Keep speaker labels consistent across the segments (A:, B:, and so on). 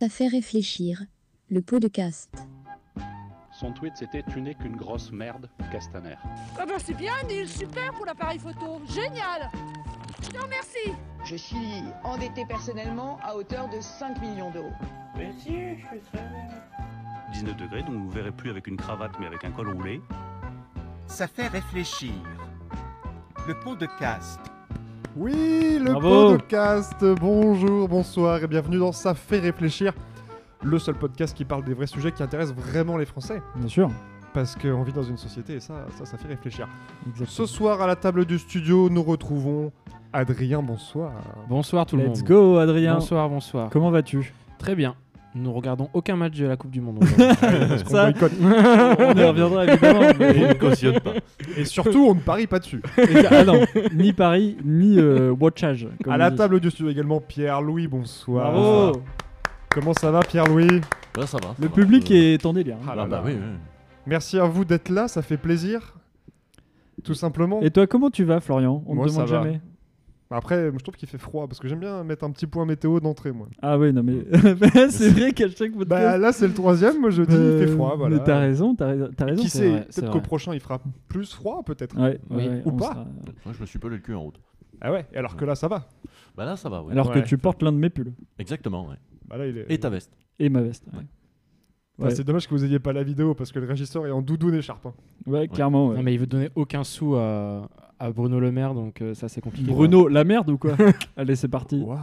A: Ça fait réfléchir. Le pot de caste.
B: Son tweet c'était Tu n'es qu'une grosse merde, Castaner.
C: Ah ben c'est bien, Neil, super pour l'appareil photo, génial Je te remercie
D: Je suis endetté personnellement à hauteur de 5 millions d'euros.
E: Mais si, je suis très...
B: 19 degrés, donc vous ne verrez plus avec une cravate mais avec un col roulé.
F: Ça fait réfléchir. Le pot de caste.
G: Oui, le
H: Bravo.
G: podcast. Bonjour, bonsoir et bienvenue dans Ça fait réfléchir. Le seul podcast qui parle des vrais sujets qui intéressent vraiment les Français.
H: Bien sûr.
G: Parce qu'on vit dans une société et ça, ça, ça fait réfléchir. Ce
H: Exactement.
G: soir, à la table du studio, nous retrouvons Adrien, bonsoir.
I: Bonsoir tout le monde.
H: Let's go, Adrien.
I: Bonsoir, bonsoir.
H: Comment vas-tu
I: Très bien. Nous regardons aucun match de la Coupe du Monde. aujourd'hui.
G: Parce qu'on
H: Ça-
G: boycotte.
H: On y reviendra évidemment. mais-
I: cautionne pas.
G: Et surtout, on ne parie pas dessus.
H: Ah non, ni Paris, ni euh, watchage. comme
G: à
H: on
G: la
H: dit.
G: table du studio également, Pierre-Louis, bonsoir.
H: Bravo
G: Comment ça va, Pierre-Louis
J: Ouais, ça va.
H: Le public est en délire. hein.
G: Ah
J: Ah
G: là
J: bah
G: là.
J: oui, oui.
G: Merci à vous d'être là, ça fait plaisir. Tout simplement.
H: Et toi, comment tu vas, Florian On
G: Moi,
H: ne
G: ça
H: demande
G: va.
H: jamais.
G: Après, je trouve qu'il fait froid parce que j'aime bien mettre un petit point météo d'entrée, moi.
H: Ah oui, non mais bah, c'est vrai qu'à chaque podcast.
G: Bah là, c'est le troisième, moi je dis,
H: euh,
G: il fait froid. Voilà.
H: Mais t'as raison, t'as raison. t'as raison.
G: Qui
I: c'est
G: sait,
I: vrai, c'est
G: peut-être
I: vrai.
G: qu'au prochain, il fera plus froid, peut-être.
H: Ouais,
I: Oui.
H: ouais,
G: Ou
H: on
G: pas.
H: sera-
J: Moi, je me suis pas le cul en route.
G: Ah ouais, et alors que là, ça va.
J: Bah là, ça va, oui.
H: Alors
G: Ouais.
H: que tu portes l'un de mes pulls
J: Exactement, ouais.
G: Bah, là, il est...
J: Et ta veste.
H: et ma veste. Ouais,
G: Bah, C'est dommage que vous ayez pas la vidéo parce que le régisseur est en doudoune écharpe. hein.
H: Ouais, clairement. ouais.
I: Non mais il veut donner aucun sou à, à Bruno Le Maire, donc euh, ça c'est compliqué.
H: Bruno, la merde ou quoi Allez, c'est parti.
G: Waouh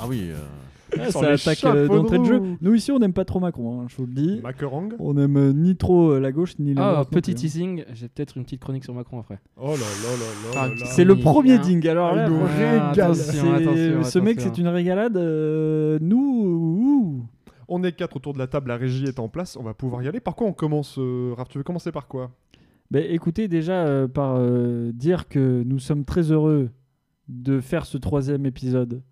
J: Ah oui, euh,
H: Ah,
G: Sans
H: ça
G: les
H: attaque
G: chapeaux
H: euh, d'entrée de
G: de
H: jeu.
G: roue.
H: Nous ici, on n'aime pas trop Macron, hein, je vous le dis.
G: Bah. Macarang
H: On n'aime euh, ni trop euh, la gauche ni la
I: Ah,
H: droite non
I: petit
H: plus, hein.
I: teasing, j'ai peut-être une petite chronique sur Macron après.
G: Oh là là là là
I: Ah,
G: là là.
H: C'est le
I: Ah,
H: premier
I: hein.
H: ding. Alors là,
G: Il nous
H: franchement,
G: régale.
H: c'est-
I: Attention, attention,
H: ce mec,
I: attention.
H: c'est une régalade. euh, nous, ouh.
G: On est quatre autour de la table, la régie est en place, on va pouvoir y aller. Par quoi on commence, euh, Raph Tu veux commencer par quoi
H: Bah, écoutez, déjà euh, par euh, dire que nous sommes très heureux de faire ce troisième épisode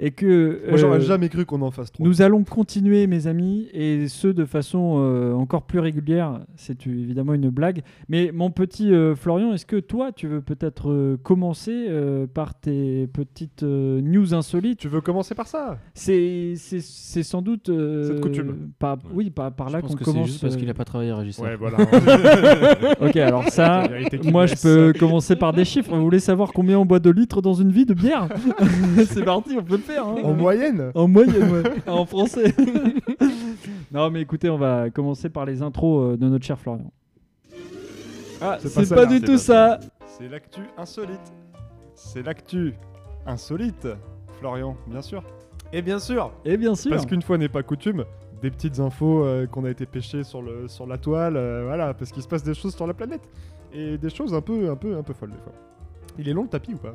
H: et que
G: Oh Moi, j'aurais
H: euh,
G: jamais cru qu'on en fasse trois.
H: Nous allons continuer, mes amis, et ce de façon euh, encore plus régulière. C'est euh, évidemment une blague. Mais mon petit euh, Florian, est-ce que toi, tu veux peut-être euh, commencer euh, par tes petites euh, news insolites
G: Tu veux commencer par ça
H: C'est c'est- c'est sans doute. euh,
G: C'est de coutume.
H: par- Oui, par, par
I: Je
H: là
I: pense
H: qu'on
I: que c'est
H: commence.
I: juste parce
H: euh,
I: qu'il a pas travaillé régisseur.
G: Ouais, voilà.
H: Ok, alors ça,
G: La vérité qui
H: moi je
G: blesse.
H: peux commencer par des chiffres. Vous voulez savoir combien on boit de litres dans une vie de bière C'est parti, on peut le faire. hein.
G: En moyenne
H: En moyenne, ouais. en français. non, mais écoutez, on va commencer par les intros euh, de notre cher Florian. Ah,
G: c'est pas
H: c'est
G: ça,
H: pas,
G: là,
H: du
J: c'est
H: tout
J: pas
H: ça.
J: ça.
G: C'est l'actu insolite. C'est l'actu insolite, Florian, bien sûr. Et bien sûr,
H: Et Eh, bien sûr.
G: parce qu'une fois n'est pas coutume, des petites infos euh, qu'on a été pêchées sur, le, sur la toile, euh, voilà, parce qu'il se passe des choses sur la planète. Et des choses un peu, un peu, un peu folles des fois. Il est long le tapis ou pas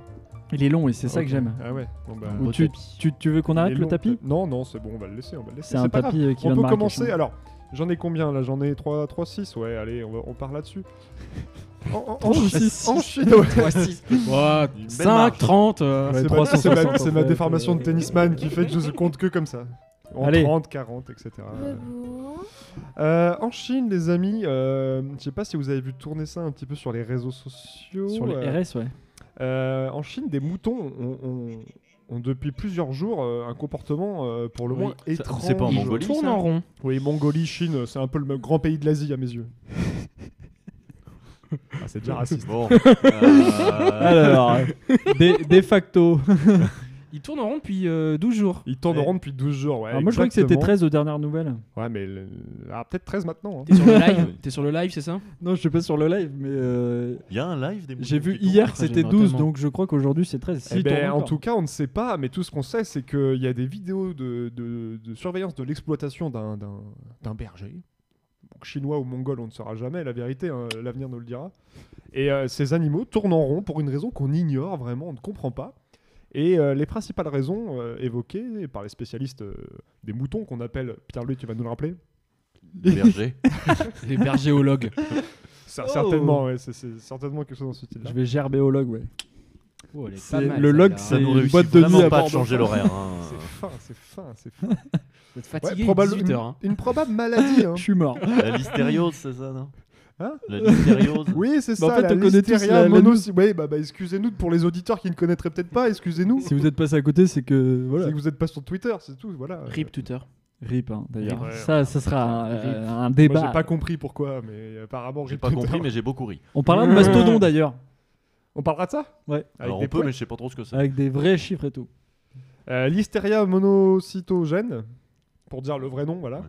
H: Il est long et c'est ça que j'aime.
G: Ah ouais, bon bah,
I: Un
H: Ou
I: beau
H: tu,
I: tapis.
H: tu- tu veux qu'on
G: il est
H: arrête
G: long,
H: le tapis
G: peut-être. Non, non, c'est bon, on va le laisser, on va le laisser.
H: C'est un
G: pas grave.
H: tapis euh, qui
G: on
H: vient de
G: peut
H: Marrakech,
G: commencer.
H: hein.
G: Alors, j'en ai combien là J'en ai 3, 3, 6. Ouais, allez, on, va, on part là-dessus. En, en, en,
H: Trois, six.
G: en chinois.
I: Ouah, 5, 30. euh,
G: Hein,
H: Ouais,
G: C'est ma-
H: 360,
G: c'est ma,
H: en
G: c'est ma
H: fait,
G: déformation
H: euh.
G: de tennisman qui fait que je compte que comme ça. En
H: Allez.
G: 30, 40, etc. Euh, en Chine, les amis, euh, je sais pas si vous avez vu tourner ça un petit peu sur les réseaux sociaux.
H: Sur les
G: euh,
H: RS, ouais.
G: euh, en Chine, des moutons ont, ont- ont depuis plusieurs jours euh, un comportement euh, pour le
J: Oui,
G: moins
J: ça-
G: étrange.
J: c'est pas en Mongolie,
I: Tourne en rond.
G: Oui, Mongolie, Chine, c'est un peu le même grand pays de l'Asie à mes yeux. Ah, c'est déjà raciste.
J: Bon. euh,
H: Alors, de, de facto.
I: Il tourne en rond depuis euh, 12 jours.
G: Ils tournent en rond depuis 12 jours. Ouais,
H: Alors, moi, je croyais que c'était
G: exactement.
H: 13 aux dernières nouvelles.
G: Ouais, mais le- ah, peut-être 13 maintenant. hein.
I: T'es sur le live T'es sur le live, c'est ça
H: Non, je sais pas sur le live, mais euh,
J: Il y a un live des
H: Ah, j'ai
J: moutons
H: vu
J: qui
H: hier
J: tournent
H: que
I: ça,
H: c'était
I: j'aimerais
H: 12,
I: tellement.
H: donc je crois qu'aujourd'hui c'est 13.
G: Eh
H: Si,
G: ben,
H: t'en
G: en
H: encore.
G: tout cas, on ne sait pas, mais tout ce qu'on sait, c'est qu'il y a des vidéos de, de- de surveillance de l'exploitation d'un- d'un d'un berger. Donc, chinois ou mongol, on ne saura jamais, la vérité, hein, l'avenir nous le dira. Et euh, ces animaux tournent en rond pour une raison qu'on ignore vraiment, on ne comprend pas. Et euh, les principales raisons euh, évoquées par les spécialistes euh, des moutons qu'on appelle, Pierre-Louis, tu vas nous le rappeler
J: des bergers.
I: Les bergéologues.
G: Ça, Certainement, ouais, c'est- c'est certainement quelque chose dans ce style-là.
H: Je vais gerbéologue, ouais.
I: Oh, elle est
H: C'est-
I: pas mal,
H: le
I: celle-là.
H: log,
J: Ça
H: C'est
J: nous
H: une
J: réussit
H: boîte de nuit à
J: vraiment pas de
H: bord de
J: changer
H: France.
J: l'horaire. hein.
G: C'est fin, c'est fin, c'est fin.
I: Vous êtes
G: Ouais,
I: fatigué, il est
G: probable-
I: 18 heures, hein.
G: une, une probable maladie. hein.
H: Je suis mort.
J: La listériose, c'est ça, non
G: Hein
J: La listériose.
G: Oui, c'est
H: Bah, en
G: ça.
H: fait,
G: la
H: on connaît tous
G: listeria
H: la- la
G: mono-
H: news.
G: Ouais, bah, bah, excusez-nous pour les auditeurs qui ne connaîtraient peut-être pas, excusez-nous.
H: Si vous êtes passé à côté, c'est que.
G: C'est
H: Voilà.
G: que vous n'êtes pas sur Twitter, c'est tout. Voilà.
I: Rip Twitter.
H: RIP, hein, d'ailleurs.
G: Ouais, ouais.
H: ça, ça sera un, euh, un
G: Moi,
H: débat.
G: j'ai pas compris pourquoi, mais apparemment,
J: J'ai pas compris, mais j'ai beaucoup ri.
H: On parlera de Mastodon, d'ailleurs.
G: On parlera de ça
H: Ouais.
J: Alors
G: des
J: on peut,
G: points.
J: mais je sais pas trop ce que c'est.
H: Avec des vrais chiffres et tout.
G: Euh, Listeria monocytogène, pour dire le vrai nom, voilà.
J: Ouais.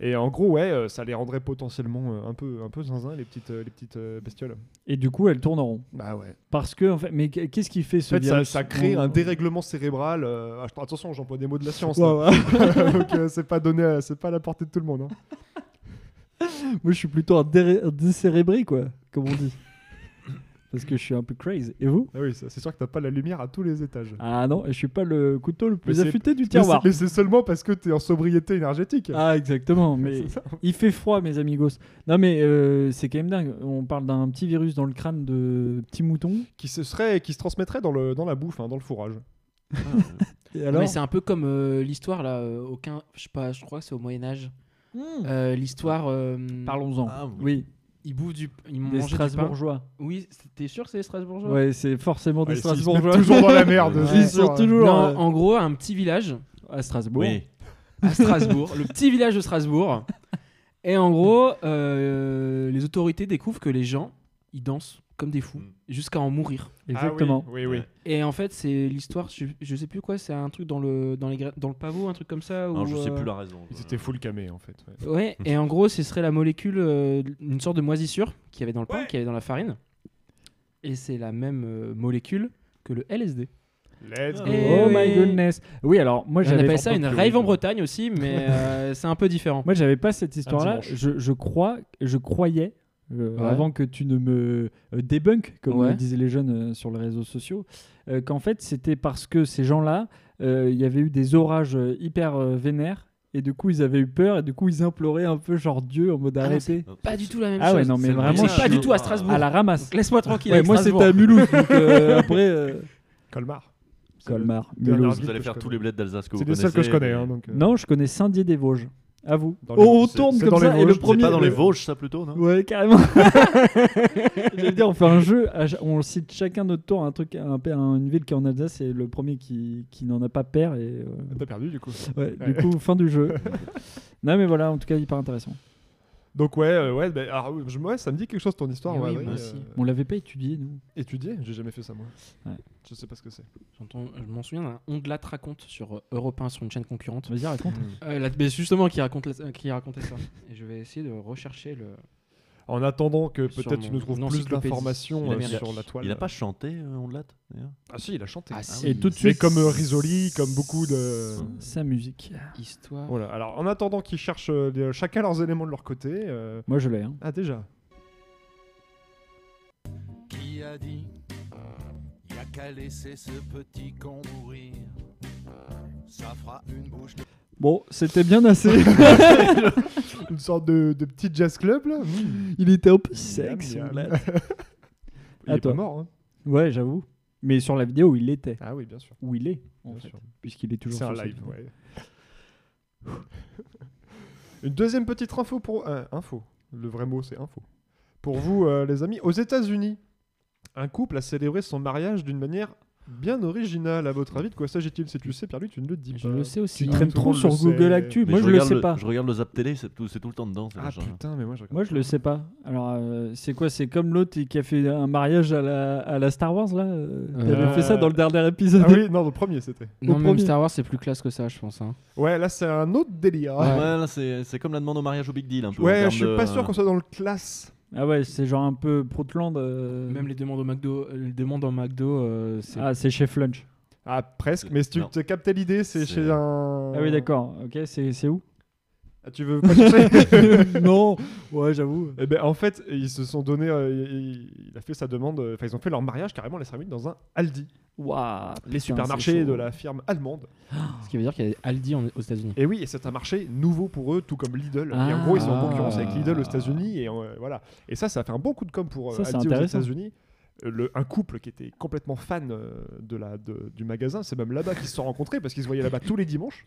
G: Et en gros, ouais, euh, ça les rendrait potentiellement euh, un peu, un peu zinzin, les petites, euh, les petites euh, bestioles.
H: Et du coup, elles tournent en rond.
G: Bah ouais.
H: Parce que, en fait, mais qu'est-ce qui fait
G: En
H: ce
G: fait, ça,
H: virus
G: ça crée
H: On-
G: un dérèglement cérébral. euh, ah, attention, j'emploie des mots de la science.
H: Ouais,
G: là.
H: ouais.
G: Donc euh, c'est pas donné, à- c'est pas à la portée de tout le monde. hein.
H: Moi, je suis plutôt un, déré- un décérébré, quoi, comme on dit. Parce que je suis un peu crazy. Et vous
G: Ah oui, ça, c'est sûr que t'as pas la lumière à tous les étages.
H: Ah non, je suis pas le couteau le plus
G: Mais c'est-
H: affûté du
G: Mais c'est-
H: tiroir.
G: mais c'est seulement parce que t'es en sobriété énergétique.
H: Ah, exactement. Mais
G: C'est ça.
H: il fait froid, mes amigos. Non, mais euh, c'est quand même dingue. On parle d'un petit virus dans le crâne de petit mouton.
G: Qui se serait, qui se transmettrait dans le, dans la bouffe, hein, dans le fourrage.
J: Ah,
H: Et
K: Non,
H: alors
K: mais c'est un peu comme euh, l'histoire là, euh, aucun, je sais pas, je crois que c'est au Moyen Âge.
H: Hmm.
K: Euh, l'histoire, euh,
H: Parlons-en.
J: Ah, oui.
H: oui,
K: ils bouffent du, ils
H: des
K: mangent du pain.
H: Strasbourgeois.
K: Oui, c'est- t'es sûr que c'est les Strasbourgeois
H: Ouais, c'est forcément des
G: Ouais, s'ils se mettent
H: Strasbourgeois.
G: toujours dans la merde.
J: Ils
G: c'est
H: sont
G: sûr, hein.
H: toujours-
K: Non,
H: euh,
K: en gros, un petit village
H: à Strasbourg.
J: oui.
K: à Strasbourg, le petit village de Strasbourg. Et en gros, euh, les autorités découvrent que les gens, ils dansent comme des fous
H: Hmm.
J: Mm.
K: jusqu'à en mourir.
H: Exactement.
G: Ah oui, oui, oui.
K: Et en fait, c'est l'histoire, je, je sais plus quoi, c'est un truc dans le dans les gra- dans le pavot, un truc comme ça.
J: Alors
K: ou,
J: Ah, je sais
K: euh,
J: plus la raison.
G: Ils
J: Je-
G: étaient full camé en fait. ouais.
K: Ouais, et en gros, ce serait la molécule, euh, une sorte de moisissure qu'il y avait dans le pain, qu'il y avait dans la farine. Et c'est la même euh, molécule que le LSD.
G: Let's
K: Eh
H: Oh
K: oui.
H: my goodness. Oui, alors moi
K: On
H: j'avais
K: appelle ça une rave en Bretagne aussi, mais euh, c'est un peu différent.
H: Moi, j'avais pas cette histoire-là.
G: dimanche.
H: Je, je crois, je croyais, euh,
K: Ouais.
H: avant que tu ne me euh, débunk, comme
K: Ouais.
H: euh, disaient les jeunes euh, sur les réseaux sociaux, euh, qu'en fait, c'était parce que ces gens-là, euh, il y avait eu des orages euh, hyper euh, vénères, et du coup, ils avaient eu peur, et du coup, ils imploraient un peu, genre Dieu, en mode
G: Ah,
K: non,
H: arrêtez.
J: Non,
K: Pas du tout la même
H: Ah ouais,
K: chose.
H: non, mais
J: c'est le
H: vraiment,
J: même
H: je
K: c'est pas
H: suis
K: du tout à Strasbourg.
H: à la ramasse.
K: Laisse-moi tranquille.
H: Ouais,
K: avec
H: moi,
K: Strasbourg.
H: c'était à Mulhouse, donc euh, après, euh,
G: Colmar. C'est le-
H: Colmar,
G: dernier
H: Mulhouse.
G: ville
J: Vous allez
G: que
J: faire
G: je
J: tous
G: connais.
J: les bleds d'Alsace que vous
G: C'est les
J: connaissez.
G: seuls que je connais.
J: mais-
G: hein, donc, euh,
H: Non, je connais Saint-Dier-des-Vosges. À vous.
G: Dans les-
H: On
G: c'est-
H: tourne
G: c'est
H: comme
G: dans
H: ça,
G: les
H: et le
G: Vosges, c'est
J: C'est
H: premier.
J: pas dans les
H: le-
J: Vosges, ça plutôt, non
H: Ouais, carrément. J'allais dire, on fait un jeu, à ch- on cite chacun notre tour un truc, un, pa- un- une ville qui est en Alsace et le premier qui, qui n'en a pas perd. Et, euh,
G: T'as perdu du coup.
H: ouais,
G: Ouais.
H: Du coup, fin du jeu. non, mais voilà, en tout cas, hyper intéressant.
G: Donc ouais, euh, ouais, bah, alors, je- ouais, ça me dit quelque chose ton histoire.
K: Eh
G: ouais,
K: oui,
G: ouais,
K: moi
G: euh,
K: aussi.
H: On l'avait pas étudié, nous.
G: étudié, j'ai jamais fait ça moi.
H: Ouais.
G: Je sais pas ce que c'est.
K: J'entends- Je m'en souviens hein. d'un Ondelat raconte sur euh, Europe 1, sur une chaîne concurrente.
H: Vas-y, raconte.
K: Euh, là, mais justement, qui, raconte la- qui racontait ça. Et je vais essayer de rechercher le.
G: En attendant que
K: Sur
G: peut-être tu nous
K: mon
G: trouves plus
K: encyclopédie.
G: d'informations
K: Il a
G: euh,
K: bien-
G: sur la toile.
J: Il a pas chanté euh, On Latte, d'ailleurs
G: Ah si, il a chanté.
K: Ah,
J: si.
H: Et tout de
G: C'est
H: suite,
G: comme euh, Risoli, comme beaucoup de.
H: sa musique.
K: Histoire.
G: Voilà. Alors en attendant qu'ils cherchent euh, les- chacun leurs éléments de leur côté. euh,
H: Moi, je l'ai. hein.
G: Ah déjà.
L: Qui a dit Y'a qu'à laisser ce petit con mourir. Ça fera une bouche de.
H: Bon, c'était bien assez.
G: Une sorte de, de petit jazz club là. Mmh.
H: Il était un peu sexe.
G: Miam,
H: on
G: miam.
H: l'a-
G: Il est
H: À
G: pas
H: toi.
G: mort. hein.
H: Ouais, j'avoue. Mais sur la vidéo où il était,
G: Ah oui, bien sûr.
H: où il est, en
G: Bien
H: fait,
G: sûr.
H: puisqu'il est toujours
G: C'est un
H: sur cette
G: live,
H: vidéo.
G: ouais. Une deuxième petite info pour... euh, info. Le vrai mot, c'est info. Pour vous, euh, les amis, aux états unis un couple a célébré son mariage d'une manière bien originale. À votre avis, de quoi s'agit-il Si tu le sais, Pierre-Luc, Euh, tu ne le dis
K: Je
G: pas.
K: le sais aussi.
H: Tu
G: Non,
H: traînes
G: tout le
H: trop
G: monde
H: sur
G: le
H: Google
G: sait.
H: Actu.
J: Mais
H: Moi, je, le
J: regarde
H: sais pas.
J: Je regarde le Zap Télé, c'est tout, c'est tout le temps dedans. c'est
G: Ah
J: genre-
G: putain, mais moi, je regarde
H: Moi, je le sais pas. Alors, euh, c'est quoi C'est comme l'autre qui a fait un mariage à la, à la Star Wars, là euh, T'avais
G: Euh,
H: fait ça dans le dernier épisode.
G: Ah oui, non, le premier, c'était.
K: Non,
H: Au
K: même
H: premier.
K: Star Wars, c'est plus classe que ça, je pense. hein.
G: Ouais, là, c'est un autre délire.
J: Ouais,
G: Ouais,
J: là, c'est c'est comme la demande au mariage au Big Deal, un peu. en termes
G: je suis
J: de- euh,
G: pas sûr qu'on soit dans le classe.
H: Ah ouais, c'est genre un peu Protland. euh,
K: Même les demandes au McDo, euh, les demandes en McDo, euh, c'est
H: Ah, c'est chez Lunch.
G: Ah, presque, mais si tu
J: Non.
G: tu as capté l'idée, c'est
J: C'est-
G: chez un...
H: Ah oui, d'accord. Ok, c'est c'est où
G: Ah, tu veux pas chercher
H: Non Ouais, j'avoue.
G: Eh ben, en fait, ils se sont donné. euh, il, il a fait sa demande. euh, Enfin, ils ont fait leur mariage carrément la cérémonie dans un Aldi,
H: Waouh
G: les supermarchés de la firme allemande.
K: ce qui veut dire qu'il y a Aldi en- aux États-Unis.
G: Et oui, et c'est un marché nouveau pour eux, tout comme Lidl. et en
H: Ah.
G: gros, ils sont en concurrence avec Lidl aux États-Unis. Et euh, voilà. Et ça, ça a fait un bon coup de com pour euh,
H: Ça, c'est
G: Aldi aux
H: intéressant.
G: États-Unis. Euh, le- un couple qui était complètement fan euh, de la, de- du magasin, c'est même là-bas qu'ils se sont rencontrés parce qu'ils se voyaient là-bas tous les dimanches.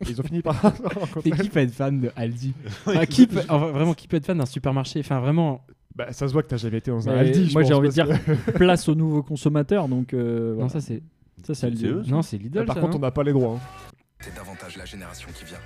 G: Et ils ont fini par se rencontrer.
K: qui peut être fan de Aldi Enfin, qui peut- enfin, Vraiment, qui peut être fan d'un supermarché Enfin, vraiment,
G: Bah, ça se voit que t'as jamais été dans un
H: Mais
G: Aldi. je
H: Moi, j'ai
G: pense,
H: envie de dire
G: parce que-
H: place aux nouveaux consommateurs. Donc, euh, voilà.
K: ça, c'est-
H: Ça, c'est Aldi.
K: eux, ça. Non, c'est Lidl,
G: Ah, par
K: ça,
G: contre,
K: non
G: on n'a pas les droits. hein.
M: C'est davantage la génération qui vient.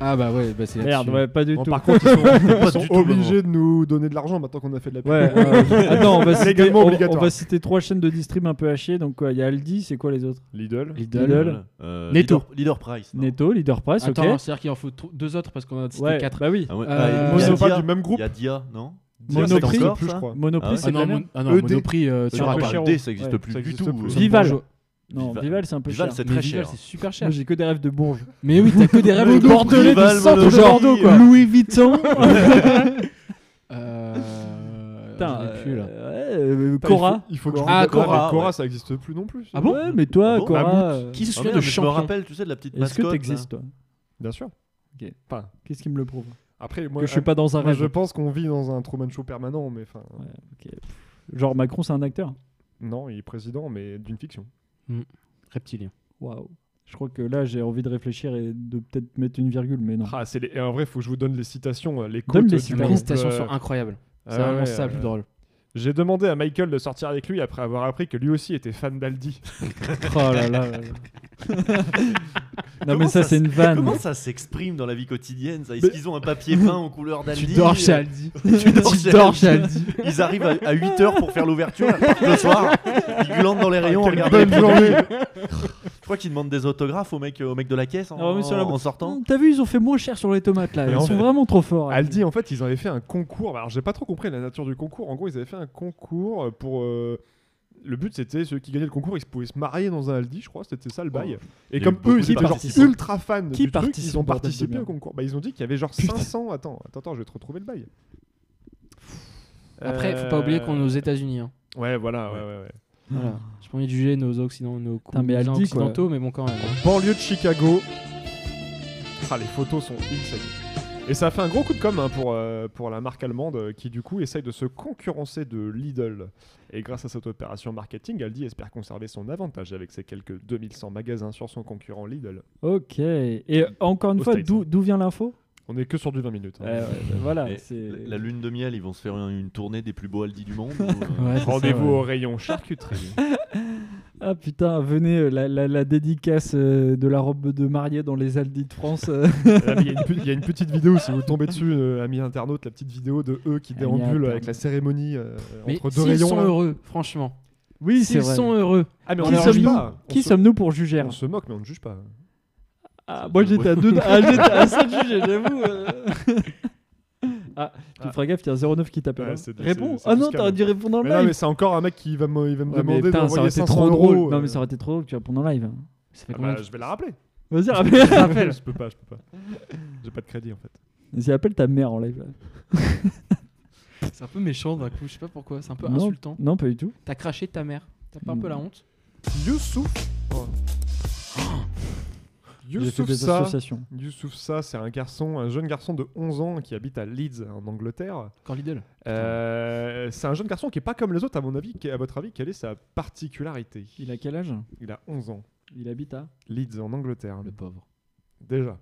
K: Ah bah ouais, bah c'est
H: Merde, ouais, pas du
G: Bon,
H: tout.
G: Par contre, ils sont, ils sont
H: du tout,
G: obligés de nous donner de l'argent maintenant qu'on a fait de la pub.
H: Ouais, euh, attends, on va, citer,
G: légalement
H: on- on,
G: obligatoire.
H: va citer trois chaînes de distrib un peu à chier. Donc, quoi, il y a Aldi, c'est quoi les autres
G: Lidl,
H: Lidl,
J: Euh,
H: Netto.
J: Leader- Leader Price, non
H: Netto, Leader Price,
K: Attends,
H: ok.
K: c'est-à-dire qu'il en faut tr- deux autres parce qu'on en a cité
H: Ouais,
K: quatre.
H: bah oui.
J: Ah ouais,
K: Euh,
J: ah, il y a
K: Ils sont
J: Dia-
K: pas du
H: même groupe.
J: Il y a Dia, non Dia, ça
H: Monoprix,
J: existe encore,
H: plus, je
J: ça
H: crois.
J: Ah ouais
H: Monoprix, c'est
K: Ah
H: de
K: non,
H: la
K: mon-
H: merde.
K: ah non, ED. Monoprix, euh, tu
J: Non,
K: racontes.
J: pas le D, ça existe plus
K: Ça
J: du
K: existe
J: tout.
K: plus.
J: euh,
H: Vival.
J: bonjour.
H: Non,
J: Vival.
H: Vival, c'est un peu
J: Vival,
H: cher.
J: c'est
K: Mais
J: très
K: Vival,
J: cher.
K: c'est super cher.
H: Moi, j'ai que des rêves de Bourges.
K: Mais oui, t'as que des rêves
H: Le
K: de
H: groupe
K: Bordelais du
H: Vival,
K: centre de
H: Monoprix.
K: Bordeaux, quoi.
H: Louis Vuitton.
K: Euh,
H: Putain,
K: j'en ai plus, là.
H: euh, ouais, euh,
G: Putain,
H: Cora.
G: Il faut, il faut que je vous
K: Ah,
G: dise-
K: Cora,
G: mais Cora,
K: ouais.
G: ça existe plus non plus.
K: Ah bon
H: Ouais, mais toi,
J: Ah bon
H: Cora. euh,
G: Mammouth.
K: Qui se
J: Ah
K: souvient
J: merde,
K: de
J: mais
K: champion
J: Je me rappelle, tu sais, de la petite
H: Est-ce
J: mascotte.
H: que
J: là.
H: t'existes, toi
G: Bien sûr.
H: Ok.
G: Enfin,
H: Qu'est-ce qui me le prouve
G: après, moi, euh,
H: Que je suis pas dans un
G: moi,
H: rêve.
G: Je pense qu'on vit dans un Truman Show permanent, mais enfin.
H: Genre, Macron, c'est un acteur
G: Non, il est président, mais d'une fiction.
K: Reptilien.
H: Waouh. Je crois que là, j'ai envie de réfléchir et de peut-être mettre une virgule, mais non.
G: Ah, c'est les- et en vrai, faut que je vous donne les citations, euh, les
H: Donne
G: côtes
H: les
G: du
H: citations.
G: couple,
K: Les citations
G: euh,
K: sont incroyables.
G: ah
K: C'est
G: ouais,
K: vraiment ça,
G: euh,
K: plus drôle.
G: J'ai demandé à Michael de sortir avec lui après avoir appris que lui aussi était fan d'Aldi.
H: Oh là là. là là. non,
J: Comment
H: mais ça, c'est
J: s-
H: une vanne.
J: Comment ça s'exprime dans la vie quotidienne ça Est-ce qu'ils ont un papier peint en couleur d'Aldi
K: Tu dors chez Aldi.
J: tu dors,
K: euh, Tu
J: chez,
K: dors
J: Aldi.
K: chez Aldi.
J: Ils arrivent à, 8h pour faire l'ouverture, ils partent le soir, ils glandent dans les rayons,
G: quelle
J: regardent
G: bonne
J: les produits.
G: journée.
J: Je crois qu'ils demandent des autographes au mec, euh, au mec de la caisse en,
H: Ah ouais, mais sur la-
J: en sortant.
H: Non, T'as vu, ils ont fait moins cher sur les tomates là.
G: Mais
H: Ils
G: en
H: sont
G: fait-
H: vraiment trop forts.
G: Aldi, en fait, ils avaient fait un concours. Alors, j'ai pas trop compris la nature du concours. En gros, ils avaient fait un concours pour. euh, Le but, c'était ceux qui gagnaient le concours, ils pouvaient se marier dans un Aldi, je crois, c'était ça le bail. Et
J: Il y a eu
G: comme
J: beaucoup
G: eux, ils
J: de
G: étaient genre
J: participants.
G: ultra fans
H: Qui
G: du truc,
H: participe,
G: ils ont
H: bordel de
G: participé
H: merde
G: au concours. Bah, ils ont dit qu'il y avait genre 500. Attends, attends, attends, je vais te retrouver le bail.
K: Après, faut pas oublier qu'on est aux
G: Euh,
K: États-Unis. hein.
G: Ouais, voilà, ouais, ouais. ouais.
K: Voilà. Je pourrais juger nos occidentaux, nos
H: Putain, mais
K: cousins
H: Aldi, quoi.
K: occidentaux, mais bon, quand même. hein.
G: Banlieue de Chicago. Ah, les photos sont insane. Et ça a fait un gros coup de com' hein, pour, euh, pour la marque allemande euh, qui, du coup, essaye de se concurrencer de Lidl. Et grâce à cette opération marketing, Aldi espère conserver son avantage avec ses quelques 2100 magasins sur son concurrent Lidl.
H: Ok. Et encore une
G: Au
H: fois,
G: States,
H: d'où
G: hein.
H: d'où vient l'info
G: On est que sur du 20 minutes. hein.
H: Ouais, ouais, bah, Voilà.
J: Mais
H: c'est-
J: la, la lune de miel, ils vont se faire un- une tournée des plus beaux Aldi du monde. ou, euh,
K: Ouais, c'est ça,
G: Rendez-vous
K: ouais.
G: au rayon charcuterie.
H: Ah putain, venez, euh, la, la- la dédicace euh, de la robe de mariée dans les Aldi de France. euh.
G: Ah, mais Il y, a une pu- il y a une petite vidéo, si vous tombez dessus, euh, amis internautes, la petite vidéo de eux qui
H: Amis
G: déambulent
H: internautes.
G: avec la cérémonie euh,
K: Mais
G: entre deux
K: s'ils
G: rayons.
K: sont
G: là.
K: heureux, franchement.
H: Oui, c'est
K: S'ils
H: vrai.
K: sont heureux.
G: Ah, mais on
H: Qui
G: ne juge
H: sommes-nous
G: pas. On
H: Qui
G: se-
H: sommes-nous pour juger hein
G: On se moque, mais on ne juge pas.
H: Ah, Moi, j'étais à deux. Ah, j'étais à ça de juger, j'avoue. euh. Ah, tu
G: Ah.
H: feras gaffe, il y a 09 qui t'appelle.
G: Ouais,
H: hein.
G: c'est-
H: Réponds.
G: c'est- c'est
H: Ah non,
G: plus
H: t'aurais
G: calme.
H: dû répondre en
G: Mais non,
H: live.
G: mais c'est encore un mec qui va me, il va me
H: Ouais, mais
G: demander
H: putain, ça aurait
G: d'envoyer
H: été
G: 500
H: trop
G: euros.
H: drôle.
G: euh.
H: Non, mais ça aurait été trop drôle que tu répondes en live. Ça fait
G: Ah
H: combien
G: bah, je vais la rappeler.
H: de- Vas-y, rappelle.
G: Rappelle. je peux pas, je peux pas. J'ai pas de crédit en fait.
H: Vas-y, appelle ta mère en live. là.
K: C'est un peu méchant d'un coup, je sais pas pourquoi, c'est un peu
H: non,
K: insultant.
H: Non, pas du tout.
K: T'as craché ta mère, t'as pas un peu la honte
G: Youssouf. oh.
H: J'ai fait
G: Youssouf
H: des
G: ça.
H: associations.
G: Youssouf ça, c'est un garçon, un jeune garçon de 11 ans qui habite à Leeds en Angleterre.
K: Quand Lidl
G: Euh, c'est un jeune garçon qui est pas comme les autres à mon avis. Qui- À votre avis, quelle est sa particularité
H: Il a quel âge
G: Il a 11 ans.
H: Il habite à
G: Leeds en Angleterre.
K: Le pauvre.
G: Déjà.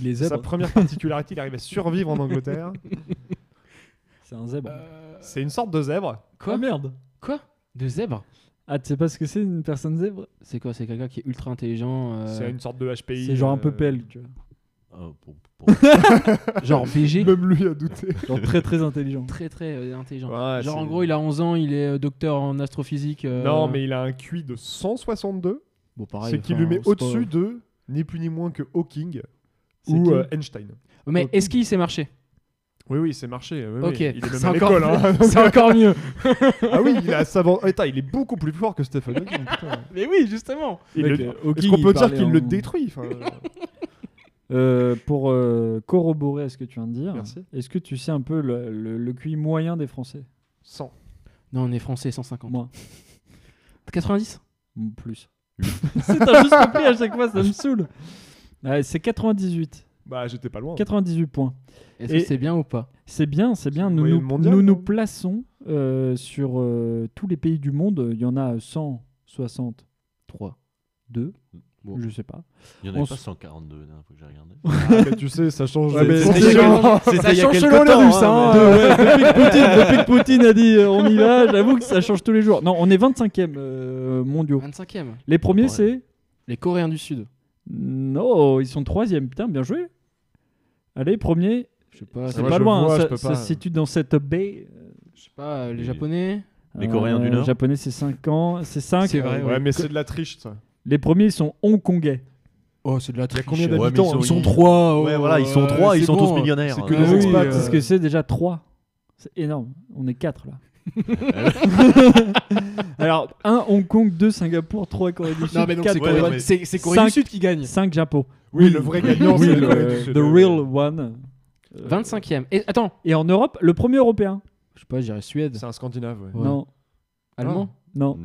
H: Il est
G: Sa
H: zèbre.
G: première particularité, il arrive à survivre en Angleterre.
H: C'est un zèbre.
G: Euh, C'est une sorte de zèbre.
K: Euh, Quoi
H: Ah, merde
K: Quoi De zèbre
H: Ah, tu sais pas ce que c'est une personne zèbre
K: C'est quoi C'est quelqu'un qui est ultra intelligent. euh,
G: C'est une sorte de HPI.
H: C'est genre un peu
G: euh,
H: pelle, tu vois.
J: Ah, pour- pour-
K: Genre VG
G: Même lui a douté.
H: Genre très très intelligent.
K: Très très euh, intelligent.
G: Ouais,
K: Genre
G: c'est-
K: en gros, il a 11 ans, il est euh, docteur en astrophysique. euh,
G: Non, mais il a un QI de 162,
K: Bon, pareil.
G: ce qui
K: enfin,
G: lui met
K: c'est pas-
G: au-dessus de ni plus ni moins que Hawking
H: C'est
G: ou
H: qui
G: euh, Einstein.
K: Mais est-ce qu'il s'est marché
G: Oui, oui, c'est marché. oui, oui.
K: Ok,
G: Il est même
K: c'est
G: à
K: encore
G: l'école. hein.
K: C'est encore mieux.
G: ah oui, il a savant. Attends, il est beaucoup plus fort que Stephen Hawking. putain.
K: Mais oui, justement.
G: Il
H: Mec,
G: le-
H: euh, Hawking,
G: Est-ce qu'on
H: il
G: peut dire
H: parlait
G: qu'il le
H: en-
G: détruit enfin, euh,
H: Euh, pour euh, corroborer à ce que tu viens de dire,
G: Merci.
H: est-ce que tu sais un peu le, le, le QI moyen des Français
G: 100.
K: Non, on est français, 150.
H: Moins.
K: 90
H: Mm, Plus. c'est t'as juste compris à chaque fois, ça me saoule. Ouais, c'est 98.
G: Bah, j'étais pas loin.
H: 98 points.
K: Est-ce
H: Et-
K: que c'est bien ou pas
H: C'est bien, c'est bien.
G: une
H: Nous
G: moyenne
H: nous,
G: mondiale,
H: nous,
G: non
H: nous plaçons euh, sur euh, tous les pays du monde. Il y en a 160,
K: 3.
H: 2. Je sais pas.
J: Il y en avait
H: On
J: pas
H: s-
J: 142 la dernière fois que j'ai regardé.
G: Ah, mais tu sais, ça change
H: Ouais,
G: les-
H: mais
G: C'était
H: c'était
G: quand-
H: quand-
G: c'était
H: ça
G: il y a
H: change
G: quelque
H: selon la
G: temps,
H: russe.
G: hein,
H: hein,
G: mais-
H: de- depuis, que Poutine, depuis que Poutine a dit euh, on y va, j'avoue que ça change tous les jours. Non, on est 25e euh, mondiaux.
K: 25e.
H: Les premiers, c'est
K: Les Coréens du Sud.
H: Non, ils sont 3e. Putain, bien joué. Allez, premier.
K: Je sais pas,
H: c'est
K: Ah, moi,
H: pas
K: je
H: loin.
K: vois,
H: hein,
K: je
H: ça,
K: peux
H: ça
K: pas.
H: se situe dans cette baie.
K: Je sais pas, euh, les Japonais.
J: Les Coréens du
H: Euh,
J: Nord.
H: Japonais, c'est 5 ans. C'est 5.
K: C'est vrai,
G: Ouais, mais c'est de la triche, ça.
H: Les premiers, ils sont hongkongais.
K: Oh, c'est de la
G: triche. combien d'habitants,
J: mais
G: hein
J: ils sont,
K: trois, oh,
J: ouais, voilà, ils sont
K: euh,
J: trois, ils
K: c'est
J: sont
K: bon,
J: tous millionnaires.
K: c'est que
J: Ah,
K: des
J: oui,
K: expats,
J: euh,
K: c'est
H: Parce que c'est déjà 3. C'est énorme. On est 4 là. Alors, 1 Hong Kong, 2 Singapour, 3 Corée du Sud.
K: mais donc, c'est Corée- c'est- c'est Corée du Sud qui gagne.
H: 5 Japon.
G: Oui, le vrai gagnant,
H: Oui,
G: c'est
H: le-
G: la Corée du Sud.
H: The real one.
K: 25e. Et attends,
H: Et en Europe, le premier européen.
K: je sais pas, je dirais Suède.
G: C'est un Scandinave, ouais.
K: Ouais.
H: Non.
K: Allemand
H: Non.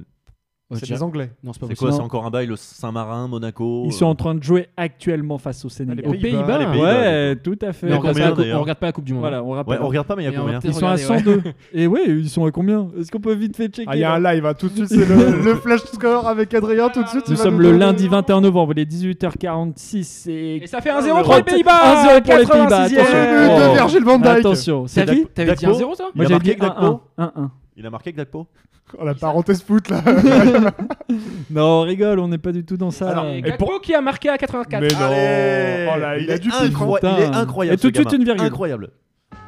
K: Oh, je
G: C'est
K: dirais-
G: des Anglais.
K: Non, c'est pas
J: C'est
K: possible.
J: quoi C'est encore un bail, le Saint-Marin, Monaco
H: Ils sont en train de jouer actuellement face au Sénégal.
G: Ah, les Pays-Bas.
K: Aux Pays-Bas,
J: les Pays-Bas,
H: Ouais, tout à fait.
K: Mais on
J: combien,
K: regarde, pas la coupe-
J: d'ailleurs
K: on regarde pas la Coupe du Monde.
H: Voilà, on rappelle.
J: Ouais, on regarde pas, mais il y a
K: Et on
J: combien
K: peut-
H: Ils sont à
K: Regardez, ouais.
H: 102. Et ouais, ils sont à combien Est-ce qu'on peut vite fait checker
G: Ah, il y a un
H: là
G: live, hein, tout de suite, c'est le, le flash score avec Adrien, tout de suite. il
H: Nous
G: va
H: sommes
G: nous
H: le
G: donner-
H: lundi 21 novembre, il est 18h46 et...
K: Et ça fait 1-0
H: 1-0
K: pour les Pays-Bas
H: 1-0 pour les Pays-Bas,
K: 86e.
G: Attention,
H: attention Oh.
G: de Virgil van Dijk.
H: Attention, c'est
K: T'as
H: qui
K: vu T'avais dit
J: Daco
K: 1-0 toi
J: Il
H: Moi
J: a
H: j'ai
J: marqué
H: dit
J: Gakpo
H: 1-1. 1-1.
J: Il a marqué avec Gakpo
G: Oh, la parenthèse foot, là.
H: Non, on rigole, on n'est pas du tout dans ça.
K: Alors,
H: Et
K: Gakpo qui a marqué à 84
G: Mais non. Oh là, il, a
J: est
G: du pic.
J: incroyable,
H: hein.
J: Il est incroyable.
H: Et tout de
J: ce
H: suite,
J: gamin.
H: une virgule.
J: Incroyable.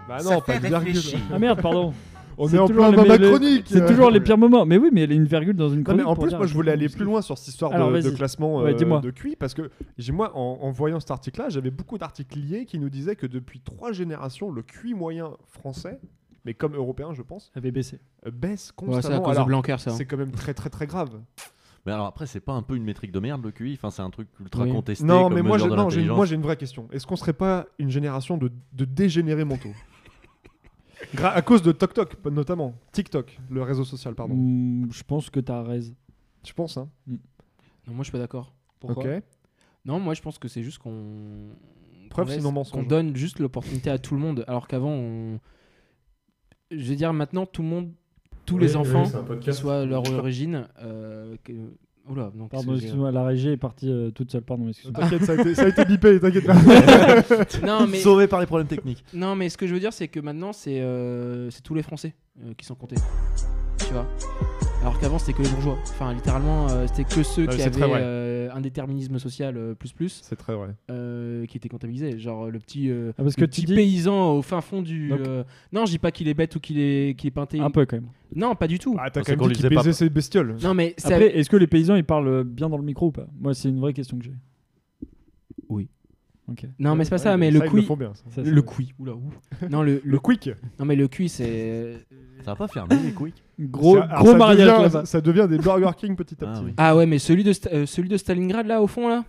G: Bah
F: ça
G: non, pas
F: fait
G: de virgule.
F: réfléchir.
H: Ah merde, pardon.
G: On
H: C'est
G: est en
H: toujours
G: plein
H: le-
G: dans ma
H: mais le-
G: chronique.
H: C'est toujours les pires moments. Mais oui, mais elle a une virgule dans
G: Non,
H: une
G: mais
H: chronique.
G: en
H: pour
G: plus,
H: dire
G: moi,
H: à
G: je
H: quel
G: voulais
H: point
G: aller
H: on se
G: plus loin sur cette histoire
H: Alors,
G: de, de
H: vas-y.
G: classement
H: Ouais,
G: euh,
H: dis-moi.
G: de QI parce que j'ai moi, en, en voyant cet article-là, j'avais beaucoup d'articles liés qui nous disaient que depuis trois générations, le QI moyen français, mais comme européen, je pense,
H: avait baissé.
G: euh, baisse
K: Ouais, c'est à
G: constamment.
K: cause de
G: Alors,
K: Blanquer
H: hein.
K: ça. hein.
G: c'est quand même très très très grave.
J: Mais alors après, c'est pas un peu une métrique de merde le QI Enfin, c'est un truc ultra
K: Oui.
J: contesté.
G: Non,
J: comme
G: mais moi,
J: mesure
G: j'ai- non,
J: de
G: j'ai une-
J: l'intelligence.
G: moi j'ai une vraie question. Est-ce qu'on serait pas une génération de, de dégénérés mentaux Gra- À cause de TokTok, notamment. TikTok, le réseau social, pardon.
J: Mm.
H: Hmm, Je pense que t'as raison.
G: Je pense, hein.
K: Non, moi je suis pas d'accord.
G: Ok.
K: Non, moi je pense que c'est juste qu'on.
G: Preuve,
K: qu'on
G: sinon
K: laisse-
G: mensonge.
K: Qu'on donne juste l'opportunité à tout le monde. Alors qu'avant, on. Je veux dire, maintenant, tout le monde, tous les enfants, qu'ils soient leur origine. Euh, que... Oula, non, qu'est-ce
H: Pardon,
K: que j'ai-
H: excuse-moi, la régie est partie euh, toute seule. Pardon, excuse-moi.
G: T'inquiète, ça a été, ça a été bipé, t'inquiète pas.
K: non, mais,
J: Sauvé par les problèmes techniques.
K: non, mais ce que je veux dire, c'est que maintenant, c'est euh, c'est tous les Français euh, qui sont comptés. Tu vois alors qu'avant c'était que les bourgeois. Enfin littéralement euh, c'était que ceux
G: Ouais,
K: qui
G: c'est
K: avaient
G: très vrai.
K: euh, un déterminisme social euh, plus plus
G: C'est très vrai.
K: euh, qui étaient comptabilisés. Genre le petit euh,
H: Ah, parce
K: le
H: que tu
K: petit
H: dis-
K: paysan au fin fond du.
H: Donc-
K: euh, Non, je dis pas qu'il est bête ou qu'il est, qu'il est peinté.
H: Un peu quand même.
K: Non, pas du tout.
G: Ah, t'as
J: Parce
G: quand
J: qu'on
G: même dit
J: lisait
G: qu'il
J: pas.
G: baisait ses bestioles.
K: Non, mais ça-
H: Après, est-ce que les paysans ils parlent euh, bien dans le micro ou pas Moi, c'est une vraie question que j'ai.
K: Oui.
H: Ok.
K: non, mais c'est pas ça. Mais
G: Ça,
K: le
G: ils
K: couille.
G: font bien, ça.
H: Ça, c'est-
K: Le couille. Oula, ouf. Non, le,
G: Le
K: le...
G: quick.
K: non, mais le couille, c'est.
J: Ça va pas fermer les quick
H: Gros,
G: Ça- alors,
H: gros
G: ça
H: mariage
G: devient-
H: là-bas.
G: Ça devient des Burger King petit à
J: Ah,
G: petit.
J: oui.
K: Ah ouais, mais celui de, Sta- euh, celui de Stalingrad là, au fond là.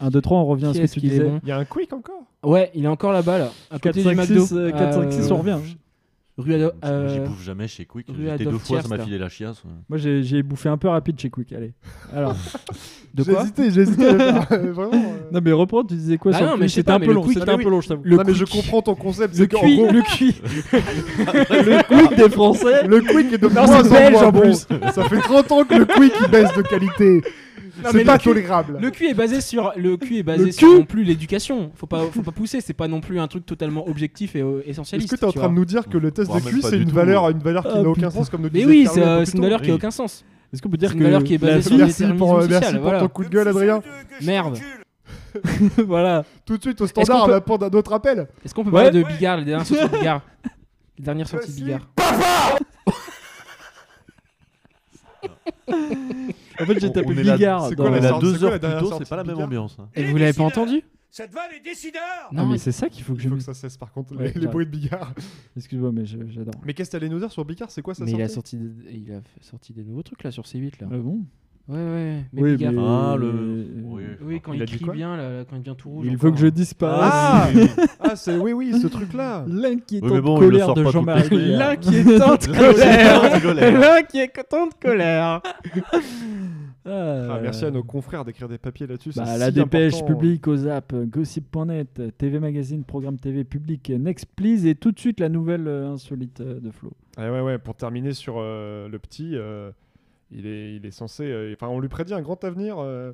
H: 1, 2, 3, on revient à
K: Qui
H: ce que
K: est-ce
H: tu
K: qu'il est
H: disais.
K: bon
G: Il y a un quick encore
K: Ouais, il est encore là-bas là. À
H: 4,
K: côté
H: 5,
K: du McDo.
H: 6, euh, 4, 5, 6, on
K: Euh,
H: revient.
K: Rue Ado-
J: J'y
K: euh,
J: bouffe jamais chez Quick.
K: rue
J: J'étais deux
K: Adolphe
J: fois, ça m'a
K: Thiers,
J: filé la chiasse.
H: Moi, j'ai j'ai bouffé un peu rapide chez Quick. Allez. Alors,
K: De quoi
G: J'hésitais, j'hésitais. à le faire. Vraiment. euh.
H: non, mais reprends, tu disais quoi
K: Bah
H: sur
K: non,
H: le
K: mais
H: Quick
K: je sais
H: C'était
K: pas,
H: un
K: mais
H: peu
K: le
H: long.
K: Quick-
H: C'était un peu long, je t'avoue.
K: Le
G: non, mais je
K: quick.
G: comprends ton concept.
H: Le
G: c'est qu'en gros,
H: Quick, le Quick. Le Quick des Français.
G: le quick est de
H: Non,
G: moins
H: c'est belge,
G: en moins
H: en
G: bon.
H: plus.
G: Ça fait 30 ans que le quick il baisse de qualité.
K: mais
G: C'est
K: le
G: pas
K: Quick-
G: tolérable.
K: Le cul est basé sur le cul est basé
G: Le
K: sur
G: cul
K: non plus l'éducation. Faut pas faut pas pousser, c'est pas non plus un truc totalement objectif et euh,
G: Est-ce
K: essentialiste.
G: que t'es en
K: tu
G: train de
K: vois.
G: nous dire que le test
J: Voire
G: de
J: même
G: QI
J: pas
G: c'est
J: du
G: une
J: tout.
G: valeur, une valeur qui
H: Ah,
G: n'a aucun
H: putain.
G: sens comme nous disait
K: Mais oui,
G: Carlo
K: c'est
G: un peu
K: euh,
G: plus
K: c'est une
G: tôt.
K: valeur qui a
J: Oui.
K: aucun sens.
H: Est-ce qu'on peut
K: C'est
H: dire
K: une
H: que
K: valeur qui est basée
H: la-
K: sur-
G: Merci pour euh,
K: déterminisme
G: merci
K: social,
G: pour
K: voilà.
G: ton coup de gueule Adrien.
K: Merde.
H: voilà.
G: Tout de suite au standard
K: qu'on
G: on
K: peut-
G: attend d'un autre appel.
K: Est-ce qu'on peut
H: Ouais.
K: parler de Bigard, les dernières sorties de Bigard Les dernières sorties de
G: suis
K: Bigard.
H: En fait, j'ai
J: On-
H: tapé
J: on est là-
H: Bigard.
G: c'est
H: dans-
G: quoi
J: On
G: la
J: est là
G: sortie- c'est
J: deux
G: quoi la
J: heures plus
G: dernière
J: tôt, c'est pas la
G: sortie
J: même
G: Picard
J: ambiance. hein.
K: Et vous l'avez pas entendu
L: Ça devant les décideurs
H: Non,
K: Non,
H: mais
K: mais
H: c'est ça qu'il faut que je.
G: Il faut que ça cesse par contre
H: Ouais,
G: les, les
H: grave.
G: bruits de Bigard.
H: Excuse-moi, mais je- j'adore.
G: Mais qu'est-ce que t'allais nous dire sur Bigard C'est quoi ça
K: mais il a sorti des- il a fait- sorti des nouveaux trucs là sur C8 là.
H: Ah bon
K: Ouais ouais, mais
H: Oui,
K: Bigard.
H: mais-
J: Ah,
H: Euh,
J: le.
K: Oui, quand
G: Il
K: il,
G: a dit
K: crie
G: quoi
K: bien là, là, quand il devient tout rouge.
H: Il faut que je
K: encore.
H: disparaisse.
G: Ah, ah c'est oui oui ce truc là.
H: L'inquiétante
J: Oui, mais bon, il le
H: colère
J: sort
H: de
J: pas toutes
H: Jean-Marie.
J: les semaines.
H: L'inquiétante
J: Colère. Colère.
K: qui est content de colère.
G: Ah, merci à nos confrères d'écrire des papiers là-dessus. c'est
H: Bah, la
G: si
H: dépêche
G: important. hein.
H: publique euh, aux apps, gossip.net, TV euh, Magazine, Programme TV public, euh, Next Please et tout de suite la nouvelle euh, insolite euh, de Flo.
G: Eh Ouais, ouais, ouais, pour terminer sur euh, le petit, euh, il, est, il est censé. euh, Enfin, on lui prédit un grand avenir euh,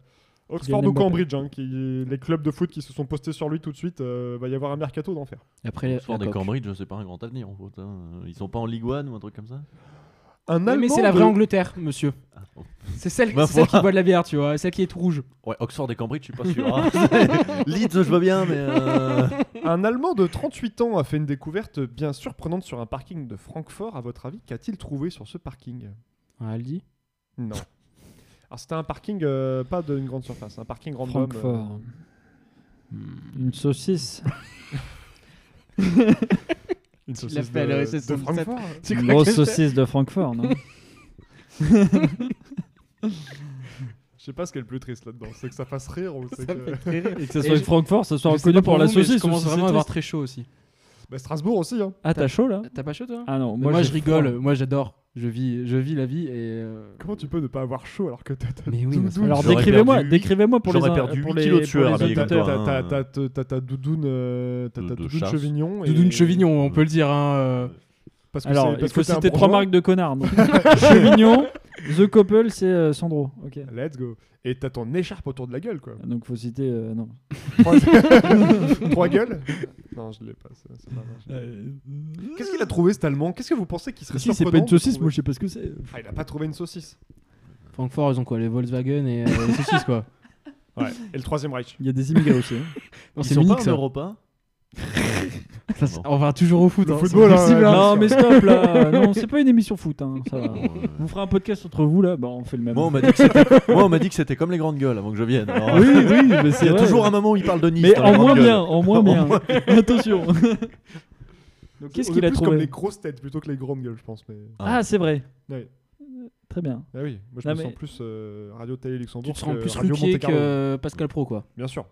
G: Oxford ou
K: Mbappé.
G: Cambridge, hein, qui, les clubs de foot qui se sont postés sur lui tout de suite, euh, va y avoir un mercato d'enfer.
K: Après,
J: Oxford
K: la
J: et
K: coque.
J: Cambridge, c'est pas un grand avenir en fait. hein. Ils sont pas en Ligue 1 ou un truc comme ça
G: Un
K: Oui, mais
G: Allemand
K: c'est la vraie
G: de-
K: Angleterre, monsieur. C'est celle,
J: Ma
K: c'est celle
J: foi.
K: qui boit de la bière, tu vois. Celle qui est tout rouge.
J: Ouais, Oxford et Cambridge, je suis pas sûr. hein. Leeds, je vois bien, mais. euh,
G: Un Allemand de 38 ans a fait une découverte bien surprenante sur un parking de Francfort. À votre avis, qu'a-t-il trouvé sur ce parking
K: Un Aldi
G: Non. Alors c'était un parking euh, pas d'une grande surface, un parking random. euh,
H: Francfort. Hmm. Une saucisse.
G: une
K: Tu
G: saucisse
K: l'appelles, ouais,
G: de,
K: c'est
G: de
K: son-
G: Francfort.
K: ça- Tu
H: Une
K: crois
H: grosse
K: que je-
H: saucisse de Francfort, non
G: Je sais pas ce qui est le plus triste là-dedans, c'est que ça fasse rire ou c'est
K: Ça
G: que...
K: me fait rire.
H: Et que ça
K: Et
H: soit
K: je-
H: Francfort, ça soit
K: je sais
H: reconnu
K: pas
H: pour la
K: vous, mais
H: saucisse,
K: Je commence
H: aussi, c'est
K: vraiment à avoir
H: triste.
K: très chaud aussi.
G: Bah, Strasbourg aussi. Hein.
H: Ah, t'as chaud là
K: T'as pas chaud toi
H: Ah non,
K: Mais
H: moi,
K: Moi,
H: j'ai
K: je rigole,
H: froid.
K: moi j'adore. Je vis, je vis la vie et. euh,
G: Comment tu peux ne pas avoir chaud alors que t'as t'as
K: Mais oui,
G: doudoune
K: mais ça-
H: Alors
J: J'aurais
H: décrivez-moi,
J: perdu-
H: décrivez-moi pour les
J: j'aurais
H: uns-
J: perdu
H: pour
J: 8
H: les-
J: kilos de
H: pour les
J: sueur, habillé
G: T'as
J: comme
H: auditeurs.
J: toi.
G: t'as-
J: hein.
G: t'as- t'as- t'as- t'as ta doudoune, euh, t'as
J: De-
G: ta
J: de
G: doudoune
J: chasse.
G: chevignon. et-
K: Doudoune chevignon, on peut le dire. Hein. euh.
G: Parce que
H: Alors,
G: c'est-
H: il
G: parce
H: faut
G: que t'es un
H: citer trois
G: bourgeois.
H: marques de connards. donc. Chevignon, The Couple, c'est euh, Sandro. Ok.
G: Let's go. Et t'as ton écharpe autour de la gueule, quoi.
H: Donc faut citer euh, non.
G: Trois, Trois gueules Non, je l'ai pas. ça- ça m'a marché. Qu'est-ce qu'il a trouvé cet allemand Qu'est-ce que vous pensez qu'il serait
H: Si c'est
G: Euh, surprenant
H: pas une
G: de
H: saucisse,
G: trouver
H: moi je sais pas ce que c'est.
G: Ah, il a pas trouvé une saucisse.
K: Francfort, ils ont quoi Les Volkswagen et euh, les saucisses quoi.
G: Ouais. Et le Troisième Reich.
H: Il y a des immigrés aussi. hein.
K: Non,
J: Ils
K: c'est
J: sont pas
K: Munich
J: en
K: ça.
J: Europa
K: Ça, c'est-
J: Non.
K: On va toujours au foot.
G: Le
K: hein,
G: football,
K: c'est
G: hein,
K: possible,
G: bien
K: hein.
H: Non
G: sûr.
H: mais stop là, non c'est pas une émission foot hein, ça va.
J: Bon, euh,
H: Vous ferez un podcast entre vous là, bah on fait le même.
J: Moi, on m'a dit que c'était- moi, on m'a dit que c'était comme les grandes gueules avant que je vienne. Alors,
H: oui oui mais c'est
J: Il y a
H: vrai.
J: toujours un moment où il parle de Nice.
H: Mais
J: dans les
H: en
J: grandes
H: moins
J: gueules.
H: bien, en moins bien. Attention.
G: Donc,
H: Qu'est-ce
G: on est
H: qu'il a
G: plus
H: trouvé
G: comme les grosses têtes plutôt que les grandes gueules, je pense. Mais...
H: Ah c'est vrai.
G: Ouais.
H: Très bien.
G: Ah oui, moi je
H: Non,
G: me
H: mais-
G: sens plus euh, Radio Télé
K: Tu
G: Luxembourg.
K: te sens
G: que
K: plus
G: Radio
K: Ruquier
G: Monte-Carlo.
K: que Pascal Pro quoi.
G: Bien sûr.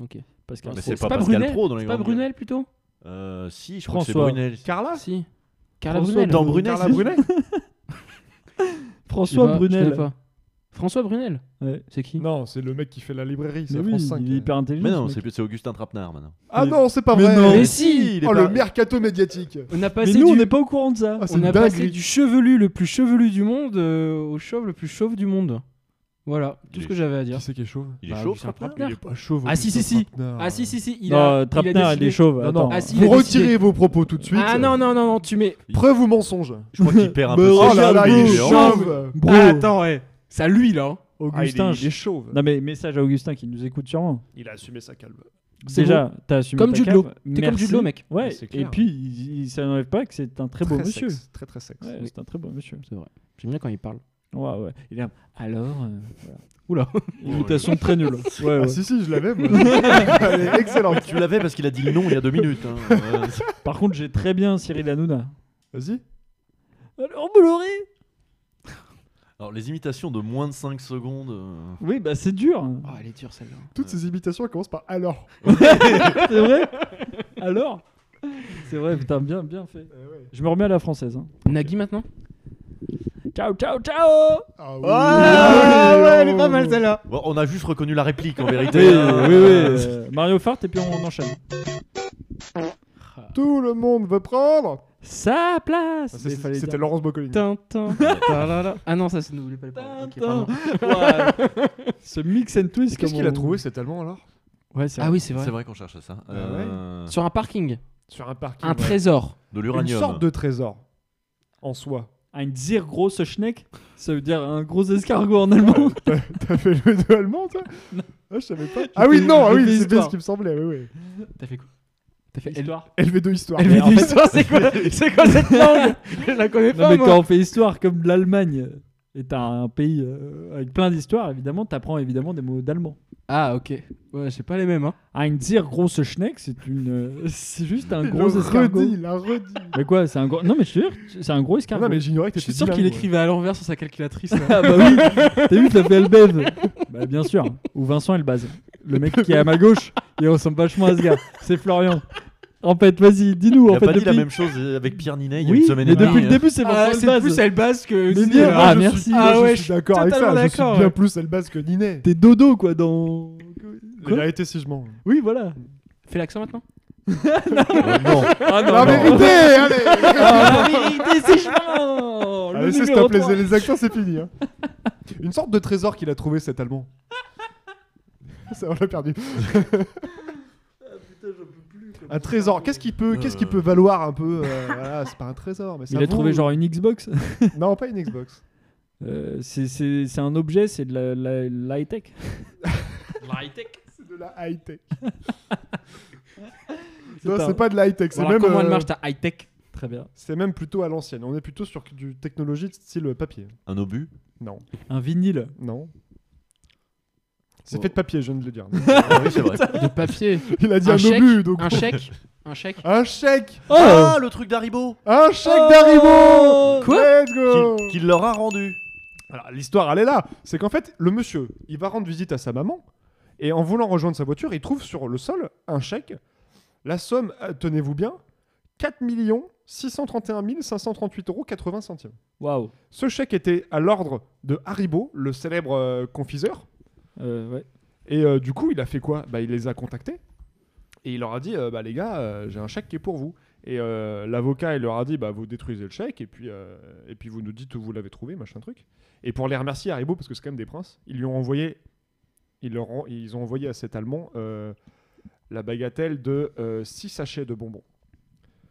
K: Ok.
H: Pascal.
J: Mais
H: Pro.
J: c'est pas,
K: pas
J: Pascal
K: Brunel
J: Pro dans les
K: C'est pas
J: grandes gueules.
K: Brunel plutôt
J: Euh, si, je crois que c'est
H: François.
J: Brunel.
G: Carla
K: Si. Carla
H: Ah. François
K: Brunel.
J: Dans Brunel,
G: Carla
J: c'est-
G: Brunet
H: François
K: Je sais pas, je connais
H: Brunel.
K: pas. François Brunel
H: Ouais.
K: C'est qui
G: Non, c'est le mec qui fait la librairie, c'est
H: Mais
G: à
H: oui,
G: France 5.
H: il est hyper intelligent.
J: Mais
H: ce
J: non,
H: mec.
J: c'est c'est Augustin Trapenard maintenant.
G: Ah non, c'est pas
H: Mais
G: vrai
H: non.
K: Mais si
J: il est
G: Oh,
J: pas-
G: le mercato médiatique
K: On a
H: Mais
K: passé
H: nous on
K: du-
H: n'est pas au courant de ça.
G: Ah, c'est
K: On a
G: une dinguerie.
K: passé du chevelu le plus chevelu du monde euh, au chauve le plus chauve du monde. Voilà,
J: Il
K: tout ce
J: est-
K: que j'avais à dire.
G: Qui c'est qui est chauve
J: Il est
K: Bah,
J: chaud,
K: Augustin
J: Trapenard
K: Trapenard.
G: Il est pas chauve.
K: Ah si, si, si.
G: Trapenard.
K: Ah si si si, il
H: Non,
K: a il a
H: Trappenard, il
K: décidé-
H: est chauve.
G: Non, non.
H: attends.
K: Ah, si, il
G: Vous
K: a décidé.
G: retirez vos propos tout de suite.
K: Ah non non non non, tu mets
G: Preuve ou mensonge
J: Je crois qu'il perd un
G: Mais
J: peu. ses
G: Oh là
J: cheveux,
G: là,
J: mais
G: il est
J: en-
G: chauve
H: Bro.
K: Ah, attends, ouais. C'est à lui là. hein.
G: Ah, il
H: Augustin.
G: est-
H: je-
G: il est chauve.
H: Non mais message à Augustin qui nous écoute sûrement.
G: Il a assumé sa calme.
K: C'est
H: Déjà, t'as assumé
K: Comme
H: ta
K: Jude
H: cave.
K: Law. T'es comme
H: Merci.
K: Jude Law, mec.
H: Ouais,
G: C'est
H: et
G: clair.
H: puis il- il- ça n'enlève pas que c'est un très beau monsieur.
G: sexe, Très très sexe.
H: Ouais, C'est un très beau monsieur.
K: C'est vrai. J'aime bien quand il parle.
H: Ouais, ouais. Il est un- Alors. euh, voilà.
K: Oula.
H: Imitation très nulle. Ouais,
G: Ah
H: ouais.
G: si si, je l'avais moi. Elle est excellente.
J: Tu l'avais parce qu'il a dit non il y a deux minutes. hein. Euh,
H: Par contre, j'ai très bien Cyril Hanouna.
G: Vas-y.
H: Alors, Bolloré
J: Alors, les imitations de moins de 5 secondes. euh,
H: Oui, bah c'est dur.
K: Oh, elle est dure celle-là.
G: Toutes ces imitations elles commencent par alors.
H: C'est vrai Alors C'est vrai, putain, bien, bien fait. Je me remets à la française. hein.
K: Nagui maintenant
H: Ciao, ciao, ciao
G: Ah
K: Ah
G: oui.
K: celle-là.
J: bon, on a juste reconnu la réplique en
H: Oui,
J: vérité.
H: oui, oui.
J: hein.
H: euh, Mario Fart, et puis on enchaîne.
G: Tout le monde veut prendre.
H: Sa place
G: Ah, c'est-
H: Mais fallait
G: C'était
H: dire-
G: Laurence Boccolini.
K: Tintin. Tarara. Ah non, ça c'est nous, pas le parler. Ok, pardon.
H: Ouais. Ce mix and twist.
G: Qu'est-ce
H: comme
G: qu'il a
H: on-
G: trouvé cet allemand alors
H: Ouais, c'est
K: Ah oui, c'est vrai.
J: C'est vrai qu'on cherche ça.
G: Ah
J: Euh,
K: Sur un parking,
G: Sur un parking.
K: un
G: ouais.
K: trésor.
J: De
G: Une
J: l'uranium.
G: sorte de trésor en soi.
H: Un sehr großer Schneck, ça veut dire un gros escargot en allemand.
G: T'as fait le deux allemand toi Ah, je savais pas. Ah oui,
H: fait-
G: non, ah
H: j'ai
G: oui,
H: fait
G: c'est bien
H: histoire.
G: ce qui me semblait. Oui, oui.
K: T'as fait quoi T'as fait
H: Histoire.
G: LV2 histoire.
K: Elle
G: Mais en fait,
K: l'histoire, c'est quoi C'est quoi cette langue Je la connais
H: Non
K: pas.
H: mais
K: moi.
H: quand on fait histoire comme l'Allemagne est un pays euh, avec plein d'histoires, évidemment, t'apprends évidemment des mots d'allemand.
K: Ah ok. Ouais, c'est pas les mêmes. Hein.
H: Ein sehr großer Schneck, c'est une, euh, c'est juste un
G: il
H: gros
G: a
H: escargot.
G: redit, il a redit.
H: Mais quoi, c'est un gros. Non mais je te jure, c'est un gros escargot.
G: Non, mais j'ignorais que
K: Je suis
G: t'étais
K: sûr
G: bilingue,
K: qu'il
G: ouais.
K: écrivait à l'envers sur sa calculatrice. là.
H: Ah bah oui, t'as vu, t'as fait Elbev. Bah bien sûr, ou Vincent Elbaz. Le mec qui est à ma gauche, il ressemble vachement à ce gars. C'est Florian. En fait, vas-y, dis-nous.
J: Il
H: en
J: a
H: fait,
J: pas dit la
H: depuis-
J: même chose avec Pierre Ninet il y a
H: Oui,
J: une semaine
H: mais
J: et
H: depuis
J: demie.
H: le début, c'est
K: Ah,
H: Vincent
K: c'est
H: Elbaz.
K: plus Elbaz que.
H: Mais
K: Ziné,
H: bien,
K: là.
H: ah,
G: je suis-
H: merci.
K: Ah
G: je
K: ouais,
G: suis
K: je suis
G: d'accord avec
K: totalement
G: ça. Je suis
K: d'accord,
G: bien
K: ouais.
G: plus Elbaz que Ninet.
H: T'es dodo quoi dans.
G: La vérité, si je mens.
H: Oui, voilà.
K: Fais l'accent maintenant.
J: Euh, non.
H: Ah non,
G: La vérité, allez
H: Ah, la vérité, c'est chiant. Le
G: Allez, c'est
H: numéro
G: stop, les,
H: trois.
G: les acteurs, c'est fini. hein. Une sorte de trésor qu'il a trouvé cet allemand. Ça, on l'a perdu. Un trésor, qu'est-ce qui peut, qu'est-ce qui peut valoir un peu euh, voilà, C'est pas un trésor, mais ça
H: Il a
G: vaut-
H: trouvé genre une Xbox
G: Non, pas une Xbox.
H: Euh, c'est- c'est c'est un objet, c'est de la, la- la high-tech.
K: High-tech
G: C'est de la high-tech.
H: C'est
G: non,
H: pas-
G: c'est pas de la high-tech. C'est
K: Voilà
G: même.
K: comment elle
G: euh,
K: marche, ta high-tech.
H: Très bien.
G: C'est même plutôt à l'ancienne. On est plutôt sur du technologie de style euh, papier.
J: Un obus
G: Non.
H: Un vinyle
G: Non. C'est
H: Wow.
G: fait de papier, je viens de le dire.
J: oui, c'est vrai.
K: De papier.
G: Il a dit un,
K: Un chèque
G: obus, donc.
K: Un chèque Un chèque
G: Un chèque
J: Oh Ah, le truc d'Haribo
G: Un chèque
J: Oh
G: d'Haribo
J: Quoi
G: Let's go
J: Qu'il- qu'il leur a rendu.
G: Alors, l'histoire, elle est là. C'est qu'en fait, le monsieur, il va rendre visite à sa maman, et en voulant rejoindre sa voiture, il trouve sur le sol un chèque. La somme, euh, tenez-vous bien, 4 631 538 euros 80 centimes.
H: Waouh.
G: Ce chèque était à l'ordre de Haribo, le célèbre euh, confiseur.
H: Euh, ouais.
G: Et euh, du coup, il a fait quoi bah, Il les a contactés et il leur a dit euh, bah, les gars, euh, j'ai un chèque qui est pour vous. Et euh, l'avocat, il leur a dit bah, vous détruisez le chèque et puis, euh, et puis vous nous dites où vous l'avez trouvé, machin truc. Et pour les remercier, Haribo, parce que c'est quand même des princes, ils lui ont envoyé, ils, leur ont, ils ont envoyé à cet Allemand euh, la bagatelle de 6 sachets de bonbons.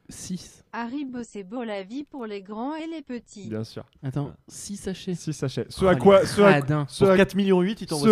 K: 6
N: Haribo, c'est beau la vie pour les grands et les petits.
G: Bien sûr.
K: Attends, 6 sachets.
G: 6 sachets.
K: Oh,
G: Ce à quoi, ce à, ce à- ce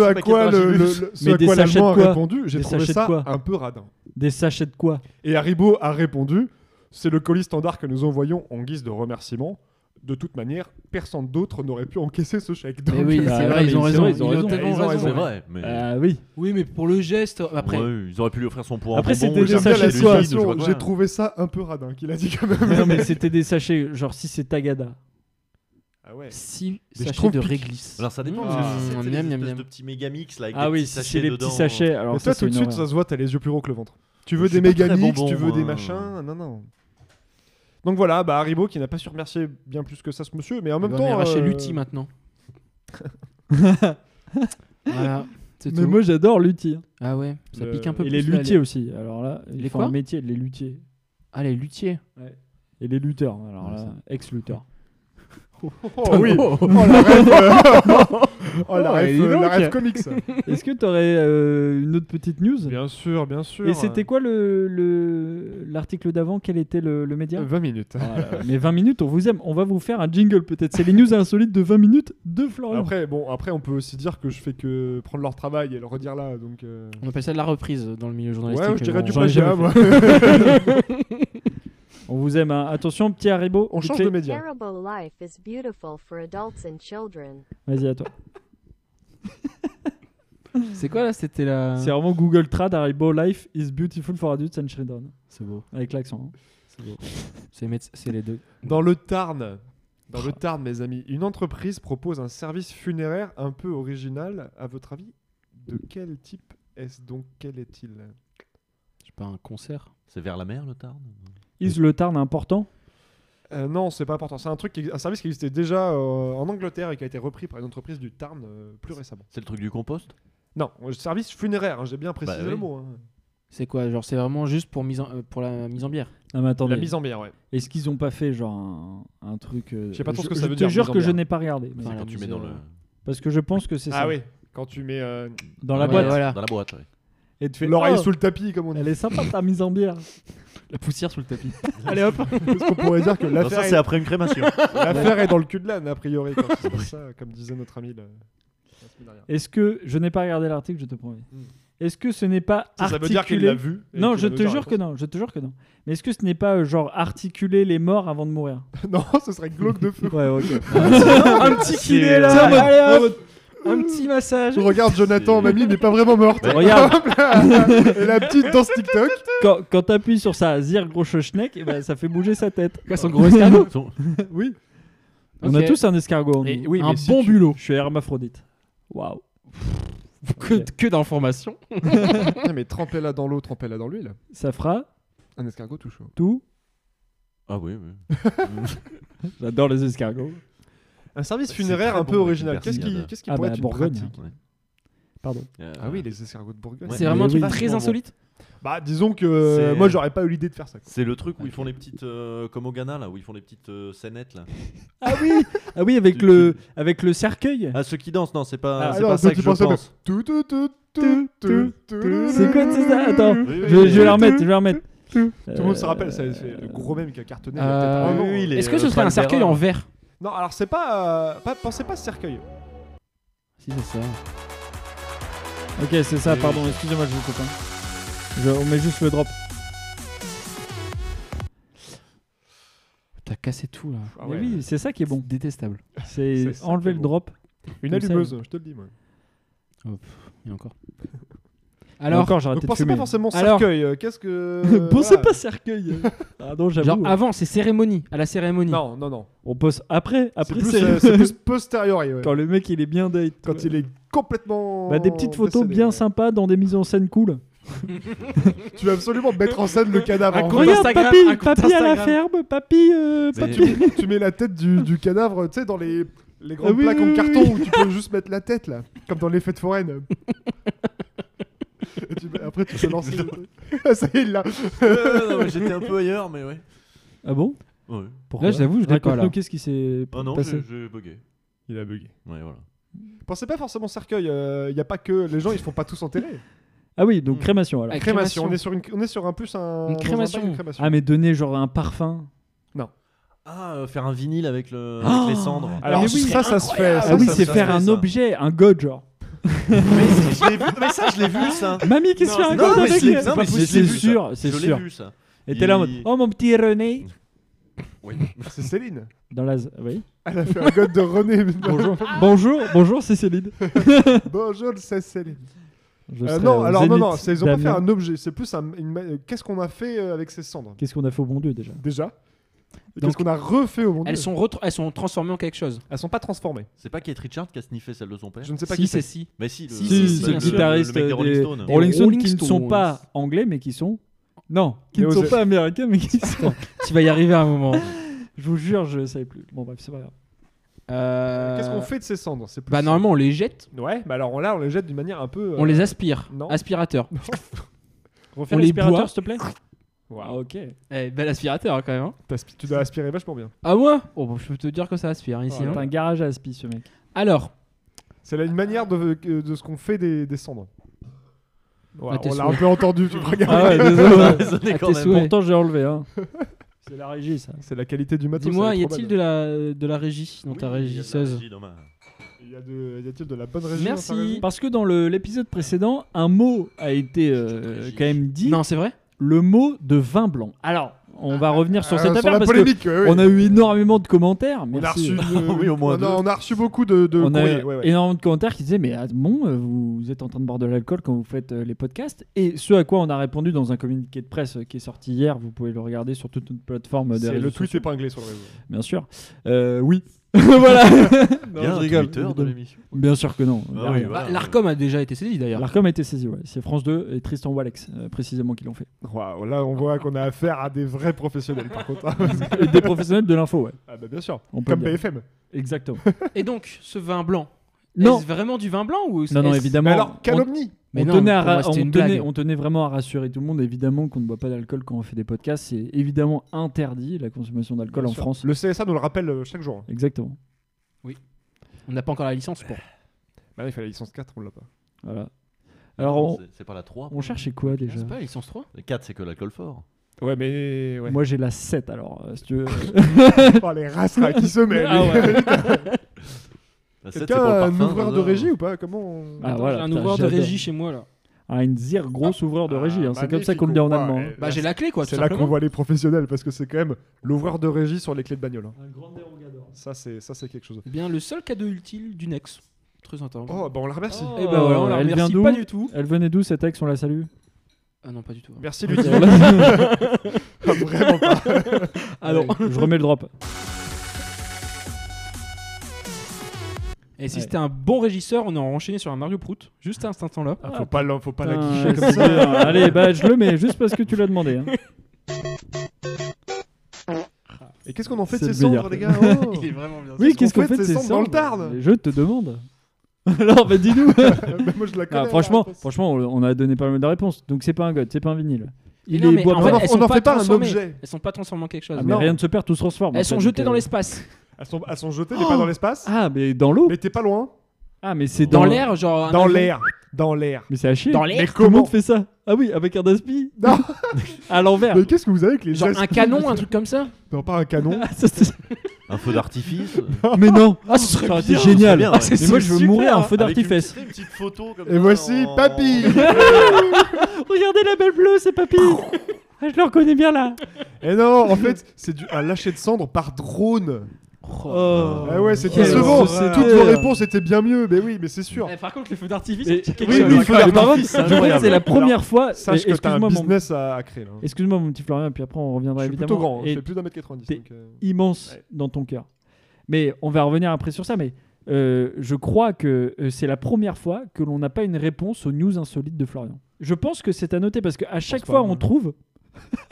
G: à quoi le, le- le- ce
H: Mais
G: à
H: des
G: quoi
H: sachets
G: l'Allemand
H: de
G: a
H: quoi
G: répondu, j'ai
H: Des
G: trouvé
H: sachets de
G: ça
H: quoi
G: un peu radin.
H: Des sachets de quoi
G: Et Haribo a répondu c'est le colis standard que nous envoyons en guise de remerciement. De toute manière, personne d'autre n'aurait pu encaisser ce chèque.
K: euh, ah Mais oui,
G: Donc-
K: c'est vrai, ils ont raison. tellement
J: Ils ont raison,
K: raison.
J: c'est vrai, mais-
H: Ah oui.
K: Oui, mais pour le geste, après.
J: Ouais, ils auraient pu lui offrir son poids
H: Après,
J: en bonbon.
H: c'était des
J: ou
H: sachets
J: chercher
H: de
J: du
H: quoi
J: vide, je sais pas quoi.
G: J'ai trouvé ça un peu radin qu'il a dit quand même.
H: Mais non, mais c'était des sachets, genre si c'est Tagada.
G: Ah ouais.
K: Si
G: Des
K: sachets
G: schtroumpfs
K: de
G: piquent.
K: réglisse. Mm,
J: Alors ça dépend, parce que si c'était des espèces de petits méga mix là, avec
H: Ah
J: des
H: oui,
J: petits
H: si
J: sachets
H: c'est les petits
J: dedans.
H: sachets, alors-
G: Mais
H: ça,
G: toi,
H: c'est
G: tout de
H: une
G: suite,
H: horreur.
G: ça se voit, t'as les yeux plus gros que le ventre. Tu veux
J: Je suis
G: des
J: pas très
G: méga mix,
J: bonbon,
G: tu veux des
J: moi.
G: machins, non, non. Donc voilà, bah Haribo qui n'a pas su remercier bien plus que ça ce monsieur, mais en même
K: va
G: temps.
K: venir lâcher
G: euh,
K: l'outil maintenant. Voilà, c'est
H: Mais
K: tout.
H: moi j'adore l'uthier.
K: Ah ouais, ça pique
G: Euh,
K: un peu
H: Et
K: plus.
H: les
K: là,
H: luthiers aussi. Alors là,
K: Les
H: ils font
K: quoi
H: un métier de les luthiers.
K: Ah, les luthiers
H: Et les lutteurs. Alors là, ex-lutteurs.
G: Oh oui Oh, la rêve Oh la rêve,
H: et dis
G: euh, la
H: donc.
G: rêve comics
H: Est-ce que t'aurais euh, une autre petite news
G: Bien sûr, bien sûr.
H: Et c'était quoi le- le l'article d'avant Quel était le, le média
G: 20 minutes.
H: Voilà. Euh, bah, Mais 20 minutes, on vous aime. On va vous faire un jingle peut-être. C'est les news insolites de 20 minutes de Florian.
G: Après, bon, après, on peut aussi dire que je fais que prendre leur travail et le redire là, donc. euh,
K: On appelle ça de la reprise dans le milieu journalistique.
G: Ouais, je dirais
K: Bon,
G: du
K: j'en ai
G: plagiat,
K: jamais
G: moi.
K: fait.
H: on vous aime. hein. Attention, petit Haribo.
G: On
H: vite
G: change
H: fait.
G: de média.
O: Terrible life is beautiful for adults and children.
H: Vas-y, à toi.
K: C'est quoi là C'était la.
H: C'est vraiment Google Trad Haribo Life is beautiful for adults and children.
K: C'est beau.
H: Avec l'accent. hein.
K: C'est beau. C'est méde- c'est les deux.
G: Dans le Tarn, dans le Tarn, mes amis, une entreprise propose un service funéraire un peu original. À votre avis, de quel type est-ce donc Quel est-il
K: C'est pas un concert.
J: C'est vers la mer le Tarn
H: Is le Tarn important
G: Euh, Non, c'est pas important. C'est un truc, qui- un service qui existait déjà euh, en Angleterre et qui a été repris par une entreprise du Tarn euh, plus récemment.
J: C'est le truc du compost
G: Non, euh, service funéraire. hein, J'ai bien précisé
J: oui.
G: le mot. hein.
K: C'est quoi Genre, c'est vraiment juste pour, mise en- euh, pour la mise en bière.
H: Non, mais attendez.
G: La mise en bière, ouais.
H: Est-ce qu'ils ont pas fait genre un, un truc euh,
G: Je sais pas trop ce que
H: je
G: ça veut
H: te
G: dire,
H: jure
G: mise en
H: que je
G: bière.
H: n'ai pas regardé. mais-
J: C'est quand tu mets dans le.
H: Parce que je pense que c'est ça.
G: Ah oui, quand tu mets euh,
H: Dans la boîte.
J: Dans la boîte, ouais.
H: Et tu fais
G: l'oreille
H: oh,
G: sous le tapis, comme on dit.
H: Elle est sympa ta mise en bière.
K: La poussière sous le tapis.
H: Allez hop.
G: Parce qu'on pourrait dire que
J: Non,
G: l'affaire
J: Ah, ça,
G: est...
J: c'est après une crémation.
G: l'affaire est dans le cul de l'âne, a priori. Quand c'est comme ça, comme disait notre ami le- la semaine dernière.
H: Est-ce que je n'ai pas regardé l'article, je te promets. Est-ce que ce n'est pas
G: Hmm. Ça, ça
H: articulé
G: veut dire qu'il l'a vu et
H: Non,
G: qu'il
H: je
G: va nous
H: te
G: dire
H: jure
G: la
H: que non, je te jure que non. Mais est-ce que ce n'est pas euh, genre articuler les morts avant de mourir
G: Non, ce serait glauque de feu.
H: Ouais, ok.
K: un petit kiné là
H: Tiens, bah,
K: Allez,
G: bah,
K: hop. Un petit massage
G: Je regarde Jonathan, mamie n'est pas vraiment morte.
H: Bah, regarde.
G: Hop là. Et la petite danse TikTok.
H: Quand, quand t'appuies sur sa zir gros schneck, eh ben, ça fait bouger sa tête.
K: Quoi, son gros escargot
J: Son-
G: Oui.
H: On
K: Ok.
H: a tous un escargot. en
G: Et-
H: nous.
G: oui,
K: Un
G: mais si
K: bon
G: tu-
K: bulot.
H: Je suis hermaphrodite. Waouh.
K: Que, que d'informations.
G: Non, mais trempez-la dans l'eau, trempez-la dans l'huile.
H: Ça fera
G: Un escargot tout chaud.
H: tout.
J: Ah oui, oui.
H: J'adore les escargots.
G: Un service
J: C'est
G: funéraire
J: très
G: un peu
J: bon,
G: original.
J: une
G: Qu'est-ce qui,
J: persillade.
G: qu'est-ce qui
H: Ah
G: pourrait
H: bah
G: être une
H: Bourgogne.
G: pratique
H: Pardon.
J: Euh,
G: Ah oui, les escargots de Bourgogne.
J: Ouais.
K: C'est vraiment un truc
H: oui.
K: très
J: Vachement
K: insolite.
G: Bah, disons que euh,
J: C'est-
G: moi, j'aurais pas eu l'idée de faire ça. quoi.
J: C'est le truc où ils font les petites. euh, comme au Ghana, là, où ils font les petites euh, scénettes, là.
H: Ah oui, ah oui avec,
J: Tu-
H: le, avec le cercueil.
J: Ah, ceux qui dansent, non, c'est pas,
G: Ah
J: c'est
G: non, toi,
J: pas ça
G: tu
J: que je
G: pensais-
J: pense.
G: Tout, tout, tout,
H: C'est quoi c'est ça Attends, je, je vais la remettre, je vais la remettre.
G: Tout le
H: Euh,
G: monde se rappelle, ça, c'est le gros même qui a cartonné. il y a
H: Ah
K: Euh,
G: peut-être un an.
K: oui, oui, Est-ce les, que ce euh, serait un cercueil en verre
G: Non, alors c'est pas, euh, pas- Pensez pas cercueil.
K: Si, c'est ça.
H: Ok, c'est ça, pardon, excusez-moi, je vous coupe. hein. Je- on met juste le drop.
K: T'as cassé tout là.
G: Ah
H: Mais
G: ouais.
H: oui, c'est ça qui est bon.
K: Détestable.
H: C'est
G: C'est ça
H: enlever
G: qui est
H: le
G: bon.
H: drop.
G: Une
H: Comme ça,
G: allumeuse, je te le dis, moi.
K: Oh, pff, il y a encore.
H: Alors, encore, j'ai
G: Donc
H: arrêté de
G: pensez
H: fumer.
G: pas forcément
K: Alors-
G: cercueil. euh, Qu'est-ce que.
H: Pensez
G: voilà.
H: pas cercueil. ah non, j'avoue.
K: Genre avant, c'est cérémonie, à la cérémonie.
G: Non, non, non.
H: On pose après,
G: C'est
H: Ah, après
G: plus,
H: c'est
G: euh, c'est plus posteriori, ouais.
H: quand le mec il est bien date.
G: Quand il est complètement.
H: Bah, des petites photos
G: décédé,
H: bien
G: ouais.
H: sympas dans des mises en scène cool.
G: Tu vas absolument mettre en scène le cadavre. en fait.
H: Regarde, papy, papy à la
G: Instagram.
H: ferme, papy, euh,
G: Tu-
H: papy.
G: tu, tu mets la tête du, du cadavre, tu sais, dans les, les grandes
H: Ah oui,
G: plaques
H: oui,
G: en
H: oui,
G: carton
H: oui.
G: où tu peux juste mettre la tête, là. Comme dans les fêtes foraines. Et tu- après, tu peux lancer. Ah, Ça y est, il l'a.
J: Euh, non, mais J'étais un peu ailleurs, mais ouais.
H: Ah bon
J: Ouais.
H: Là, j'avoue, je
K: D'accord,
H: raconte
K: là.
H: nous qu'est-ce qui s'est
J: Ah non,
H: passé.
J: j'ai- j'ai bugué.
G: Il a bugué.
J: Ouais, voilà.
G: Pensez pas forcément cercueil, il y a pas que. Les gens, ils se font pas tous enterrer.
H: Ah oui,
J: Hmm.
H: donc crémation alors.
K: Ah,
G: Crémation,
K: crémation.
G: on est sur, une, on est sur un plus un.
K: Une
G: dans un
K: crémation.
G: bail de crémation.
H: Ah mais donner genre un parfum.
J: Ah, euh, faire un vinyle avec, le...
H: Ah,
J: avec les cendres.
G: Alors,
H: mais
G: oui,
H: oui,
G: ça, ça se fait.
H: Ah
G: ça,
H: oui,
G: ça
H: c'est
G: se
H: faire
G: fait,
H: un
G: ça.
H: objet, un god genre.
J: mais, c'est- je l'ai vu- mais ça, je l'ai vu, ça.
H: Mamie, qu'est-ce que tu
J: non,
H: racontes
J: mais
H: avec
J: je l'ai-
H: les-
J: non, mais
H: C'est
J: je l'ai vu, ça.
H: sûr, c'est
J: Je l'ai
H: sûr.
J: vu, ça.
H: Et t'es là en mode,
J: Il-
H: oh mon petit René.
J: Oui.
G: C'est Céline.
H: Dans la, oui.
G: Elle a fait un god de René.
H: Bonjour, bonjour, bonjour, c'est Céline.
G: Bonjour, c'est Céline.
H: Je
G: Euh,
H: serai
G: non,
H: au
G: alors non,
H: Zénith
G: non, c'est- ils ont pas fait
H: d'Amiens.
G: un objet, c'est plus un. une ma- euh, Qu'est-ce qu'on a fait euh, avec ces cendres
H: Qu'est-ce qu'on a fait au bon Dieu déjà
G: Déjà. Et
K: Donc-
G: Qu'est-ce qu'on a refait au monde
K: Elles sont, retra- elles sont transformées en quelque chose.
G: Elles sont pas transformées.
J: C'est pas Kate Richard qui a sniffé celle de son père
G: Je ne sais pas
K: si,
G: qui
K: c'est
G: c'est.
K: si.
J: Mais si, le,
K: Si,
J: le-
K: si,
J: le-
K: si,
J: le-
K: si,
J: le
H: guitariste
J: mec
H: des-
J: des Rolling Stones.
H: Des Rolling Stones
K: Rolling
H: qui ne sont
K: Stones.
H: pas anglais mais qui sont non, qui
G: Et
H: ne
G: aux-
H: sont pas américains mais qui sont.
K: tu vas y arriver à un moment.
H: Je vous jure, je savais plus. Bon bref, c'est pas grave.
K: Euh,
G: Qu'est-ce qu'on fait de ces cendres C'est plus-
K: Bah normalement on les jette,
G: Ouais, bah alors là, on les jette d'une manière un peu. euh,
K: on les aspire.
G: non.
K: Aspirateur.
H: Refaire
K: On les
H: l'aspirateur,
K: boit.
H: s'il te plaît. Ah
G: waouh.
H: ok.
K: Eh, bel aspirateur hein, quand même. hein.
G: T'aspi- Tu dois aspirer vachement bien.
K: Ah ouais Oh, bah, Je peux te dire que ça aspire ici.
H: C'est
K: hein.
H: un garage à aspi ce mec.
K: Alors,
G: C'est là une manière de, euh, de ce qu'on fait des, des cendres. Voilà,
K: Ah, t'es
G: on l'a un
K: sourd.
G: peu entendu, tu me regardes.
H: Ah ouais,
J: Ouais,
H: désolé.
J: désolé
K: à
J: quand
K: tes
J: même.
K: souhaits.
H: Pourtant j'ai enlevé hein. C'est la régie ça.
G: C'est la qualité du matos.
K: dis-moi,
G: elle est
K: y
G: trop
K: a-t-il
G: belle. hein.
K: de la, de la régie dans
J: Oui, il y a
K: ta
J: de la
K: régisseuse
J: régie dans ma-
G: Y a de- y a-t-il de la bonne hein, région
K: Merci.
H: Parce que dans le- l'épisode précédent, un mot a été euh, quand même dit.
K: Non, c'est vrai
H: Le mot de vin blanc. Alors, on va revenir sur cette
G: Euh,
H: affaire
G: la
H: parce que
G: polémique, ouais, ouais.
H: on a eu énormément de commentaires.
G: On a
H: Merci. euh, Ah
G: reçu, de-
J: Oui, au moins
G: on a,
J: deux.
G: on a reçu beaucoup de, de
H: On a
G: courriers,
H: eu
G: ouais, ouais.
H: énormément de commentaires qui disaient mais ah, bon euh, vous, vous êtes en train de boire de l'alcool quand vous faites euh, les podcasts et ce à quoi on a répondu dans un communiqué de presse euh, qui est sorti hier vous pouvez le regarder sur toute notre plateforme de
G: C'est
H: réseaux
G: le tweet
H: sociaux,
G: épinglé sur le réseau.
H: bien sûr Euh, oui voilà
J: Il y a un Twitter de l'émission.
H: bien sûr que non
J: Ah
H: Rien.
J: oui, voilà.
K: Bah, L'Arcom a déjà été saisi d'ailleurs.
H: L'Arcom a été saisi, ouais. C'est France 2 et Tristan Walex, euh, précisément, qui l'ont fait.
G: Waouh, là on voit qu'on a affaire à des vrais professionnels par contre.
H: Et des professionnels de l'info, ouais.
G: ah bah bien sûr,
H: On peut
G: comme
H: le dire.
G: BFM.
H: Exactement.
K: Et donc, ce vin blanc,
H: non,
K: est-ce vraiment du vin blanc ou
H: non, non,
K: est-ce-
H: évidemment.
G: Mais alors,
H: on,
G: calomnie
K: Mais
H: on
K: non,
H: tenait, à
K: pour
H: ra-
K: moi, c'était
H: on
K: une
H: tenait-
K: blague.
H: on tenait vraiment à rassurer tout le monde, évidemment, qu'on ne boit pas d'alcool quand on fait des podcasts. C'est évidemment interdit, la consommation d'alcool en
G: Bien sûr.
H: France.
G: Le CSA nous le rappelle euh, chaque jour.
H: Exactement.
K: On n'a pas encore la licence pour.
G: Bah il fallait licence 4, on l'a pas.
H: Voilà. Alors, on,
J: C'est- C'est pas la 3.
H: on cherchait quoi déjà
K: C'est pas la licence 3
J: La 4, c'est que l'alcool fort.
G: Ouais mais ouais.
H: Moi, j'ai la 7, alors, euh, si tu veux.
G: Oh, les races qui se mêlent.
H: Ah ouais.
J: La 7, c'est
G: Quelqu'un
J: pour le
G: a un
J: parfum,
G: ouvreur
J: ça,
G: de
J: ça.
G: régie ou pas Comment on...
H: Ah,
K: Attends,
H: voilà,
K: j'ai un
H: putain,
K: ouvreur de
H: j'adore.
K: régie chez moi là.
G: Bah,
H: Ein sehr gros ouvreur de régie. hein.
G: Ah,
H: C'est comme ça qu'on le
G: magnifique,
H: dit en
G: ouais,
H: allemand.
G: ouais.
K: Bah j'ai la clé quoi. tout
G: C'est là qu'on
K: simplement.
G: voit les professionnels parce que c'est quand même l'ouvreur de régie sur les clés de bagnole. hein.
H: Un grand dérogador.
G: Ça c'est ça c'est quelque chose.
K: Eh Bien le seul cadeau utile du Nex. Très intéressant.
G: Oh bah on la remercie.
K: Et bah voilà, on la
H: elle vient
K: remercie
H: d'où
K: pas du tout.
H: hein. Elle venait d'où cette ex On la salue
K: Ah non, pas du tout.
G: Merci Ludie. Ah, vraiment pas.
H: Alors, je remets le drop.
K: Et si
H: Ouais.
K: c'était un bon régisseur, on aurait enchaîné sur un Mario Prout, juste à cet instant-là.
G: Ah, faut pas la- faut pas la
H: Putain,
G: guicher
H: c'est
G: comme ça.
H: dur. Allez, bah je le mets juste parce que tu l'as demandé. hein.
G: Et qu'est-ce qu'on en fait
H: C'est
G: de ces
H: le meilleur.
G: cendres les gars Oh.
K: Il est vraiment bien.
H: Oui,
G: qu'on
H: qu'est-ce qu'on fait
G: fait
H: de ces
G: cendres dans le
H: cendres
G: Tarn
H: Mais Je te demande. Alors, bah dis-nous.
G: Bah, Moi je la connais.
H: Ah,
G: la
H: franchement,
G: réponse.
H: franchement, on on a donné pas mal de réponses. Donc c'est pas un god, c'est pas un vinyle. Il
K: non,
H: est
K: mais
H: bois
K: en
G: on
K: fait,
G: en-
K: elles
G: on
K: sont
G: en fait pas un
K: transformées.
G: objet.
K: Elles sont pas transformées en quelque chose.
H: Ah, mais
G: non.
H: rien ne se perd, tout se transforme. en
K: Elles sont
H: fait,
K: jetées
H: donc,
K: dans
H: euh,
K: l'espace.
G: Elles sont, elles sont jetées, t'es pas
H: Oh
G: dans l'espace,
H: Ah, mais dans l'eau
G: mais t'es pas loin.
H: Ah, mais c'est
K: Dans
H: dans
K: l'air, genre un
G: Dans
K: avion
G: l'air. Dans l'air.
H: Mais c'est à chier.
K: Dans l'air
H: Mais
K: Tout
H: comment
K: le
H: le
K: monde
H: monde fait ça Ah oui, avec un daspi Non À l'envers.
G: Mais qu'est-ce que vous avez avec les
K: Genre
G: gestes
K: un canon, un truc comme ça
G: Non, pas un canon.
J: Un feu d'artifice.
H: Ah, Mais non
K: Ah, ce serait
H: Ça aurait été
K: bien,
J: ce serait
H: génial
J: bien, ouais.
H: Mais
J: C'est
H: moi, je veux
J: super,
H: mourir en
J: hein.
H: feu
J: Avec une
H: d'artifice
J: petite- une petite photo comme
G: Et voici Papy
H: Regardez la belle bleue, c'est papy Ah, Je le reconnais bien là
G: Et Eh non, en fait, c'est du- un lâcher de cendres par drone.
H: Oh.
J: Eh
G: Ah ouais, c'était
H: Quelle
G: décevant.
H: horreur.
G: Toutes vos réponses étaient bien mieux. Mais oui, mais c'est sûr.
K: Eh, Par contre, les feux d'artifice,
H: Et-
K: c'est quelque
H: oui,
K: chose.
H: oui, faut dire, par contre,
J: c'est
H: hein. je crois que
J: incroyable.
H: c'est la
G: Alors,
H: première fois.
G: sache
H: et-
G: que t'as un
H: excuse-moi, mon-
G: business à, à créer. Là.
H: Excuse-moi, mon petit Florian, et puis après on reviendra
G: Mmh. Je suis
H: évidemment.
G: plutôt grand, hein,
H: Et
G: je fais plus d'un mètre 90.
H: t'es
G: donc, euh,
H: immense dans ton cœur. Mais on va revenir après sur ça, mais euh, je crois que euh, c'est la première fois que l'on n'a pas une réponse aux news insolites de Florian. Je pense que c'est à noter parce qu'à chaque
G: pas,
H: fois
G: moi.
H: on trouve.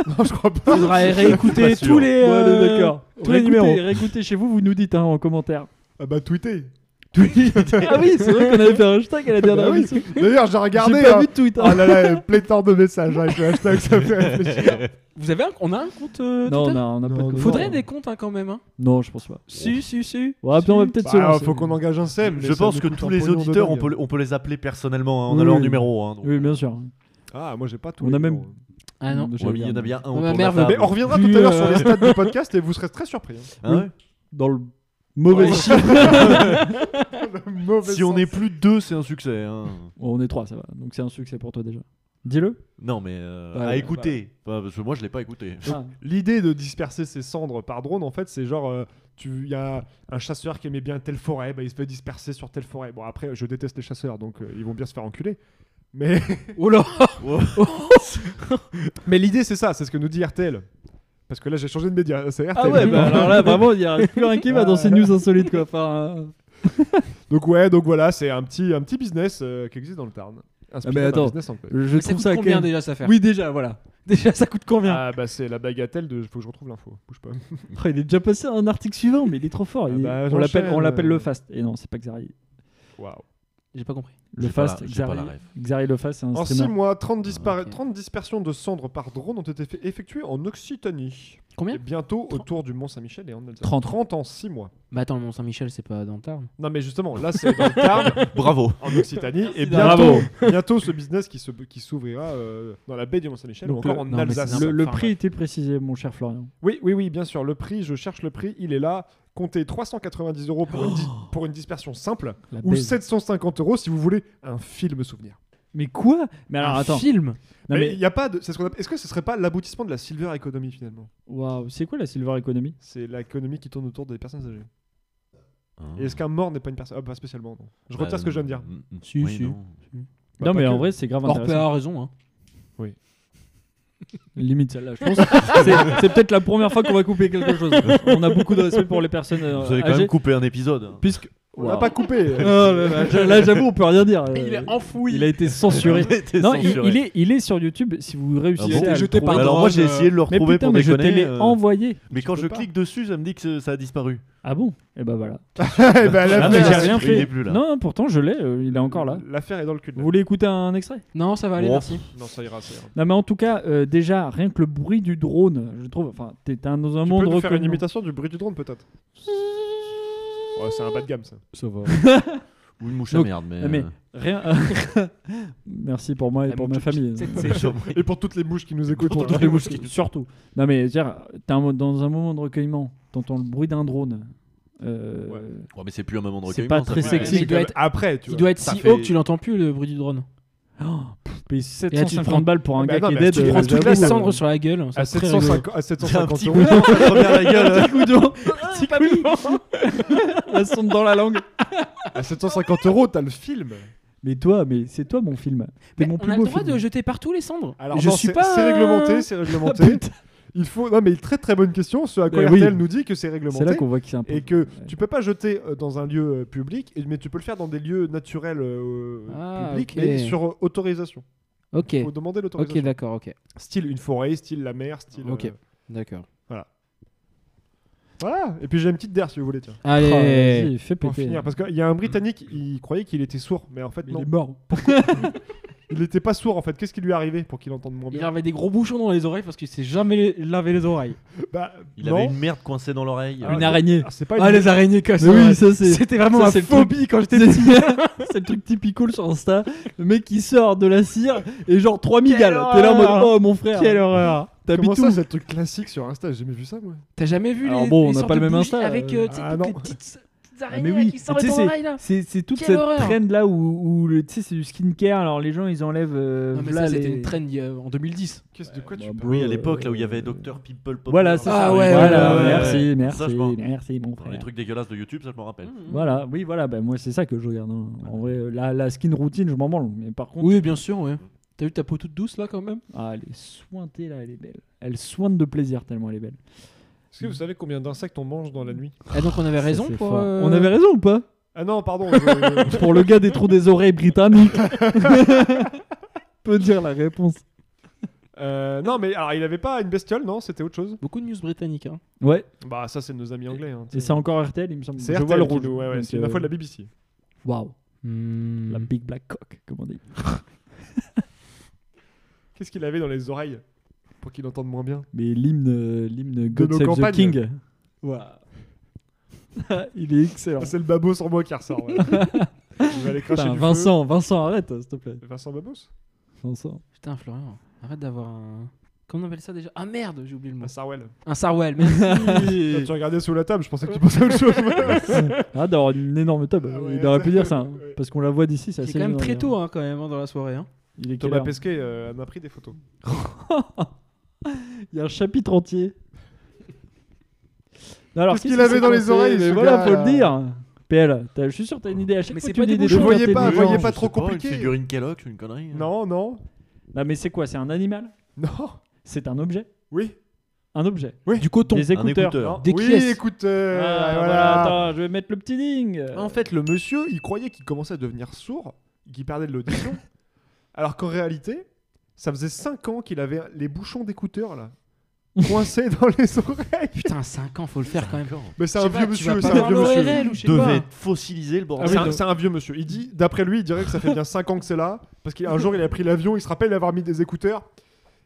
G: Non, je crois pas.
K: faudra
J: Je
K: réécouter
J: suis pas sûr.
K: tous les.
H: Ouais,
K: euh,
H: d'accord.
K: tous les
H: Réécoutez-
K: numéros.
H: Réécoutez chez vous, vous nous dites hein, en commentaire.
G: Ah bah, tweeter.
H: ah oui, c'est vrai qu'on avait fait un hashtag à la dernière
G: Bah oui.
H: émission.
G: D'ailleurs, j'ai regardé.
H: J'ai pas
G: hein.
H: vu de tweet. hein.
G: Oh là là, pléthore de messages hein, avec le hashtag, ça fait réfléchir.
K: Vous avez un- On a un compte euh,
H: Non,
K: Twitter
H: non, on n'a pas de
G: Non,
H: compte.
K: Faudrait des comptes hein, quand même. hein.
H: Non, je pense pas.
K: Si, si, si.
H: Ouais, puis on va peut-être se
G: Bah,
H: lancer.
G: faut qu'on engage un SEM.
J: Je pense que tous les auditeurs, on peut, on peut les appeler personnellement. hein. On
H: Oui,
J: a leur
H: oui.
J: numéro. hein, donc.
H: Oui, bien sûr.
G: Ah, moi j'ai pas tout.
H: On a même-
K: Ah non.
J: Ouais, mais Il y en a bien un
K: Ma
J: autour de la
K: mère veut-
J: table.
G: Mais on reviendra
H: Puis,
G: tout à l'heure sur
H: euh,
G: les stats du podcast et vous serez très surpris. hein.
J: Hein,
H: Oui.
J: ouais.
H: Dans le mauvais sens.
G: Le mauvais
J: Si on
G: sens.
J: est plus de deux, c'est un succès. hein.
H: Bon, on est trois, ça va. Donc c'est un succès pour toi déjà. Dis-le.
J: Non, mais euh,
H: Ouais,
J: à
H: ouais,
J: écouter. Enfin, parce que moi, je l'ai pas écouté.
H: Ah.
G: L'idée de disperser ces cendres par drone, en fait, c'est genre, euh, tu, il y a un chasseur qui aimait bien telle forêt, bah, il se fait disperser sur telle forêt. Bon, après, je déteste les chasseurs, donc euh, ils vont bien se faire enculer. Mais,
K: Oh là
G: mais l'idée, c'est ça, c'est ce que nous dit RTL. Parce que là, j'ai changé de média, euh, c'est RTL.
H: Ah ouais, bah alors là, vraiment, il n'y a plus rien qui va dans
G: Ah.
H: ces news insolites, quoi. Enfin, euh,
G: Donc ouais, donc voilà, c'est un petit, un petit business euh, qui existe dans le Tarn. Inspiré
H: Ah, mais
G: d'un
H: attends.
G: business anglais.
H: je
K: Ça
H: trouve
K: coûte
H: ça
K: combien
H: quand même-
K: déjà ça faire
H: Oui, déjà, voilà. Déjà, ça coûte combien
G: Ah bah c'est la bagatelle de... Faut que je retrouve l'info, bouge pas.
H: Oh, Il est déjà passé à un article suivant, mais il est trop fort.
G: Ah
H: il est-
G: bah,
H: on l'appelle, on
G: j'enchaîne.
H: l'appelle le Fast. Et non, c'est pas Xari.
G: Waouh.
K: J'ai pas compris.
H: Le
J: J'ai pas
H: Fast,
J: la- j'ai pas la
H: Xari,
J: ref.
H: Xari le Fast, c'est un
G: En 6
H: streamer.
G: mois, 30, dispara-
K: Ah, ok.
G: 30 dispersions de cendres par drone ont été fait- effectuées en Occitanie.
K: Combien
G: Et bientôt autour du Mont-Saint-Michel et en Alsace.
H: 30.
G: 30 en 6 mois.
K: Bah attends, le Mont-Saint-Michel, c'est pas dans le Tarn.
G: Non mais justement, là c'est dans le Tarn,
J: Bravo.
G: en Occitanie, et
H: Dan.
G: bientôt, bientôt ce business qui se- qui s'ouvrira euh, dans la baie du Mont-Saint-Michel ou
H: Donc,
G: encore
H: le-
G: en
K: non, mais c'est
G: Alsace.
K: n'importe
H: Le, le
K: Enfin,
H: prix
K: ouais.
H: était précisé, mon cher Florian.
G: Oui, oui, oui, bien sûr, le prix, je cherche le prix, il est là. Comptez 390 euros pour, une, di- pour une dispersion simple
H: La
G: ou
H: baise.
G: 750 euros si vous voulez un film souvenir.
H: Mais quoi Mais alors,
K: un
H: attends.
K: film
H: Non,
G: mais
H: mais-
G: il y a pas de. c'est ce qu'on appelle- Est-ce que ce serait pas l'aboutissement de la silver economy finalement
H: Waouh, c'est quoi la Silver Economy
G: C'est l'économie qui tourne autour des personnes âgées. Et est-ce qu'un mort n'est pas une personne Ah, pas spécialement. non. Je
H: Bah,
G: retire ce que je viens de
J: Euh,
G: dire.
J: mm,
K: Si, si.
G: Bah,
H: Non,
G: pas
H: mais en
G: que.
H: vrai, c'est grave
K: Orpea
H: intéressant.
K: a raison. Hein.
H: Limite celle-là, je pense. c'est c'est peut-être la première fois qu'on va couper quelque chose. On a beaucoup de respect pour les personnes euh,
J: Vous avez quand
H: âgées.
J: même coupé un épisode. hein.
H: Puisque.
G: On l'a
H: Waouh.
G: pas coupé.
H: Oh là là, je- là, j'avoue, on peut rien dire. Euh,
K: il est enfoui.
H: Il a été censuré.
J: Il a été
H: non, il,
J: censuré.
H: il est, il est sur YouTube. Si vous réussissez
J: Ah bon
H: à le
K: Jeté par
H: trouver-
K: le
J: Alors moi, j'ai essayé de le
H: Mais
J: retrouver
H: putain,
J: pour
H: mais je te
J: déconner.
H: l'ai
J: euh,
H: envoyé.
J: Mais quand
G: peux
J: je
G: pas.
J: clique dessus, ça me dit que ce- ça a disparu.
H: Ah bon Eh ben voilà.
G: Eh ben,
J: Ah,
H: Ah,
G: l'affaire-
H: mais
J: merde,
H: j'ai rien
J: il
H: fait.
J: est plus là.
H: Non, pourtant je l'ai. euh, il est encore là.
G: L'affaire est dans le cul. de
H: Vous
G: la-
H: voulez écouter un extrait
K: Non, ça va aller,
J: Bon.
K: merci.
G: Non, ça ira. Ça ira.
H: Non, mais en tout cas, euh, déjà rien que le bruit du drone, je trouve. Enfin, t'es t'es dans un
G: Tu
H: monde
G: peux nous faire une
H: reconnu.
G: imitation du bruit du drone peut-être Ouais, C'est un bas de gamme ça.
J: Ça va. Ou une mouche à
H: Donc,
J: merde, mais.
H: non, mais-
J: euh,
H: Rien. Merci pour
G: Ah,
H: moi et
K: La
H: pour ma
K: mouche-
H: famille.
G: Et pour toutes les bouches qui nous écoutent,
H: Pour toutes les mouches qui- Surtout. Non mais dire, t'es un mo- dans un moment de recueillement, t'entends le bruit d'un drone. Euh,
G: Ouais.
J: Ouais, mais c'est plus un moment de
H: C'est
J: recueillement.
H: pas
J: ça
H: très
J: fait-
H: sexy.
K: il doit être-
G: Après, tu
K: Il
G: vois.
K: doit être
J: ça
K: si
J: fait-
K: haut que tu l'entends plus le bruit du drone.
H: Payer
K: là, tu te
H: 750
K: prends-
H: balles pour un
G: Bah
H: gars
G: non,
H: qui
G: mais
H: est dead.
G: tu te
H: euh,
G: prends
K: Prends toutes
H: j'avoue,
K: les
H: euh,
K: cendres sur la gueule. ça
G: À
K: serait rigolo.
G: 750 à
J: J'ai un
G: 750
J: petit
G: euros.
J: coup de dent dans la première la gueule.
H: Petit coup de vent. Petit coup de vent. Ah, La sonde dans la langue.
G: À 750 euros, t'as le film.
H: Mais toi, mais c'est toi mon film. T'es
K: Mais
H: mon
K: on
H: plus
K: a le
H: beau
K: droit
H: film.
K: de jeter partout les cendres.
G: Alors,
K: je
G: non,
K: suis
G: c'est-
K: pas.
G: C'est réglementé, c'est
H: Ah,
G: réglementé.
H: putain.
G: Il faut. Non, mais très très bonne question. Ce à quoi
H: Eh oui.
G: RTL nous dit que c'est réglementé.
H: C'est là qu'on voit qu'il c'est un peu.
G: et que tu peux pas jeter euh, dans un lieu euh, public, et- mais tu peux le faire dans des lieux naturels euh,
K: Ah,
G: publics,
K: ok.
G: mais sur euh, autorisation.
K: Ok,
G: faut demander l'autorisation.
K: ok, d'accord, ok.
G: Style une forêt, style la mer, style.
K: Ok.
G: euh,
K: D'accord.
G: Voilà. Et puis j'ai une petite d'air si vous voulez, tiens.
K: Allez.
H: Ah, fais
G: Pour
H: péter.
G: finir, parce qu'il y a un Britannique, il croyait qu'il était sourd, mais en fait
H: Il
G: non.
H: est mort.
G: Il, il était pas sourd en fait. Qu'est-ce qui lui est arrivé pour qu'il entende moins bien
K: Il avait des gros bouchons dans les oreilles parce qu'il s'est jamais lavé les oreilles.
G: Bah,
J: Il avait une merde coincée dans l'oreille.
K: Une araignée.
G: Ah, c'est pas
K: Ah,
G: une-
K: les araignées cassent.
H: Mais oui,
K: ouais.
H: ça, c'est-
K: C'était vraiment
H: ça,
K: ma
H: c'est le
K: phobie
H: truc-
K: quand j'étais
H: c'est-
K: petit.
H: c'est le truc typico sur Insta. Le mec qui sort de la cire et genre 3 migales.
G: Quelle
H: T'es là en mode
G: horreur
H: oh mon frère.
G: Quelle horreur
H: T'habites
G: Comment ça,
H: où
G: c'est le truc classique sur Insta J'ai jamais vu ça, moi.
K: T'as jamais vu
H: Alors
K: les,
H: bon, on
K: les
H: n'a
K: sortes
H: pas le
K: de
H: même
K: bougies
H: Insta,
K: avec
H: euh.
K: euh, tu sais,
G: Ah,
K: toutes
G: non.
K: les petites araignées
H: Ah, mais
K: là,
H: oui,
K: qui sortent
H: mais tu
K: de
H: sais,
K: ton oreille là.
H: c'est c'est toute
K: Quelle
H: cette
K: horreur.
H: trend là où, où le- tu sais, c'est du skincare. Alors les gens ils enlèvent. euh,
K: Non, mais
H: voilà,
K: ça, c'était
H: les-
K: une trend il y a- en 2010.
G: Qu'est-ce de quoi
J: bah,
G: tu
H: parles
J: Oui, à l'époque, là où il y avait Dr. People Pop.
H: Voilà, c'est ça.
K: Ah ouais,
H: voilà,
K: ouais, ouais,
H: merci,
J: euh, ouais.
H: merci,
J: Ça, je m'en-
H: merci, mon frère.
J: Les trucs dégueulasses de YouTube, ça je m'en rappelle.
H: Voilà, oui, voilà, bah, moi c'est ça que je regarde. hein. En vrai, euh, la, la skin routine, je m'en branle. Mais par contre,
K: Oui, bien sûr, ouais. T'as vu ta peau toute douce là quand même
H: ah, elle est sointée là, elle est belle. Elle sointe de plaisir tellement elle est belle.
G: Est-ce que vous savez combien d'insectes on mange dans la nuit
K: Ah, donc on avait
H: Ça,
K: raison
H: c'est
K: pour.
H: fort.
K: euh,
H: On avait raison ou pas
G: Ah non, pardon. je-
H: Pour le gars des trous des oreilles britanniques. Peut dire la réponse.
G: Euh, non, mais alors il avait pas une bestiole, non C'était autre chose.
K: Beaucoup de news britanniques. Hein.
H: Ouais,
G: Bah, ça, c'est de nos amis anglais. hein, tu
H: et
G: sais.
H: c'est encore RTL, il me semble.
G: C'est
H: je
G: RTL
H: vois le
G: qui
H: rouge.
G: nous- ouais, ouais,
H: Donc,
G: c'est une
H: euh,
G: info de la BBC.
H: Waouh,
K: Hmm.
G: Mhm.
H: la Big Black Cock, comme on dit.
G: Qu'est-ce qu'il avait dans les oreilles pour qu'il entende moins bien
H: Mais l'hymne, euh, l'hymne God
G: nos
H: Save the
G: campagnes.
H: King. il est excellent.
G: Ah, C'est le babos sur moi qui ressort. ouais. Je vais aller cracher
H: Putain,
G: du feu.
H: Vincent, Vincent, arrête, s'il te plaît.
G: Vincent Babos
H: Vincent.
K: Putain, Florian, arrête d'avoir un. Comment on appelle ça déjà Ah merde, j'ai oublié le mot.
G: Un Sarwell.
K: Un sarwell, merci.
G: Quand tu regardais sous la table, je pensais que tu pensais à autre chose.
H: Ah, d'avoir une énorme tub.
G: Ah ouais,
H: il aurait
G: ça-
H: pu dire ça. hein,
G: ouais.
H: Parce qu'on la voit d'ici, c'est
K: C'est
H: assez
K: quand même
H: énorme,
K: très
H: hein.
K: tôt hein, quand même hein, dans la soirée. Hein.
H: Il est quelle
G: Thomas
H: heure
G: Pesquet euh, m'a pris des photos.
H: Il y a un chapitre entier. Non, alors,
G: Qu'est-ce
H: qu'est-ce
G: qu'il avait
H: qui s'est
G: dans les
H: passé
G: oreilles,
H: Mais
G: ce
H: Voilà,
G: gars,
H: faut le
G: là
H: dire. PL, t'as- je suis sûr que t'as une idée à chaque
K: Mais
H: fois.
K: c'est
H: tu
K: pas
H: dis
K: des
H: des
K: bouchons,
H: trucs
G: voyez pas,
H: intelligents.
G: voyez pas
J: Je
G: trop
J: sais Une
G: compliqué.
J: figurine Kellogg, une connerie. hein.
G: Non, non,
H: Non, mais c'est quoi C'est un animal
G: non.
H: C'est un objet
G: Oui.
H: Un objet.
G: Oui.
K: Du coton.
H: Des
J: Un
H: écouteurs.
J: écouteur.
G: Non.
K: Des
G: oui,
K: pièces.
G: écoute. euh,
H: Ah,
G: voilà.
H: voilà, attends, je vais mettre le petit ding.
G: En fait, le monsieur, il croyait qu'il commençait à devenir sourd, qu'il perdait de l'audition, alors qu'en réalité, ça faisait 5 ans qu'il avait les bouchons d'écouteurs là, coincés dans les oreilles.
K: Putain, 5 ans, faut le faire quand même.
G: Mais c'est
K: Je
G: un
K: sais pas,
G: vieux
K: tu vas
G: monsieur,
K: pas
G: c'est un
K: voir
G: vieux monsieur.
K: l'ORL ou je sais
J: Devait
K: pas.
J: être fossilisé le
G: Ah
J: bordel.
G: oui, c'est un- c'est un vieux monsieur. Il dit, d'après lui, il dirait que ça fait bien 5 ans que c'est là, parce qu'un jour il a pris l'avion, il se rappelle avoir mis des écouteurs,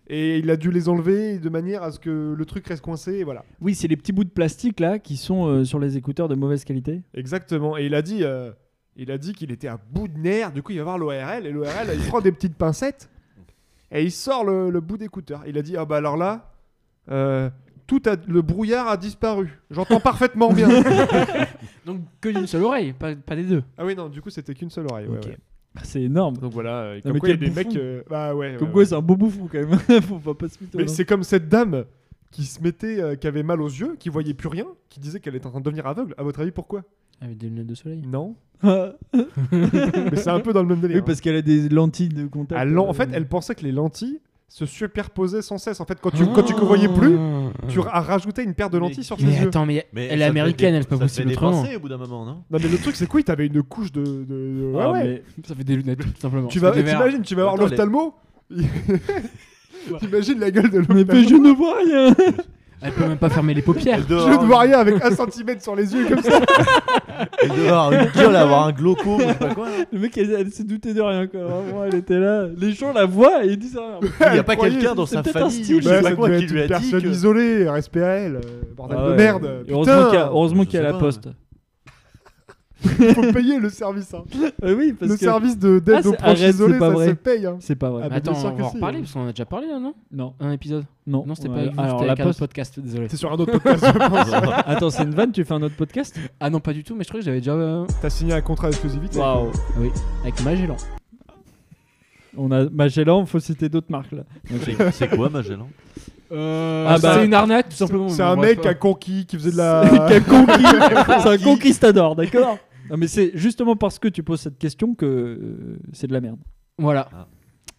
G: et il a dû les enlever de manière à ce que le truc reste coincé, et voilà.
H: Oui, c'est les petits bouts de plastique là qui sont euh, sur les écouteurs de mauvaise qualité.
G: Exactement. Et il a dit, euh, il a dit qu'il était à bout de nerfs. Du coup, il va voir l'ORL et l'ORL, il prend des petites pincettes et il sort le, le bout d'écouteur. Il a dit, ah bah alors là, euh, tout a- le brouillard a disparu. J'entends parfaitement bien.
K: Donc que d'une seule oreille, pas, pas des deux.
G: ah oui non, du coup c'était qu'une seule oreille. ouais,
H: Ok.
G: ouais.
H: Ah, C'est énorme.
G: Donc voilà. euh,
H: Non,
G: comme
H: Ah, mais
G: quoi, il y a
H: quel
G: des mecs.
H: bouffon.
G: euh, bah ouais.
H: Comme
G: ouais,
H: quoi,
G: ouais.
H: c'est un beau bouffon quand même. Faut pas, pas se hein.
G: Mais c'est comme cette dame qui se mettait, euh, qui avait mal aux yeux, qui voyait plus rien, qui disait qu'elle était en train de devenir aveugle. À votre avis, pourquoi
K: Avec des lunettes de soleil.
G: Non.
H: comme.
G: Mais c'est un peu dans le même délire.
H: Ah. oui, parce qu'elle a des lentilles de contact.
G: Elle lan-
H: euh,
G: Ah, En fait, elle pensait que les lentilles se superposaient sans cesse. En fait, quand tu quand tu voyais plus, tu ra- rajoutais une paire de lentilles sur ses
K: Ah. Mais
G: yeux.
K: attends, mais,
J: Mais
K: elle est
J: ça te fait
K: américaine,
J: dé-
K: elle c'est pas
J: ça te fait
K: possible autrement.
J: dépenser au bout d'un moment, non
G: Non mais le truc c'est que oui, t'avais une couche de. de- de- ouais,
H: ah,
G: ouais.
H: mais-
K: Ça fait des lunettes, tout simplement.
G: Tu
K: Ça
G: vas,
K: fait des verres.
G: t'imagines, tu vas voir
J: Attends, les-
G: l'ophtalmo. T'imagines la gueule de
H: Mais,
G: l'ophtalmo.
H: je ne vois rien.
K: Elle peut même pas fermer les paupières.
J: Elle doit
G: Je ne vois
J: avoir-
G: rien avec un centimètre sur les yeux comme ça.
J: elle doit avoir une gueule, avoir un glaucome, ou je sais pas quoi.
H: Le mec, elle, elle s'est doutée de rien quoi. Vraiment, elle était là. Les gens la voient et ils disent rien.
J: Il n'y a
G: Elle
J: pas
G: croyait-
J: quelqu'un dans
H: c'est
J: sa
H: peut-être un
J: famille
H: style.
J: ou je
G: Ouais,
J: sais
G: ça
J: pas quoi
G: devait
J: qui
G: être
J: lui
G: une
J: a dit
G: personne
J: que.
G: isolée, respect à elle, euh, bordel
H: Ah
G: de
H: ouais.
G: merde.
H: Heureusement qu'il y a,
G: Putain,
H: heureusement
J: Je
H: qu'il y a
J: sais
H: la
J: pas.
H: poste.
G: faut payer le service. hein.
H: Ah oui, parce
G: Le
H: que
G: service de-
H: Ah,
G: d'aide
H: c'est-
G: aux
H: arrête,
G: proches
H: c'est
G: isolés,
H: pas
G: ça
H: vrai.
G: se paye. hein.
H: c'est pas vrai.
G: Ah, mais
K: Attends,
G: bien sûr
K: on
G: que
K: va en
G: si.
K: reparler parce qu'on en a déjà parlé là, non
H: non.
K: Un épisode
H: Non.
K: Non, c'était
H: Ouais,
K: pas avec vous,
H: Alors
K: c'était
H: la
K: avec un autre
H: poste.
K: podcast, désolé.
G: C'est sur un autre podcast. je pense.
H: Attends, c'est une vanne. Tu fais un autre podcast
K: Ah non, pas du tout, mais je crois que j'avais déjà. euh, ah
G: T'as signé un contrat d'exclusivité.
K: Oui, avec Magellan.
H: On a Magellan. Faut citer d'autres marques là.
J: C'est- C'est quoi Magellan
H: Ah bah-
K: C'est une arnaque, tout simplement.
G: Euh, C'est un
K: Bon,
G: mec
K: bref,
G: qui a
K: euh,
G: conquis, qui faisait de
H: C'est
G: la.
H: un conquis- c'est un conquistador, d'accord Non, mais c'est justement parce que tu poses cette question que euh, c'est de la merde.
K: Voilà.
J: Ah.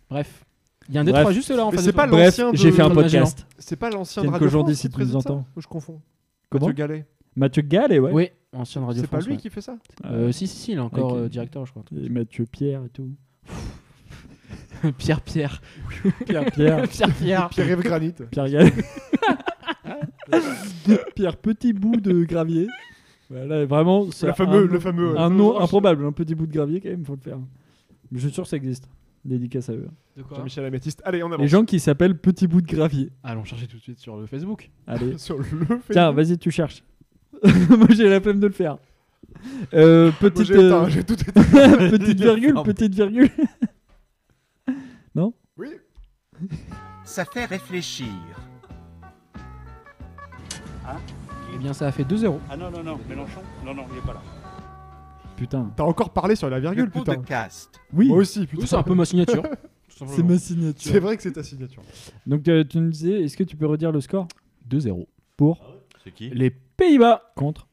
K: Bref. Il y a un
H: Bref.
K: Détroit juste là en
G: Mais
K: face
G: c'est
K: de
G: pas
K: toi.
H: Bref,
G: Ah, l'ancien de-
H: j'ai fait un
K: de Magellan.
H: podcast.
G: C'est pas l'ancien de
H: Ken
G: Radio
H: Kojandi,
G: France
H: si
G: qui
H: tu nous
G: présente ça
H: entends.
G: Ou je confonds
H: Comment
G: Mathieu Gallet.
H: Mathieu Gallet, ouais.
K: Oui, ancien de Radio
G: C'est pas
K: France.
G: lui
K: ouais.
G: qui fait ça
K: Euh, si, si, si, il est encore
H: Ok.
K: euh, directeur, je crois.
H: Et Mathieu Pierre et tout.
K: Pierre, Pierre.
H: Pierre Pierre.
K: Pierre, Pierre.
G: Pierre-Yves Granit.
H: Pierre Gallet. Pierre Petit Bout de Gravier. Voilà, vraiment, c'est
G: Le fameux,
H: un,
G: le fameux.
H: un
G: euh,
H: nom improbable. Un petit bout de gravier, quand même, faut le faire. Je suis sûr que ça existe. Dédicace à eux.
K: De quoi
G: Jean-Michel Améthyste. Allez, on avance.
H: Les gens qui s'appellent Petit Bout de Gravier.
K: Allons chercher tout de suite sur le Facebook.
H: Allez.
G: Sur le Facebook.
H: Tiens, bah, vas-y, tu cherches. Moi, j'ai la peine de le faire. Euh, petite,
G: j'ai- attends,
H: euh,
G: j'ai tout été-
H: petite virgule,
G: Énorme.
H: petite virgule. non
F: Ça fait réfléchir.
K: Eh bien, ça a fait 2-0.
B: Ah non, non, non, Mélenchon Non, non, il est pas là.
H: Putain.
G: T'as encore parlé sur la virgule,
F: Le
G: putain.
F: podcast.
H: Oui.
G: Moi aussi, putain.
K: Oui, c'est un peu ma signature. Tout simplement.
H: C'est ma signature.
G: C'est vrai que c'est ta signature.
H: Donc, euh, tu nous disais, est-ce que tu peux redire le score
K: 2-0.
H: Pour
J: C'est qui
K: Les
H: Pays-Bas contre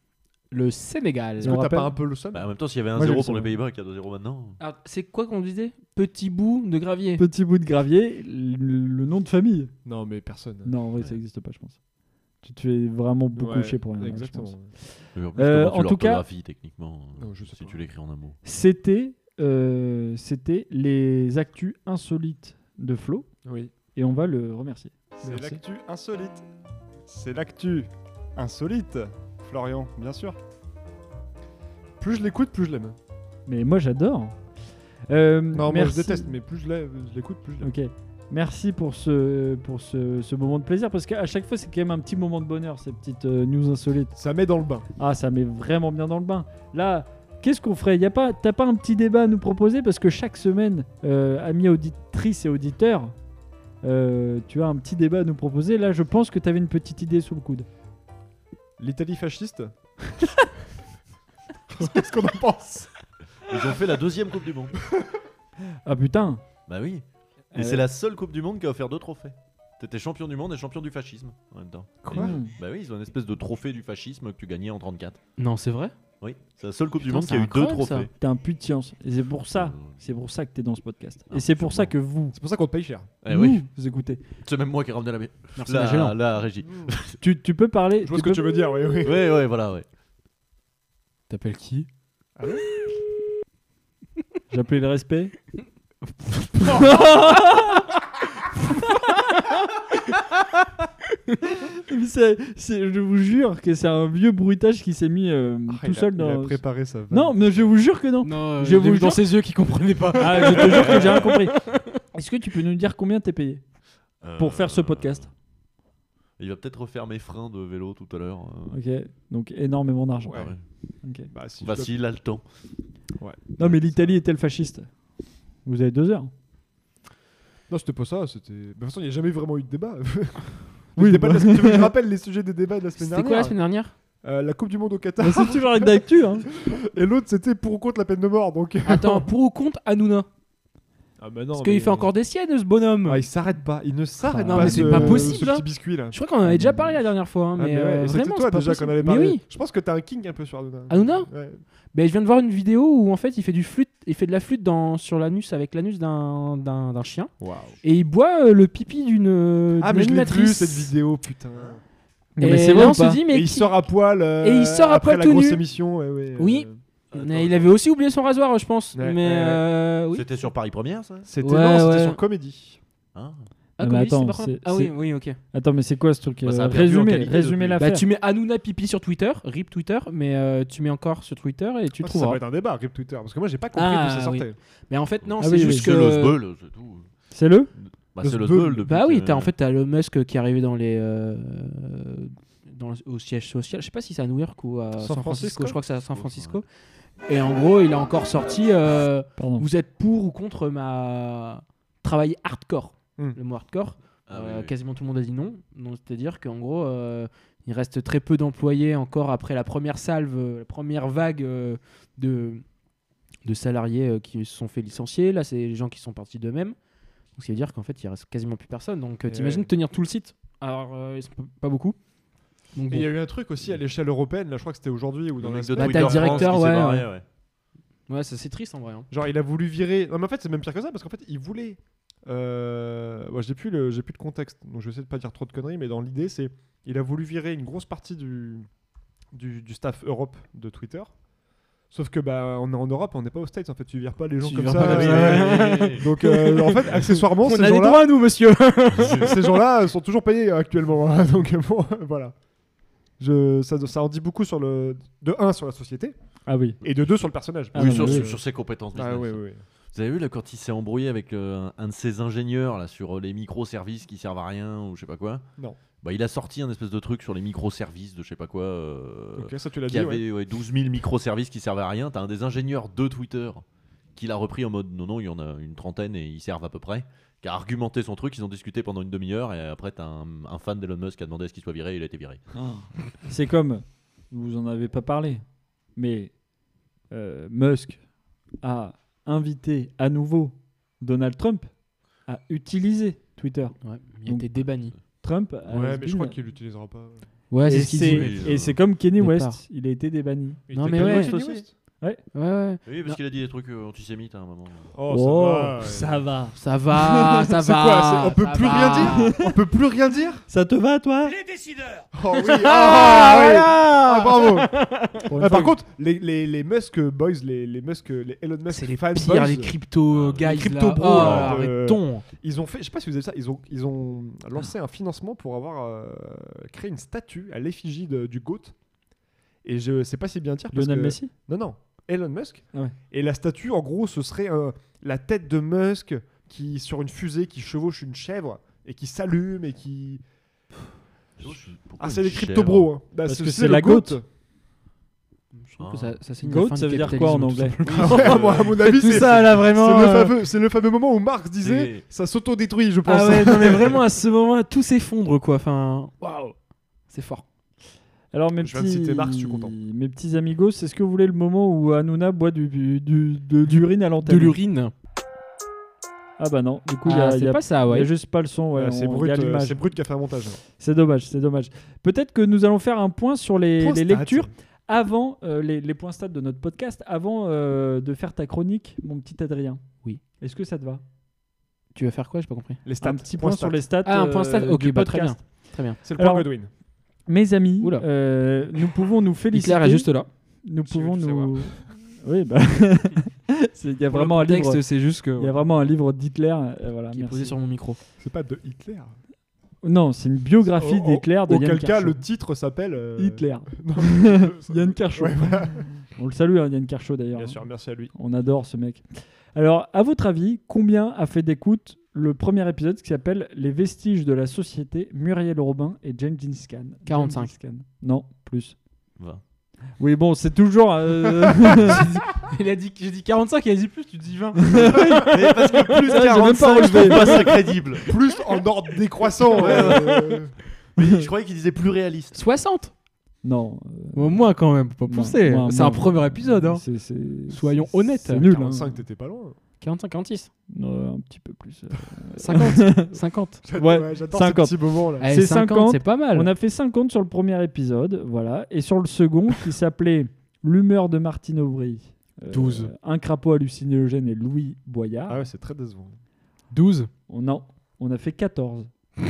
K: le Sénégal.
H: Est-ce que On t'as rappelle- pas un
G: peu le seum
J: Bah, En même temps, s'il y avait un
H: Moi, j'ai
J: 0
H: le
J: pour les
H: seum.
J: Pays-Bas et qu'il y a 2-0 maintenant.
K: Alors, c'est quoi qu'on disait Petit bout de gravier.
H: Petit Bout de Gravier, le, le nom de famille.
G: Non, mais personne.
H: Non, en vrai, ça n'existe pas, je pense. Tu te fais vraiment beaucoup
G: Ouais,
H: chier pour rien. là, je
G: exactement.
H: pense.
J: Mais en plus,
H: Euh,
J: comment tu
H: en tout cas,
J: l'orthographies, techniquement,
G: Non, je sais
J: si
G: pas.
J: tu l'écris en un mot.
H: c'était euh, c'était les actus insolites de Flo.
G: Oui.
H: Et on va le remercier.
G: C'est l'actu insolite. C'est l'actu insolite, Florian, bien sûr. Plus je l'écoute, plus je l'aime.
H: Mais moi, j'adore. Euh,
G: Non, moi je
H: merci-
G: déteste, mais plus je l'aime- je l'écoute, plus je l'aime.
H: Ok. Merci pour ce, pour ce, ce moment de plaisir, parce qu'à chaque fois, c'est quand même un petit moment de bonheur, ces petites euh, news insolites.
G: Ça met dans le bain.
H: Ah, ça met vraiment bien dans le bain. Là, qu'est-ce qu'on ferait y a pas, T'as pas un petit débat à nous proposer Parce que chaque semaine, euh, amis auditrices et auditeurs, euh, tu as un petit débat à nous proposer. Là, je pense que t'avais une petite idée sous le coude.
G: L'Italie fasciste Qu'est-ce qu'on en pense
J: Ils ont fait la deuxième Coupe du Monde.
H: Ah putain
J: Bah oui. Et
H: Euh.
J: c'est la seule Coupe du Monde qui a offert deux trophées. T'étais champion du monde et champion du fascisme en même temps.
G: Quoi
H: Mmh.
J: Et, euh, Bah oui, ils ont une espèce de trophée du fascisme que tu gagnais en 34.
K: Non, c'est vrai
J: Oui, c'est la seule Coupe du
K: Putain,
J: Monde qui a
K: c'est
J: eu deux
K: incroyable, ça. Ah.
J: trophées. Euh,
H: T'es un puits de science. Et c'est pour ça, c'est pour ça que t'es dans ce podcast.
J: Ah,
H: Et c'est pour
J: sûrement.
H: ça que vous,
G: C'est pour ça qu'on te paye cher.
J: Eh
H: nous,
J: oui.
H: vous écoutez.
J: C'est même moi qui ai ramené la,
K: Merci,
J: la,
K: Magellan.
J: la régie.
H: Tu, tu peux parler.
G: Je vois ce que
H: peux-
G: tu veux dire, oui, oui.
J: ouais, ouais, voilà, ouais.
K: T'appelles qui
H: J'appelais le respect. Mais c'est- c'est- je vous jure que c'est un vieux bruitage qui s'est mis euh,
G: Ah, il
H: tout
G: a-
H: seul
G: Il
H: dans.
G: a préparé sa vanne.
H: Non, mais je vous jure que non.
K: Non,
H: Je
K: je
H: vous
K: vu dans
H: jure-
K: ses yeux qui comprenait pas.
H: Ah, je te jure que j'ai rien compris. Est-ce que tu peux nous dire combien t'es payé pour
J: Euh,
H: faire ce podcast
J: Il va peut-être refaire mes freins de vélo tout à l'heure. euh,
H: Ok, donc énormément d'argent.
G: Ouais.
J: ouais.
H: Ok.
G: Bah, si
J: Bah
G: je peux-
J: s'il a le temps.
H: Non, mais l'Italie est-elle fasciste Vous avez deux heures.
G: Non, c'était pas ça. C'était. De toute façon, il n'y a jamais vraiment eu de débat.
H: Oui,
G: Les débats de
H: bah.
G: la semaine- Tu veux que je rappelle les sujets des débats de la semaine
K: C'était
G: dernière
K: quoi la semaine dernière
G: Euh, La Coupe du Monde au Qatar.
H: Bah, c'est toujours avec d'actu. Hein.
G: Et l'autre, c'était pour ou contre la peine de mort. Donc.
K: Attends, pour ou contre Hanouna
G: Ah bah non.
K: Parce qu'il fait encore des siennes, ce bonhomme.
G: Ah, il s'arrête pas. Il ne s'arrête
K: non,
G: pas.
K: mais
G: ce-
K: c'est pas possible,
G: Ce
K: là.
G: petit biscuit là.
K: Je crois qu'on en avait déjà parlé la dernière fois, hein,
G: Ah,
K: mais,
G: ouais,
K: euh,
G: et c'était
K: vraiment,
G: toi
K: c'est pas
G: déjà
K: possible.
G: qu'on avait parlé.
K: Mais oui,
G: Je pense que t'as un king un peu sur Hanouna.
K: Hanouna
G: Ouais.
K: Ben, je viens de voir une vidéo où en fait il fait du flûte, il fait de la flûte dans, sur l'anus avec l'anus d'un, d'un, d'un chien et il boit euh, le pipi d'une, euh,
G: Ah
K: d'une
G: mais je l'ai vu
K: animatrice.
G: cette vidéo putain.
K: Et
H: Mais c'est
K: là,
H: vrai
K: on
H: ou pas
K: se dit mais
G: Et il
K: qui-
G: sort à poil. euh,
K: Et il sort à
G: après
K: poil
G: la
K: tout
G: grosse
K: nu.
G: émission. ouais, ouais,
K: Oui.
G: euh,
K: Mais il avait aussi oublié son rasoir, je pense.
G: Ouais,
K: mais
G: ouais, ouais.
K: euh, oui.
J: C'était sur Paris Première ça
G: C'était
K: Ouais,
G: non, c'était
K: ouais.
G: sur comédie.
J: Hein
K: Ah,
H: Non, mais
K: comme il dit,
H: attends,
K: c'est pas grave.
H: c'est-
K: Ah oui,
H: c'est-
K: oui, ok.
H: Attends, mais c'est quoi ce truc
J: Bah, ça a
H: euh,
J: perdu en
H: Résumé,
J: qualité
H: résumé
J: depuis.
H: l'affaire.
K: Bah, tu mets Hanouna pipi sur Twitter, rip Twitter, mais euh, tu mets encore sur Twitter et tu
G: Ah, ça
K: trouveras.
G: va être un débat Rip Twitter parce que moi j'ai pas compris
K: Ah,
G: d'où ça
K: oui.
G: sortait.
K: Mais en fait, non,
H: Ah
K: c'est
H: oui, oui.
K: juste
J: C'est
K: que.
J: le Zbeul, c'est tout.
H: C'est le
J: Bah
G: Le
J: c'est le
G: Zbeul.
J: Zbeul depuis.
K: Bah oui,
J: que-
K: t'as, en fait, t'as le Musk qui est arrivé dans les. euh, dans, le- au siège social. Je sais pas si c'est à New York ou à
G: San
K: San, Francisco.
G: Francisco
K: Je crois que c'est à San Francisco. Et en gros, il a encore sorti euh,
H: Pardon.
K: Vous êtes pour ou contre ma. Travail hardcore.
G: Hmm.
K: Le mot hardcore.
J: Ah,
K: euh,
J: oui, oui.
K: Quasiment tout le monde a dit non. Donc, c'est-à-dire qu'en gros, euh, il reste très peu d'employés encore après la première salve, euh, la première vague euh, de, de salariés euh, qui se sont fait licencier. Là, c'est les gens qui sont partis d'eux-mêmes. Donc, ça veut dire qu'en fait, il reste quasiment plus personne. Donc, euh,
G: Et
K: t'imagines
G: ouais.
K: tenir tout le site Alors, euh, ils sont p- pas beaucoup. Donc,
G: Et Il y
K: bon.
G: a eu un truc aussi à l'échelle européenne, là je crois que c'était aujourd'hui ou
J: Le
G: dans la
J: mec de
K: Bah,
J: Twitter
K: t'as le directeur,
J: France qui s'est
K: ouais,
J: barré, ouais.
K: Ouais, ça, c'est triste en vrai. hein.
G: Genre, il a voulu virer. Non, mais en fait, c'est même pire que ça parce qu'en fait, il voulait. Euh... ouais, j'ai plus le, j'ai plus de contexte, donc je vais essayer de pas dire trop de conneries, mais dans l'idée, c'est il a voulu virer une grosse partie du du, du staff Europe de Twitter. Sauf que bah on est en Europe, on n'est pas aux States en fait, tu vires pas les gens
K: Tu
G: comme
K: vires
G: ça.
K: pas comme
G: euh,
J: ça, ouais.
G: Donc euh, en fait, accessoirement,
K: On
G: ces
K: a des
G: gens-là,
K: droits, nous, monsieur
J: Ah
G: ces gens-là sont toujours payés euh, actuellement. hein, donc bon, voilà. Je, ça, ça en dit beaucoup sur le de un sur la société
H: Ah oui.
G: et de deux sur le personnage.
H: Ah
J: oui,
H: non,
J: sur,
H: mais oui.
J: sur- sur ses compétences.
G: Ah
J: business.
G: ouais, ouais, ouais.
J: Vous avez vu là quand il s'est embrouillé avec euh, un, un de ses ingénieurs là sur euh, les microservices qui servent à rien ou je sais pas quoi.
G: Non.
J: Bah, il a sorti un espèce de truc sur les microservices de je sais pas quoi. euh,
G: Ok, ça, tu l'as
J: qui
G: dit,
J: avait
G: ouais.
J: ouais, 12 000 microservices qui servaient à rien. T'as un des ingénieurs de Twitter qui l'a repris en mode non non il y en a une trentaine et ils servent à peu près. Qui a argumenté son truc, ils ont discuté pendant une demi-heure et après t'as un, un fan d'Elon Musk qui a demandé à ce qu'il soit viré, et il a été viré.
H: Oh. C'est comme, vous en avez pas parlé, mais euh, Musk a invité à nouveau Donald Trump à utiliser Twitter.
K: il a été débanni.
H: Trump. a
G: Ouais, mais je
H: been-
G: crois qu'il l'utilisera pas.
K: Ouais,
H: Et
K: c'est ce qu'il dit.
H: Et c'est comme Kenny
K: Au
H: West,
K: départ.
H: il a été débanni.
K: Il Non, était Ah, mais débanni, ouais. Kenny
H: Ouais.
K: West
H: Ouais.
K: ouais.
J: Oui, parce qu'il a dit des trucs euh, antisémites à un moment.
H: Oh,
K: ça va.
H: Ça va, ça
G: C'est
H: va,
G: quoi, c'est- On peut
H: ça
G: plus
H: va.
G: rien dire On peut plus rien dire
H: Ça te va, toi
G: Les décideurs Oh oui Ah, oui. Ah, bravo
K: Pour une
G: Ah,
K: fois
G: Par
K: que-
G: contre, les, les, les Musk euh, boys, les, les Musk, euh, les Elon Musk,
K: C'est les
G: fanboys,
K: pires, les crypto guys,
G: Ah, les crypto
K: là.
G: bros,
K: Oh,
G: là, de-
K: arrêtons.
G: Ils ont fait, je sais pas si vous avez ça, ils ont, ils ont lancé un financement pour avoir euh, créé une statue à l'effigie de- du GOAT. Et je sais pas si bien dire. Parce
H: Lionel
G: que-
H: Messi
G: Non, non, Elon Musk.
H: Ah ouais.
G: Et la statue, en gros, ce serait euh, la tête de Musk qui, sur une fusée qui chevauche une chèvre et qui s'allume et qui. Ah, c'est
J: une
G: les crypto-bros. hein. Bah,
H: Parce
G: c'est-
H: que
G: c'est
H: c'est
G: le
H: la
G: GOAT.
H: goat.
K: Je trouve que ça, ça signe la
H: Goat,
K: fin
H: ça
K: du
H: veut dire quoi en anglais
K: capitalisme, tout
G: Ah
K: simplement.
G: ouais, moi, à mon avis,
H: Tout
G: c'est
H: ça, là, vraiment,
G: C'est le,
H: euh,
G: fameux- c'est le fameux moment où Marx disait
H: c'est-
G: ça s'autodétruit, je pense.
K: Ah ouais, non mais vraiment à ce moment tout s'effondre quoi. Enfin, waouh, c'est fort.
H: Alors mes
G: Je viens de citer
H: petits-
G: Marx, je suis content.
H: Mes petits amigos, est-ce que vous voulez le moment où Hanouna boit du, du- du- de l'urine à l'antenne
K: De l'urine.
H: Ah bah non, du coup il y
K: Ah,
H: a,
K: c'est
H: il y a-
K: pas ça, ouais.
H: il y a juste pas le son, ouais,
G: Ah, c'est
H: on- il y
G: brut,
H: a
G: euh,
H: l'image.
G: c'est brut qui a fait un montage. là.
H: C'est dommage, c'est dommage. Peut-être que nous allons faire un point sur les,
G: Point
H: les
G: stats.
H: lectures avant euh, les, les points stats de notre podcast, avant euh, de faire ta chronique, mon petit Adrien.
K: Oui.
H: Est-ce que ça te va
K: Tu vas faire quoi J'ai pas compris.
G: Les stats.
H: Un petit point,
G: Point
H: sur
G: stats.
H: les stats.
K: Ah, un point stats,
H: euh,
K: ok,
H: du
K: bah, très
H: podcast.
K: bien, très bien.
G: C'est le point
H: Alors,
G: Godwin.
H: Mes amis,
K: Oula.
H: euh, nous pouvons nous féliciter.
K: est juste là.
H: Nous
K: Si vous
H: pouvons
K: le
H: nous. Oui, bah. c'est- Il y a
K: Pour le
H: vraiment un
K: contexte,
H: livre.
K: c'est juste que-
H: Il y a vraiment un livre d'Hitler. euh, voilà,
K: Qui est
H: merci.
K: posé sur mon micro.
G: C'est pas de Hitler.
H: Non, c'est une biographie
G: Au- au-
H: d'Hitler de Yann
G: Oh, Auquel cas,
H: Kershaw.
G: le titre s'appelle. euh,
H: Hitler.
G: Non,
H: Yann Kershaw.
G: Ouais, voilà.
H: On le salue, hein, Yann Kershaw d'ailleurs.
G: Bien sûr, merci à lui.
H: On adore ce mec. Alors, à votre avis, combien a fait d'écoute le premier épisode qui s'appelle Les vestiges de la société Muriel Robin et James Khan
K: 45.
H: Gengis Khan. Non, plus.
J: Va.
H: Oui, bon, c'est toujours. euh,
K: Il a dit, j'ai dit 45, il a dit plus, tu dis 20.
J: Mais parce que plus
H: Ça, j'ai même pas
J: 45, je trouve
H: relevé.
J: pas ça crédible.
G: Plus en ordre décroissant.
J: Ouais,
G: euh,
J: Mais je croyais qu'il disait plus réaliste.
K: 60
H: Non. euh,
K: Au moins quand même, faut pas
H: moins,
K: pousser.
H: moins,
K: C'est un
H: moins.
K: premier épisode. hein.
H: C'est- c'est-
K: Soyons
H: c'est-
K: honnêtes.
H: C'est nul. hein.
G: 45, t'étais pas loin.
K: 45, 46.
H: Non, un petit peu plus. euh,
K: 50. 50.
H: Ouais,
G: j'adore ce
H: 50.
G: petit moment là.
K: Eh,
H: C'est
K: 50,
H: 50,
K: c'est pas mal.
H: On a fait 50 sur le premier épisode, voilà. Et sur le second, qui s'appelait L'humeur de Martine Aubry. euh,
K: 12.
H: Un crapaud hallucinogène et Louis Boyard.
G: Ah ouais, c'est très décevant.
K: 12.
H: On, en- Oh, on a fait 14.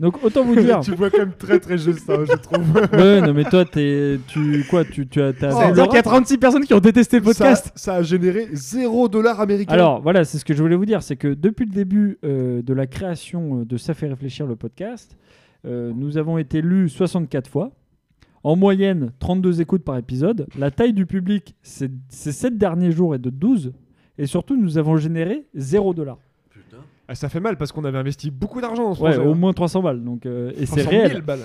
H: Donc autant vous dire.
G: tu vois quand même très très juste ça, je trouve.
H: ouais, non, mais toi, t'es- tu. Quoi Tu, tu as. t'as-
G: Oh,
H: t'as-
G: alors qu'il y a
K: 36 personnes qui ont détesté le
G: ça, ça a généré 0 dollar américain.
H: Alors voilà, c'est ce que je voulais vous dire, c'est que depuis le début euh, de la création euh, de Ça fait réfléchir le podcast, euh, nous avons été lus 64 fois. En moyenne, 32 écoutes par épisode. La taille du public, c'est- ces 7 derniers jours est de 12. Et surtout, nous avons généré 0 dollars.
G: Ah, ça fait mal parce qu'on avait investi beaucoup d'argent dans ce
H: Ouais,
G: projet. hein.
H: au moins 300 balles. Donc, euh, et c'est
G: 300 000
H: réel.
G: balles.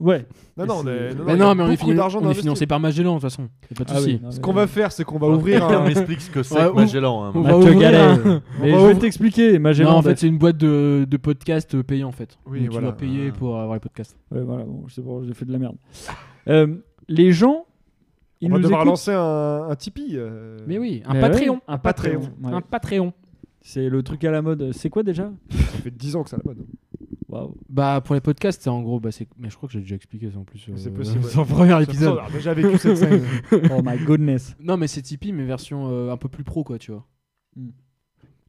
H: Ouais.
G: Non,
H: Et
G: non, on
H: c'est-
G: est, non,
K: Mais
G: non, il y a
K: non, mais on est,
G: beaucoup
K: fini-
G: d'argent
K: on est
G: d'investi.
K: financé par Magellan de toute façon. Y a pas de
H: Ah
K: souci.
H: oui, non,
G: Ce
H: mais-
G: qu'on va faire, c'est qu'on va ouvrir un.
J: m'explique ce que c'est
K: Ouais,
J: que
K: ou-
J: Magellan. hein.
K: on
H: Bah,
K: va
H: te
K: ouvrir
H: galère. Mais
K: un-
H: je
K: on va
H: vais
K: ouvrir-
H: t'expliquer.
K: Non,
H: Magellan.
K: en fait, c'est une boîte de, de podcasts payés en fait.
G: Oui,
K: Donc,
G: voilà.
K: Tu dois payer pour avoir les podcasts.
H: Ouais, voilà, bon, je sais pas, j'ai fait de la merde. Euh, les gens, ils
G: On va
H: nous
G: devoir
H: écoutent.
G: lancer un, un Tipeee. euh.
K: Mais oui, un
H: Mais
K: Patreon.
H: ouais, un Patreon. ouais.
K: Un Patreon.
H: C'est le truc à la mode. C'est quoi déjà
G: Ça fait 10 ans que ça la mode.
H: Waouh.
K: Bah, pour les podcasts, c'est en gros. Bah, c'est- mais je crois que j'ai déjà expliqué ça en plus. euh,
G: C'est possible, ouais.
K: dans le premier
G: J'ai l'impression
K: épisode.
G: d'avoir déjà vécu cette scène.
H: Oh my goodness.
K: Non, mais c'est Tipeee, mais version euh, un peu plus pro, quoi, tu vois.
H: Hmm.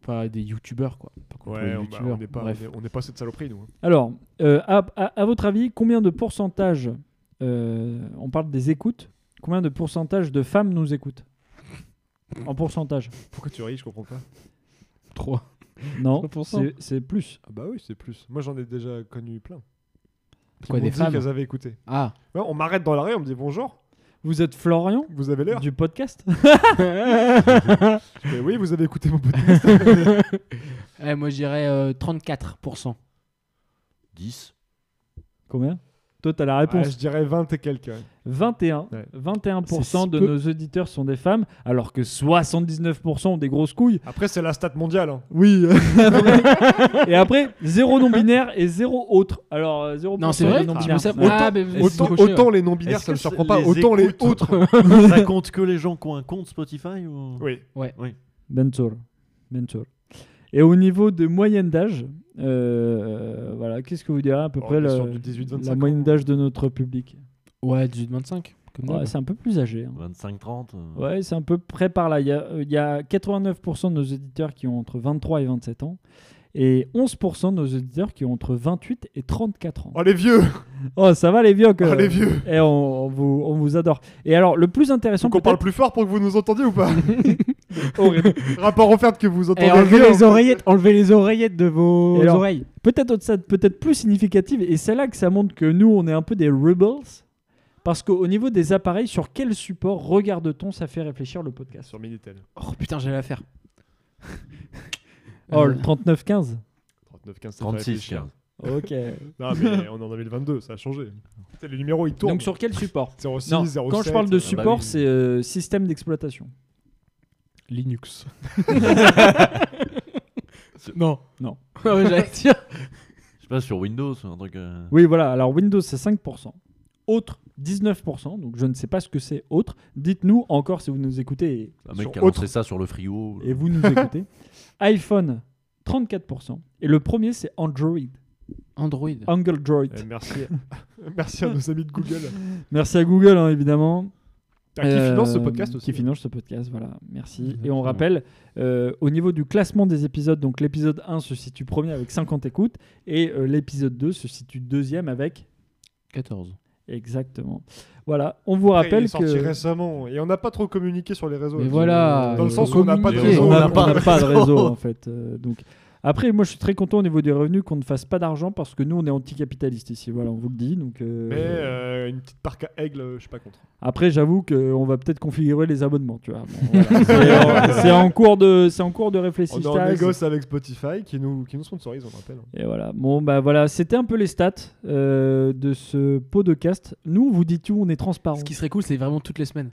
K: Pas des youtubeurs, quoi. Pas contre les
G: Ouais, on- bah,
K: youtubeurs.
G: on n'est pas,
K: Bref.
G: on est- on n'est pas cette saloperie, nous. hein.
H: Alors, euh, à, à- à votre avis, combien de pourcentage euh, On parle des écoutes. Combien de pourcentage de femmes nous écoutent En pourcentage
G: Pourquoi tu ris Je comprends pas.
K: 3.
H: Non,
K: 3%.
H: c'est- c'est plus.
G: Ah bah oui, c'est plus. Moi, j'en ai déjà connu plein. Qui
K: Quoi,
G: m'ont
K: des
G: dit
K: femmes
G: qu'elles avaient écouté.
K: Ah,
G: Ouais, on m'arrête dans la rue, on me dit bonjour.
H: Vous êtes Florian
G: Vous avez l'air
H: Du podcast
G: Je fais, Oui, vous avez écouté mon podcast.
K: Ouais, moi, je dirais euh, 34%.
J: 10.
H: Combien Toi, t'as la réponse.
G: Ouais, Ah, je dirais 20 et quelques.
H: 21. 21% de nos auditeurs sont des femmes, alors que 79% ont des grosses couilles.
G: Après, c'est la stat mondiale. hein.
H: Oui. et après, zéro non-binaire et zéro autre. Alors, euh, 0%
K: Non, c'est vrai
H: de
K: Tu me
H: non-binaires.
K: sais-
H: Ouais.
K: Ah, mais vous-
G: Autant,
K: c'est moché,
G: autant
K: ouais.
G: les non-binaires,
J: Est-ce
G: ça
J: que
G: me surprend
J: c'est-
G: pas.
J: les
G: autant les
J: écoutes
G: autres.
J: ça compte que les gens qui ont un compte Spotify ou...
G: Oui.
K: Ouais.
J: Oui.
H: Bien sûr. Bien sûr. Et au niveau de moyenne d'âge, euh, voilà, qu'est-ce que vous direz à peu
G: Oh,
H: près
G: on est
H: la,
G: sur du 18-25
H: la moyenne d'âge de notre public
K: Ouais, 18-25. comme
H: Ouais,
K: d'hab.
H: C'est un peu plus âgé. hein.
J: 25-30. euh,
H: Ouais, c'est un peu près par là. Il y a, euh, il y a 89% de nos auditeurs qui ont entre 23 et 27 ans et 11% de nos auditeurs qui ont entre 28 et 34 ans.
G: Oh, les vieux
H: Oh, ça va les vieux que...
G: Oh, les vieux
H: Et on, on vous, on vous adore. Et alors, le plus intéressant...
G: Faut qu'on parle plus fort pour que vous nous entendiez ou pas Rapport offert que vous entendez
K: Et enlevez
G: rien.
K: les oreillettes, enlevez les oreillettes de vos
H: Et alors,
K: oreilles.
H: Peut-être autre- ça- peut-être plus significative, et c'est là que ça montre que nous, on est un peu des rebels, parce qu'au niveau des appareils, sur quel support regarde-t-on Ça fait réfléchir le podcast.
G: Sur Minitel.
K: Oh putain, j'allais la faire.
H: Oh,
K: Euh,
H: le 3915
G: 39, 15,
J: 36,
G: 15.
J: 15.
H: Ok.
G: hein. Non, mais on est en 2022, ça a changé. Tu sais, Les numéros, ils tournent.
H: Donc sur quel support
G: 06,
H: Non,
G: 07.
H: Quand je parle de
G: Ah bah
H: support,
G: oui.
H: c'est euh, système d'exploitation.
G: bah.
K: Linux. non.
H: Non.
K: Ah ouais, j'allais dire.
J: Je sais pas, sur Windows, un truc. euh,
H: Oui, voilà. Alors Windows, c'est 5%. Autre, 19%. Donc je ne sais pas ce que c'est autre. Dites-nous encore si vous nous écoutez. et-
J: Un mec
H: sur
J: qui a
H: autre,
J: lancé ça sur le frigo.
H: Et vous nous écoutez. iPhone, 34%. Et le premier, c'est Android.
K: Android.
H: Angle Droid.
G: Eh, merci. merci à nos amis de Google.
H: Merci à Google, hein, évidemment.
G: Ah, qui finance ce podcast aussi,
H: Euh, Qui
G: hein.
H: finance ce podcast, voilà, merci. Et on rappelle, euh, au niveau du classement des épisodes, donc l'épisode 1 se situe premier avec 50 écoutes, et euh, l'épisode 2 se situe deuxième avec...
K: 14.
H: Exactement. Voilà, on vous rappelle
G: Après, hein. il est sorti
H: que...
G: récemment et on n'a pas trop communiqué sur les réseaux.
K: Mais voilà,
G: Dans le
K: euh,
G: sens où on n'a pas de
K: communiquer.
G: réseau.
H: On n'a
G: donc-
H: pas, on n'a pas de réseau, en fait. euh, donc... Après, moi, je suis très content au niveau des revenus qu'on ne fasse pas d'argent parce que nous, on est anticapitaliste ici. Voilà, on vous le dit. Donc, euh,
G: Mais euh, une petite parc à aigle, euh, je suis pas contre.
H: Après, j'avoue qu'on va peut-être configurer les abonnements, tu vois. Bon, voilà. c'est, en, c'est en cours de, c'est en cours de réflexion.
G: On est en négoce avec Spotify qui nous, qui nous sponsorise, on le rappelle.
H: Et voilà. Bon, bah voilà, c'était un peu les stats euh, de ce podcast. Nous, on vous dit tout, on est transparent.
K: Ce qui serait cool, c'est vraiment toutes les semaines.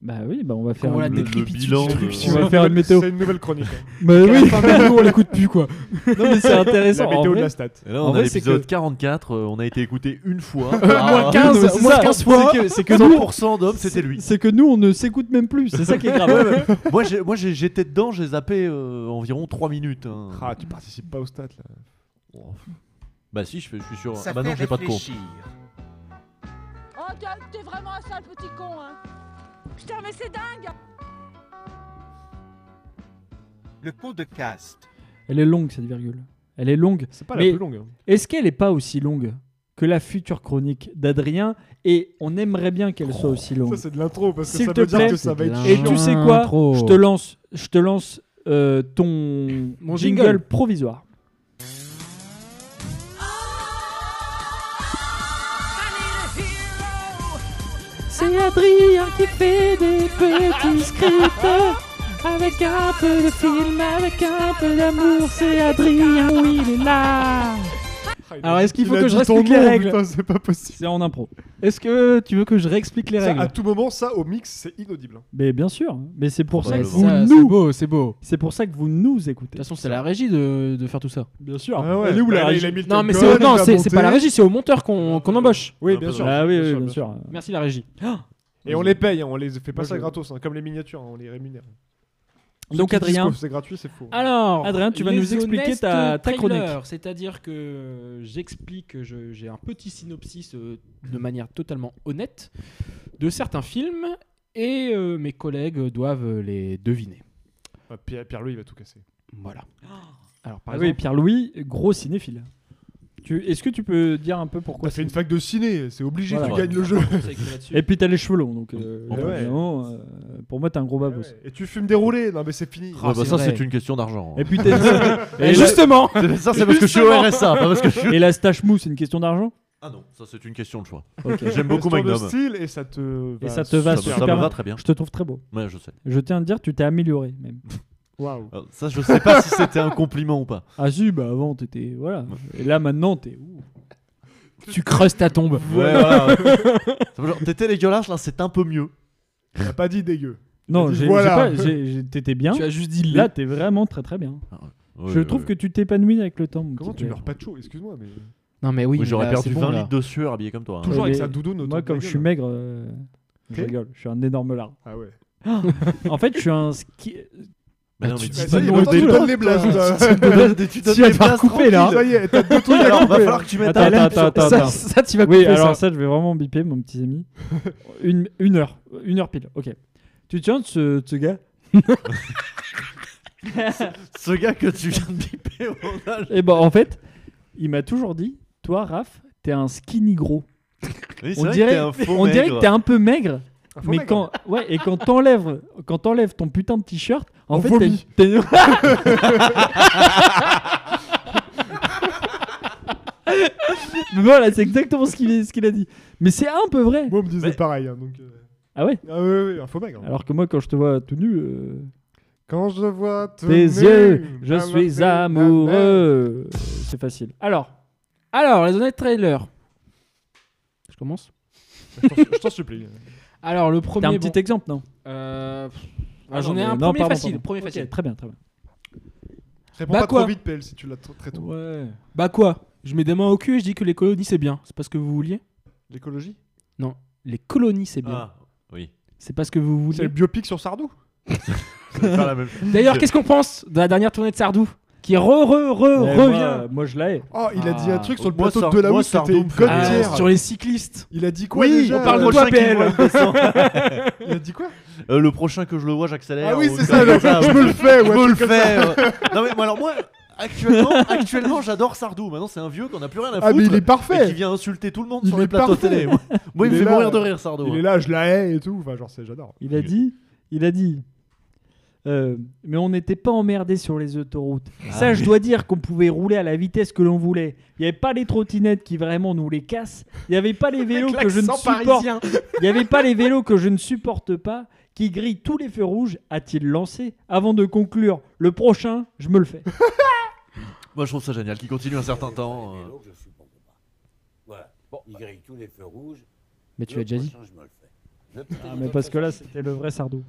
H: Bah oui, bah on va faire.
K: Quand on la
H: une-
K: décrypte, tu-
J: bilan euh,
K: tu-
J: de-
K: tu-
H: On va
G: C'est
H: faire
G: une
H: une
G: nouvelle-
H: météo.
G: C'est une nouvelle chronique. hein.
H: Bah
G: Jusqu'à la
H: oui.
G: fin de l'année,
K: on l'écoute plus quoi.
H: Non mais c'est intéressant.
G: La
H: en
G: météo de
H: vrai.
G: la stat.
J: Et là,
H: En
J: on a
H: vrai, c'est
J: l'épisode
H: que-
J: 44, euh, on a été écouté une fois.
H: Moins
J: Ah,
H: 15,
K: non, mais c'est
H: moins
K: ça.
H: 15 fois.
J: C'est que, c'est que
H: nous-
J: 100% d'hommes, c'était lui.
H: C'est que nous, on ne s'écoute même plus. C'est ça qui est grave.
J: moi, j'ai- moi, j'ai- j'étais dedans, j'ai zappé euh, environ 3 minutes. hein.
G: Ah, tu participes pas aux stats là.
J: Oh. Bah si, je, fais- je suis sûr.
F: Ça
J: bah
F: fait
J: non, j'ai pas de compte.
F: réfléchir.
C: Oh, t'es- t'es vraiment un sale petit con, hein Putain, mais c'est dingue
F: Le podcast.
H: Elle est longue cette virgule. Elle est longue.
G: C'est pas
H: Mais-
G: la plus longue. hein.
H: Est-ce qu'elle n'est pas aussi longue que la future chronique d'Adrien Et on aimerait bien qu'elle soit aussi longue.
G: Ça, c'est de l'intro parce que
H: S'il
G: ça
H: te
G: veut dire
H: plaît.
G: que ça va être
K: C'est de
H: Et
G: chiant.
H: tu sais quoi
K: Intro.
H: Je te lance, je te lance euh, ton
K: Mon
H: jingle.
K: jingle.
H: provisoire. C'est Adrien qui fait des petits scripts avec un peu de film, avec un peu d'amour. C'est Adrien, oui, il est là.
G: Ah, il a-
K: Alors, est-ce qu'il
G: il
K: faut
G: a
K: que
G: dit
K: je
G: ton
K: respecte les
G: nom,
K: règles
G: putain, C'est pas possible.
H: C'est en impro. ah,
K: Est-ce que tu veux que je réexplique les
G: Ça,
K: règles
G: à tout moment, ça au mix, c'est inaudible.
H: Mais bien sûr, mais c'est pour ça que
K: Ouais,
H: vous
K: ça, C'est
H: nous,
K: beau, c'est beau.
H: c'est pour ça que vous nous
K: De
H: écoutez.
K: toute façon, c'est la régie de, de faire tout ça.
H: Bien sûr.
G: Ah ouais.
H: Elle est où la
G: Bah,
H: régie
G: il a mis le
K: Non, mais
G: top gun,
K: c'est non,
G: il a
K: c'est c'est pas la Ah,
G: monté.
K: régie, c'est au monteur qu'on qu'on embauche. Ah,
G: Oui,
J: Un
G: bien
J: peu
G: sûr.
H: Ah oui,
G: bien
H: oui,
G: sûr,
H: bien
G: bien
H: sûr.
K: Merci la régie.
G: Et on les paye, hein, on les fait pas
H: Moi,
G: ça
H: je-
G: gratos, hein, comme les miniatures, hein, on les rémunère.
H: Donc
G: Ceux qui disent
H: Adrien,
G: que C'est gratuit, c'est faux.
K: Alors,
H: Adrien, tu vas
K: les
H: nous expliquer ta-
K: honest
H: ta chronique.
K: trailers, C'est-à-dire que euh, j'explique, je- j'ai un petit synopsis euh, de manière totalement honnête de certains films et euh, mes collègues doivent les deviner.
G: Ah, Pierre- Pierre-Louis, il va tout casser.
K: Voilà. Alors, par
H: Ah oui,
K: exemple,
H: Pierre-Louis, gros cinéphile. Tu, est-ce que tu peux dire un peu pourquoi
G: T'as fait une fac de ciné, c'est obligé,
H: Voilà.
G: tu gagnes le jeu.
K: c'est écrit là-dessus.
H: Et puis t'as les cheveux longs, donc euh,
J: Oh,
G: ouais.
H: évidemment, euh, pour moi t'es un gros babos.
G: Et tu fumes des roulés, non mais c'est fini.
J: Ouais, bah,
K: c'est
J: ça,
K: vrai.
J: c'est une question d'argent.
H: Et puis t'as-
K: Et
H: et, la,
K: justement,
J: ça, c'est parce que je suis au RSA, pas parce que je suis.
H: et la stache mou, c'est une question d'argent
J: Ah non, ça c'est une question de choix.
H: Ok.
J: J'aime beaucoup
G: Question de
J: Magnum.
G: style et ça te
H: Et
G: va
H: ça te va
J: ça me- ça
H: super
J: me va
H: bien.
J: très bien.
H: Je te trouve très beau.
J: Ouais, je sais.
H: Je tiens à te dire, tu t'es amélioré même. Waouh.
J: Alors, ça, je sais pas si c'était un compliment ou pas.
H: Ah si, bah avant t'étais voilà. Et là maintenant t'es. ouh.
K: Tu creuses ta tombe.
J: Ouais, voilà. Ça veut dire, T'étais dégueulasse, là c'est un peu mieux.
G: T'as pas dit dégueu.
H: Non,
G: T'as dit,
H: j'ai- j'ai
G: voilà.
H: pas- j'ai- j'ai- t'étais bien.
K: Tu as juste dit
H: Là
K: laid.
H: t'es vraiment très très bien.
J: ouais,
H: je
J: ouais,
H: trouve
J: ouais.
H: que tu t'épanouis avec le temps. mon
G: Comment tu
H: petit frère.
G: meurs pas de chaud Excuse-moi, mais.
K: Non, mais oui, mais
J: J'aurais
K: là,
J: perdu
K: c'est bon,
J: 20
K: là.
J: litres de sueur habillé comme toi. hein.
G: Toujours
H: Ouais,
G: avec
H: Ah, mais
G: sa doudoune autour
H: Moi
G: de
H: comme
G: la
H: je suis
G: gueule.
H: maigre, euh, je
G: Ok.
H: rigole. Je suis un énorme lard.
G: Ah ouais.
H: en fait, je suis un ski.
J: Mais non, mais dis
G: Vas-y,
J: pas
G: il
J: non
G: va
J: au
G: falloir que tu
J: début.
G: donnes les blagues.
J: Tu donnes
H: Si, elle
J: les
H: va
J: places
H: recouper, euh, là.
J: tranquilles.
G: Ça y est, t'as deux trucs à
J: Alors, va
G: couper.
J: falloir que tu mettes
H: Attends,
J: un lap
H: attends,
J: sur-
H: attends,
K: Ça,
H: attends.
K: ça, tu vas
H: Oui,
K: couper ça.
H: alors ça, je vais vraiment biper, mon petit ami. Une, une heure. Une heure pile, ok. Tu te souviens de ce, de ce gars
J: Ce gars que tu viens de biper au montage.
H: Et ben, en fait, il m'a toujours dit Toi, Raph, t'es un skinny gros.
J: Oui, c'est
H: On
J: vrai que
H: dirait,
J: t'es un faux
H: on dirait
J: maigre.
H: que t'es un peu maigre.
G: Un faux
H: Mais
G: maigre.
H: quand, ouais, et quand t'enlèves, quand t'enlèves ton putain de t-shirt, en
G: On
H: fait,
G: vomit.
H: t'as une- t'as une- Mais voilà, c'est exactement ce qu'il ce qu'il a dit. Mais c'est un peu vrai.
G: Moi, on me disait pareil. hein, donc, euh,
H: Ah ouais
G: Ah ouais, ouais, un faux maigre.
H: Alors que moi, quand je te vois tout nu, euh,
G: Quand je vois tout
H: tes
G: nu,
H: yeux, je
G: à ma
H: suis
G: fenêtre,
H: amoureux. C'est facile. Alors,
K: Alors, les honnêtes trailers. Je commence.
G: Je t'en- je t'en supplie.
K: Alors, le
H: t'as un
K: premier. bon.
H: petit exemple, non
K: Euh, pff,
H: Ah
K: alors, J'en
H: non,
K: ai
H: mais-
K: un
H: non,
K: premier
H: pardon,
K: facile.
H: pardon.
K: Premier
H: Ok,
K: facile.
H: Très bien, très bien.
G: Réponds
K: Bah
G: pas
K: quoi
G: trop vite, PL, si tu l'as tr- très tôt.
H: Ouais.
K: Bah quoi Je mets des mains au cul et je dis que les colonies c'est bien. C'est pas ce que vous vouliez
G: L'écologie
K: Non, les colonies c'est bien.
J: Ah, oui.
K: C'est pas ce que vous
G: C'est le
K: vouliez.
G: biopic sur Sardou
J: C'est pas la même chose.
K: D'ailleurs, qu'est-ce qu'on pense de la dernière tournée de Sardou Qui re, re, re,
H: Mais
K: revient
H: Moi, moi, je l'ai.
G: Oh, il a dit un
K: Ah.
G: truc sur le
J: Moi,
G: plateau
J: Sar-
G: de De La
J: moi,
G: Housse, c'était
J: Sardou
G: une
J: me fait
K: Ah,
J: Hier.
G: connerie.
J: rire.
K: Sur les cyclistes.
G: Il a dit quoi
K: Oui,
G: déjà
K: on parle de
G: euh,
K: toi,
J: prochain qui me
K: PL.
J: voit, il descend.
G: Il a dit quoi
J: Euh, le prochain que je le vois, j'accélère.
G: Ah oui,
J: ou
G: c'est
J: comme
G: ça, le- je
J: ouais.
G: me le fais, ouais,
J: Je me le
G: un truc comme
J: fais. ouais. Non, mais moi, alors moi, actuellement, actuellement j'adore Sardou. Maintenant, c'est un vieux qu'on a plus rien à foutre.
G: Ah, mais il est
J: Et qui
G: parfait
J: vient insulter tout le monde
G: Il
J: sur les
G: est
J: plateaux
G: parfait.
J: télé. Moi, moi, il
G: Il
J: me
G: est
J: fait
G: là.
J: mourir de rire, Sardou.
G: Il
J: hein.
G: est là, je la hais et tout. Enfin, genre, c'est- j'adore.
H: Il a dit, il a dit. euh, mais on n'était pas emmerdé sur les autoroutes. Ça, je dois dire qu'on pouvait rouler à la vitesse que l'on voulait. Il n'y avait pas les trottinettes qui vraiment nous les cassent. Il n'y avait pas les vélos que je ne
K: L'accent
H: supporte.
K: parisien.
H: Il n'y avait pas les vélos que je ne supporte pas qui grillent tous les feux rouges. A-t-il lancé Avant de conclure, le prochain, je me le fais.
J: Moi, je trouve ça génial. Qui continue un certain temps. euh.
P: je supporte pas. Voilà. il grille tous les feux rouges.
K: Mais tu l'as déjà dit.
P: Je me le fais. Le petit
H: Ah, mais parce que là, c'était le vrai Sardou.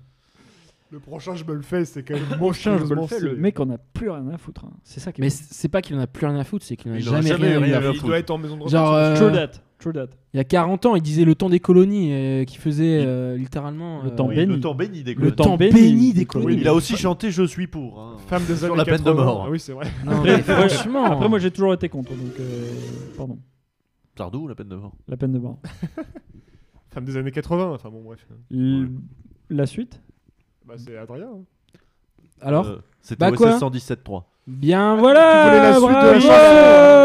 G: Le prochain, je me le fais, c'est quand même
H: Prochain, je me le
G: monstrueusement
H: fais. Le
G: stylé.
H: mec, on n'a plus rien à foutre. hein. C'est ça qui est.
K: Mais c'est pas qu'il en a plus rien à foutre, c'est qu'il en a
J: Il en a
K: jamais,
J: jamais eu
K: rien
J: rien
K: à
J: à
K: foutre.
J: foutre.
G: Il doit être en maison de retraite.
K: Genre, euh,
H: True that. True that.
K: il y a 40 ans, il disait le temps des colonies, euh, qui faisait euh, littéralement.
H: Le
K: euh,
H: temps
J: Oui,
H: béni.
J: Le temps béni des
H: Le
J: colonies.
H: temps béni, des
K: colonies.
J: Il a aussi chanté Je suis pour. hein.
G: Femme des
J: Sur
G: années
J: la peine de
G: 80.
J: mort.
G: Ah oui, c'est vrai.
K: Non,
H: Après,
K: mais franchement.
H: Après, moi, j'ai toujours été contre, donc. euh, Pardon.
J: Sardou, la peine de mort.
H: La peine de mort.
G: Femme des années 80. Enfin, bon, bref.
H: L- La suite
G: Bah, c'est Adrien. hein.
K: Alors,
J: Euh, C'était
K: Bah, quoi
J: OSS 117.3.
K: bien
G: tu voulais
K: voilà.
G: la suite de la
K: bravo.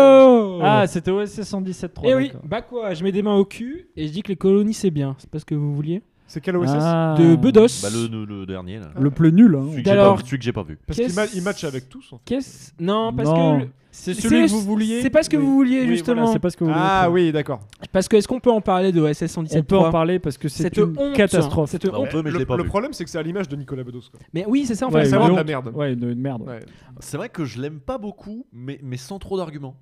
H: Ah, c'était OSC 117.3.
K: Eh oui,
H: d'accord.
K: bah quoi, je mets des mains au cul et je dis que les colonies c'est bien, c'est pas ce que vous vouliez.
G: C'est quel OSS
H: Ah.
K: De Bedos.
J: Bah, le, le- le dernier,
G: Ah,
J: là.
H: Le plus nul. hein.
J: Celui que j'ai
K: Alors-
J: pas- celui que j'ai pas vu.
G: Parce qu'il ma-
K: qu'est-ce-
G: il match avec tous. en fait.
K: Qu'est-ce Non, parce
H: Non.
K: que le-
H: C'est
K: c'est- C'est pas ce que vous vouliez
H: Oui,
K: justement.
H: voilà, c'est pas ce que vous
G: Ah
H: voulez.
G: oui, d'accord.
K: Parce que est-ce qu'on peut en parler de OSS 117
H: On peut en parler parce que c'est
K: Cette
H: une
K: honte,
H: catastrophe.
K: cette
J: Bah, on
K: honte.
J: peut, mais je
G: le,
J: l'ai pas
G: le
J: vu.
G: problème, c'est que c'est à l'image de Nicolas Bedos. Quoi.
K: Mais oui, c'est ça en
G: Ouais,
K: fait.
G: ça
H: une
G: va de
H: honte.
G: la merde.
H: Ouais, une, une merde. ouais.
G: Ouais.
J: C'est vrai que je l'aime pas beaucoup, mais, mais sans trop d'arguments.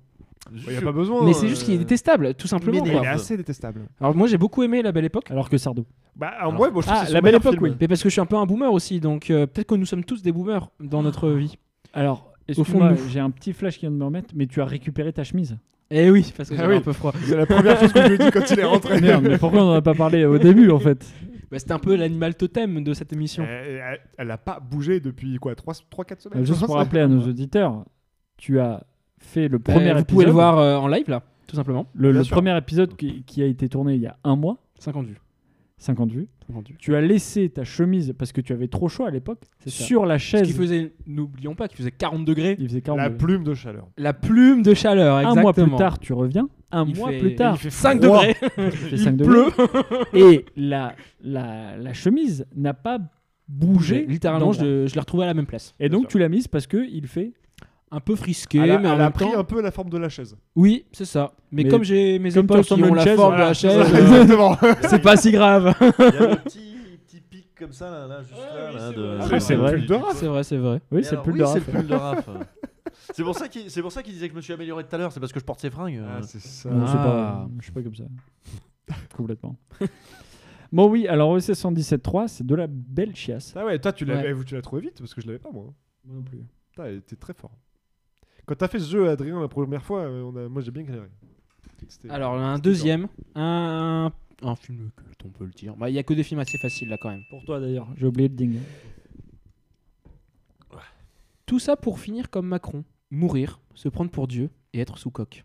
G: Il n'y a pas besoin.
K: Mais c'est juste
G: euh,
K: qu'il est détestable, tout
G: il
K: simplement.
G: est
K: quoi.
G: assez détestable.
K: Alors moi j'ai beaucoup aimé La Belle Époque.
H: Alors que Sardou.
G: Bah, en vrai, moi, je trouve
H: Ah,
G: que c'est
H: la
G: son
H: belle
G: meilleur
H: époque,
G: film.
H: oui.
K: Mais parce que je suis un peu un boomer aussi, donc euh, peut-être que nous sommes tous des boomers dans notre vie.
H: Alors,
K: fond de
H: excuse-moi,
K: nous.
H: j'ai un petit flash qui vient de me remettre, mais tu as récupéré ta chemise.
K: Eh oui, parce que
G: Ah
K: j'avais
G: oui.
K: un peu froid.
G: C'est la première chose que je lui ai dit quand il est rentré.
H: Merde, mais pourquoi on en a pas parlé au début en fait
K: Bah, c'était un peu l'animal totem de cette émission.
G: Euh, Elle n'a pas bougé depuis quoi 3-4 semaines
H: Juste pour rappeler à nos auditeurs, tu as fait Bah, le premier
K: Euh, vous
H: épisode.
K: pouvez le voir euh, en live là, tout simplement.
H: Le,
G: Bien
H: le
G: sûr.
H: premier épisode qui, qui a été tourné il y a un mois,
K: 50 vues.
H: 50 vues.
K: 50 vues.
H: Tu as laissé ta chemise parce que tu avais trop chaud à l'époque
K: C'est ça.
H: sur la
K: Ce
H: chaise.
K: qui faisait, n'oublions pas, qu'il faisait 40 degrés.
H: Il faisait 40
G: La
H: degrés.
G: plume de chaleur.
K: La plume de chaleur,
H: Un
K: exactement.
H: mois plus tard, tu reviens. Un
K: Il
H: mois
K: fait-
H: plus tard,
K: il fait 5
H: froid.
K: degrés.
H: il, fait
K: Il
H: 5
K: pleut.
H: Et la, la, la chemise n'a pas bougé.
K: Littéralement,
H: d'endroit.
K: je, je l'ai retrouvé à la même place.
H: Et donc, tu l'as mise parce que il fait
K: un peu frisqué,
G: Elle a-
K: mais en
G: elle a
K: même
G: pris
K: temps-
G: un peu la forme de la chaise.
K: Oui, c'est ça. Mais,
G: Mais
K: comme j'ai mes
G: comme
K: épaules
G: toi,
K: qui
G: ressemble
K: ont
G: à
K: la
G: une chaise,
K: forme
G: voilà,
K: de la chaise,
G: c'est ça, exactement.
K: euh, c'est pas si grave.
J: Il y a le petit, petit pic comme ça, là, là, juste là. là, de-
K: Ah, c'est vrai.
J: du- du-
K: C'est vrai, c'est vrai.
J: Mais alors, oui, c'est le pull de Raph. hein. C'est pour ça qu'il c'est pour ça qu'il disait que je me suis amélioré tout à l'heure, c'est parce que je porte ses fringues. euh.
G: Ah, c'est ça.
H: Non, c'est pas-
J: Ah.
H: Euh, je suis pas comme ça. Complètement. bon, oui, alors E OSS 117.3, c'est de la belle chiasse.
G: Ah ouais, toi tu l'as
H: Ouais.
G: eh, tu l'as trouvé vite parce que je l'avais pas moi.
H: Moi non plus.
G: T'as été très fort. Quand t'as fait ce jeu, Adrien, la première fois, euh, on a- moi j'ai bien galéré. C'était-
K: Alors, un
G: c'était
K: deuxième, un, un film culte, on peut le dire. Bah, Il y a que des films assez faciles là quand même.
H: Pour toi d'ailleurs, j'ai oublié le ding.
K: Tout ça pour finir comme Macron, mourir, se prendre pour Dieu et être sous coque.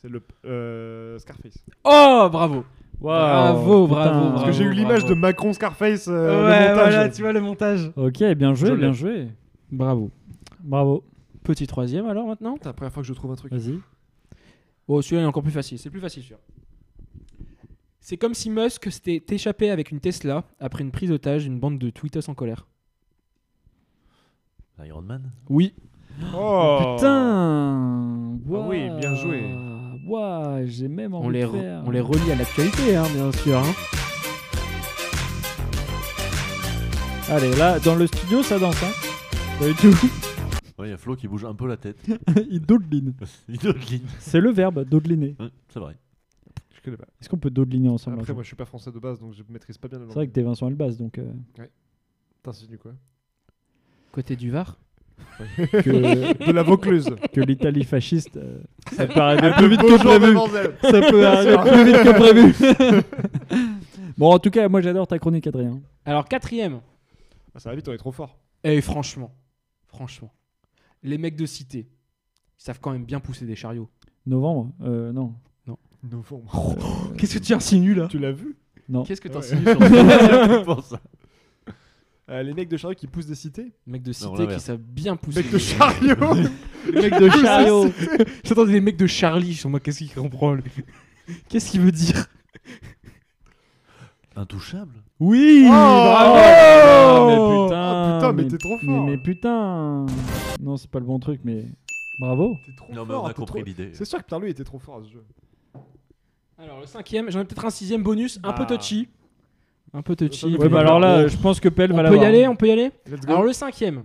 G: C'est le euh, Scarface.
K: Oh, bravo Bravo, bravo, bravo.
G: Parce que j'ai eu l'image
K: bravo.
G: de Macron Scarface. euh, le
K: Ouais,
G: montage.
K: voilà, tu vois le montage.
H: Ok, bien joué,
K: Je
H: bien
K: l'ai.
H: joué.
K: Bravo.
H: Bravo.
K: Petit troisième alors maintenant
G: C'est la première fois que je trouve un truc.
H: Vas-y.
K: Oh, celui-là est encore plus facile. C'est plus facile, celui-là. C'est comme si Musk s'était échappé avec une Tesla après une prise d'otage d'une bande de tweetos en colère.
J: Bah, Iron Man.
K: Oui.
G: Oh.
H: Putain
G: Ah oui, bien joué.
H: Waouh, j'ai même envie
K: On les,
H: de
K: re-
H: faire.
K: on les relie à l'actualité, hein, bien sûr. hein.
H: Allez, là, dans le studio, ça danse, hein Pas du tout.
J: Ouais, il y a Flo qui bouge un peu la tête.
H: Il dodeline.
J: Il dodeline.
H: C'est le verbe, dodeliner.
J: Ouais, C'est vrai.
G: Je connais pas.
H: Est-ce qu'on peut dodeliner ensemble un
G: Après,
H: jour
G: moi je suis pas français de base donc je maîtrise pas bien la langue.
H: C'est vrai que t'es Vincent Elbaz, donc... euh,
G: T'insinues quoi
K: Côté du Var.
H: que-
G: De la Vaucluse.
H: Que l'Italie fasciste, euh, ça peut arriver
G: Ah,
H: plus
G: le
H: vite
G: beau
H: que
G: jour
H: prévu.
G: d'avant-zèle.
H: Ça peut
G: Bien
H: arriver
G: sûr.
H: Ah, plus vite que prévu. bon, en tout cas, moi j'adore ta chronique, Adrien.
K: Alors, quatrième.
G: Ah, ça va vite, on est trop fort.
K: Et Eh, franchement, franchement, les mecs de cité, ils savent quand même bien pousser des chariots.
H: Novembre euh, Non.
G: Novembre.
K: Qu'est-ce que tu insinues là
G: Tu l'as vu
H: Non.
K: Qu'est-ce que
G: Ouais.
K: t'insinues sur ça
J: Pour ça.
G: Euh, les mecs de chariot qui poussent des cités
K: Les mecs de
J: Non,
K: cité
J: l'inverse.
K: qui savent bien pousser.
G: Mecs de chariot
K: Les mecs de chariot J'attendais les mecs de Charlie, sur moi, qu'est-ce qu'il comprend lui Qu'est-ce qu'il veut dire
J: Intouchable.
K: Oui
H: Bravo
K: Oh, mais putain,
H: Ah,
G: putain, mais
H: mais
G: t'es trop
H: mais-
G: fort.
H: Mais, putain Non, c'est pas le bon truc, mais bravo
G: T'es trop
J: Non, mais
G: fort,
J: on a
G: t'es
J: compris
G: trop-
J: l'idée.
G: C'est sûr que Pierre-Louis était trop fort à ce jeu.
K: Alors le cinquième, j'en ai peut-être un sixième bonus, un peu
G: Ah.
K: touchy. Un peu touchy.
H: Ouais, bah alors là, je pense que Pell
K: on
H: va
K: peut y
H: l'avoir.
K: aller, on peut y aller
G: Let's go.
K: Alors le cinquième.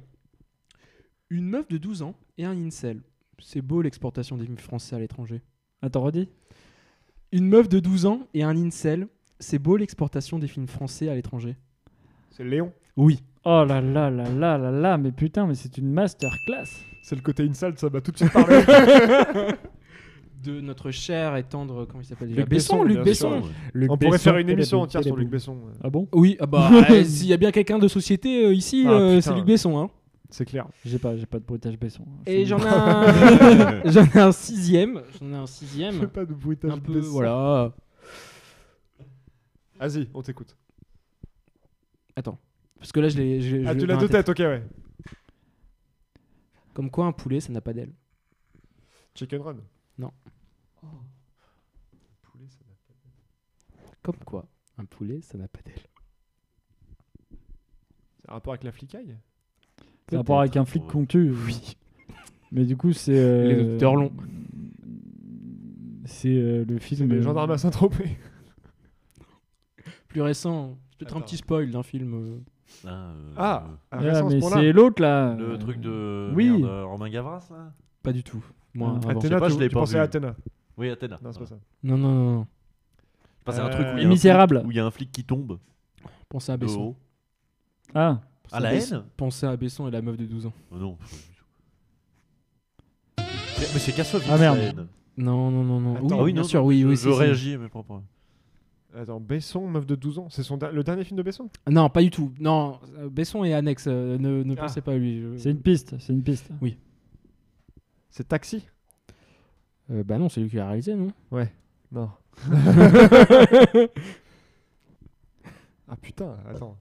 K: Une meuf de 12 ans et un incel. C'est beau l'exportation des films français à l'étranger.
H: Attends, redis.
K: Une meuf de 12 ans et un incel. C'est beau l'exportation des films français à l'étranger.
G: C'est Léon.
K: Oui.
H: Oh là là là là là là, mais putain, mais c'est une masterclass
G: C'est le côté inside, ça m'a tout de suite parlé.
K: De notre cher et tendre, comment il s'appelle déjà
H: Luc
K: Besson,
H: Besson,
K: Luc
G: bien
K: Besson.
G: sûr.
H: Luc
G: on pourrait
H: Besson
G: faire une
H: et la
G: émission
H: boule,
G: entière
H: et la
G: sur Luc
H: boule.
G: Besson. ouais.
H: Ah bon
K: Oui, ah bah euh, s'il y a bien quelqu'un de société euh, ici,
G: Ah,
K: euh,
G: putain.
K: c'est Luc Besson. Hein.
G: C'est clair.
H: J'ai pas, j'ai pas de bruitage Besson. hein.
K: Et j'en ai un, j'en ai un sixième, j'en ai un
G: Je fais
K: sixième,
G: pas de bruitage.
K: un peu
G: blessant.
K: voilà.
G: Vas-y, on t'écoute.
K: Attends, parce que là je l'ai, je l'ai-
G: Ah,
K: je
G: tu
K: l'ai
G: l'as
K: dans
G: de
K: la tête.
G: tête, ok, ouais.
K: Comme quoi un poulet ça n'a pas d'aile.
G: Chicken Run. Oh.
K: Non.
G: Poulet, ça va.
K: Comme quoi un poulet ça n'a pas d'aile.
G: C'est un rapport avec la flicaille
H: C'est un rapport avec un flic qu'on tue. Oui. Mais du coup, c'est. euh,
K: Les docteurs longs.
H: C'est euh, le
G: C'est
H: film.
G: les
H: euh,
G: gendarmes à Saint-Tropez.
K: Plus récent, c'est peut-être un
G: Attends.
K: petit spoil d'un film. euh.
J: Ah, euh,
G: Ah, ah,
H: ah,
G: récent à ce
H: mais
G: point-là.
H: c'est l'autre là.
J: Le
H: euh,
J: truc de.
H: oui.
J: merde, euh, Romain Gavras, là
K: Pas du tout. Moi,
H: Ah,
K: avant.
J: je sais
G: Athéna,
J: pas,
G: tu-
J: je l'ai
G: tu
J: pas
G: pensais
J: vu.
G: à Athéna.
J: Oui, Athéna.
G: Non, c'est pas ça.
K: Non non non. non.
J: Je pensais à un
G: Euh,
J: truc où il y a
G: Les
J: un flic-
H: Misérables.
J: Où il y a un flic qui tombe.
K: Pensez à
J: De
K: Besson.
J: haut.
H: Ah,
K: Pensez
J: À la
K: Besson-
J: haine
K: Pensez à Besson et la meuf de 12 ans.
J: Oh Non. Mais mais c'est Kassovitz.
H: Ah, merde.
J: la haine.
K: Non non non non.
G: Attends,
K: oui,
G: ah oui,
K: bien
J: non,
K: sûr, oui
J: je-
K: oui.
J: Je
K: si, si.
J: réagis à mes propres.
G: Attends, Besson, meuf de 12 ans. C'est son der- le dernier film de Besson
K: Non, pas du tout. Non, euh, Besson est annexe. euh, ne ne
G: Ah.
K: pensez pas à lui. je-
H: c'est une piste, c'est une piste.
G: C'est Taxi
K: Euh, bah non, c'est lui qui l'a réalisé, non
G: Ouais. Non. ah putain, attends.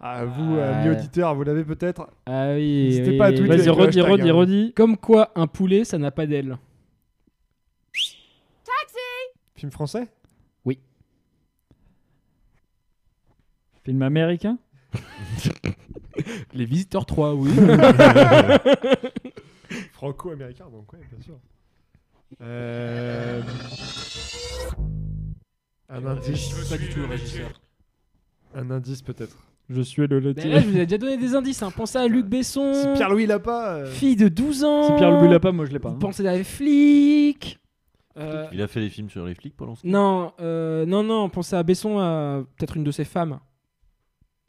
G: Ah, vous,
K: Ah.
G: amis auditeurs, vous l'avez peut-être
K: Ah oui.
G: N'hésitez
K: oui,
G: pas à
K: oui,
G: tweeter
K: oui.
H: Vas-y,
G: avec le
H: redis,
G: hashtag,
H: redis,
G: hein.
H: redis.
K: Comme quoi, un poulet, ça n'a pas d'aile.
G: Film français
H: Film américain
K: Les Visiteurs 3, oui.
G: Franco-américain, donc ouais, bien sûr. Euh... Un indice.
K: Pas du tout le régisseur.
G: Un indice peut-être.
H: Je suis le
K: Mais là, je vous ai déjà donné des indices. Hein. Pensez à Luc Besson.
G: Si Pierre-Louis l'a pas. euh,
K: Fille de 12 ans.
H: Si Pierre-Louis l'a pas, moi je l'ai pas. hein.
K: Pensez à Flic. Euh,
J: Il a fait les films sur les flics, Polanski.
K: non, euh, non, non, pensez à Besson, à peut-être une de ses femmes.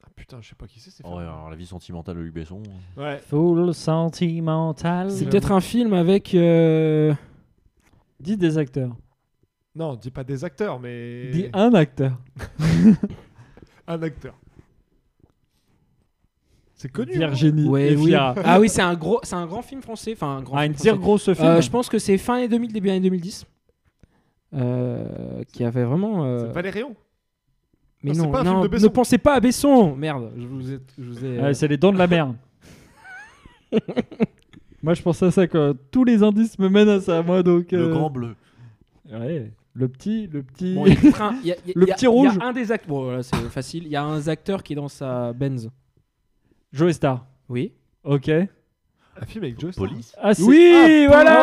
G: Ah, Putain, je sais pas qui c'est. c'est
J: Oh, Ouais, alors la vie sentimentale de Luc Besson. hein.
G: Ouais.
H: Full sentimental.
K: C'est peut-être un film avec. euh,
H: Dis des acteurs.
G: Non, dis pas des acteurs, mais.
H: Dis un acteur.
G: Un acteur. C'est
K: hein.
G: connu. hein.
H: Virginie.
K: Ouais,
H: et
K: oui.
H: Fira.
K: Ah oui, c'est un, gros, c'est un grand film français. Enfin, un grand
H: Ah,
K: film
H: une dire grosse
K: français.
H: film.
K: Euh, je pense que c'est fin année 2000, début année 2010. Euh, qui avait vraiment. euh,
G: hein. C'est pas les rayons.
K: Mais
G: Non, c'est
K: non,
G: pas un
K: non,
G: film de
K: ne
G: Besson.
K: pensez pas à Besson Ah, Merde, je vous ai. Je vous ai euh,
H: Ouais, c'est les dents de la mer. moi, je pense à ça quand tous les indices me mènent à ça. Moi, donc.
J: Le
H: euh,
J: Grand Bleu.
H: Ouais. Le petit, le petit.
K: Bon, il y a peut-être un- il y a- il y a-
H: Le
K: il y a-
H: petit rouge.
K: Il y a un des acteurs. Bon, voilà, c'est facile. Il y a un acteur qui est dans sa Benz.
H: Joe Star.
K: Oui.
H: Ok.
G: Un film avec Joe Starr.
J: Police.
H: Ah, c'est-
K: Oui,
H: Ah, Oh
K: voilà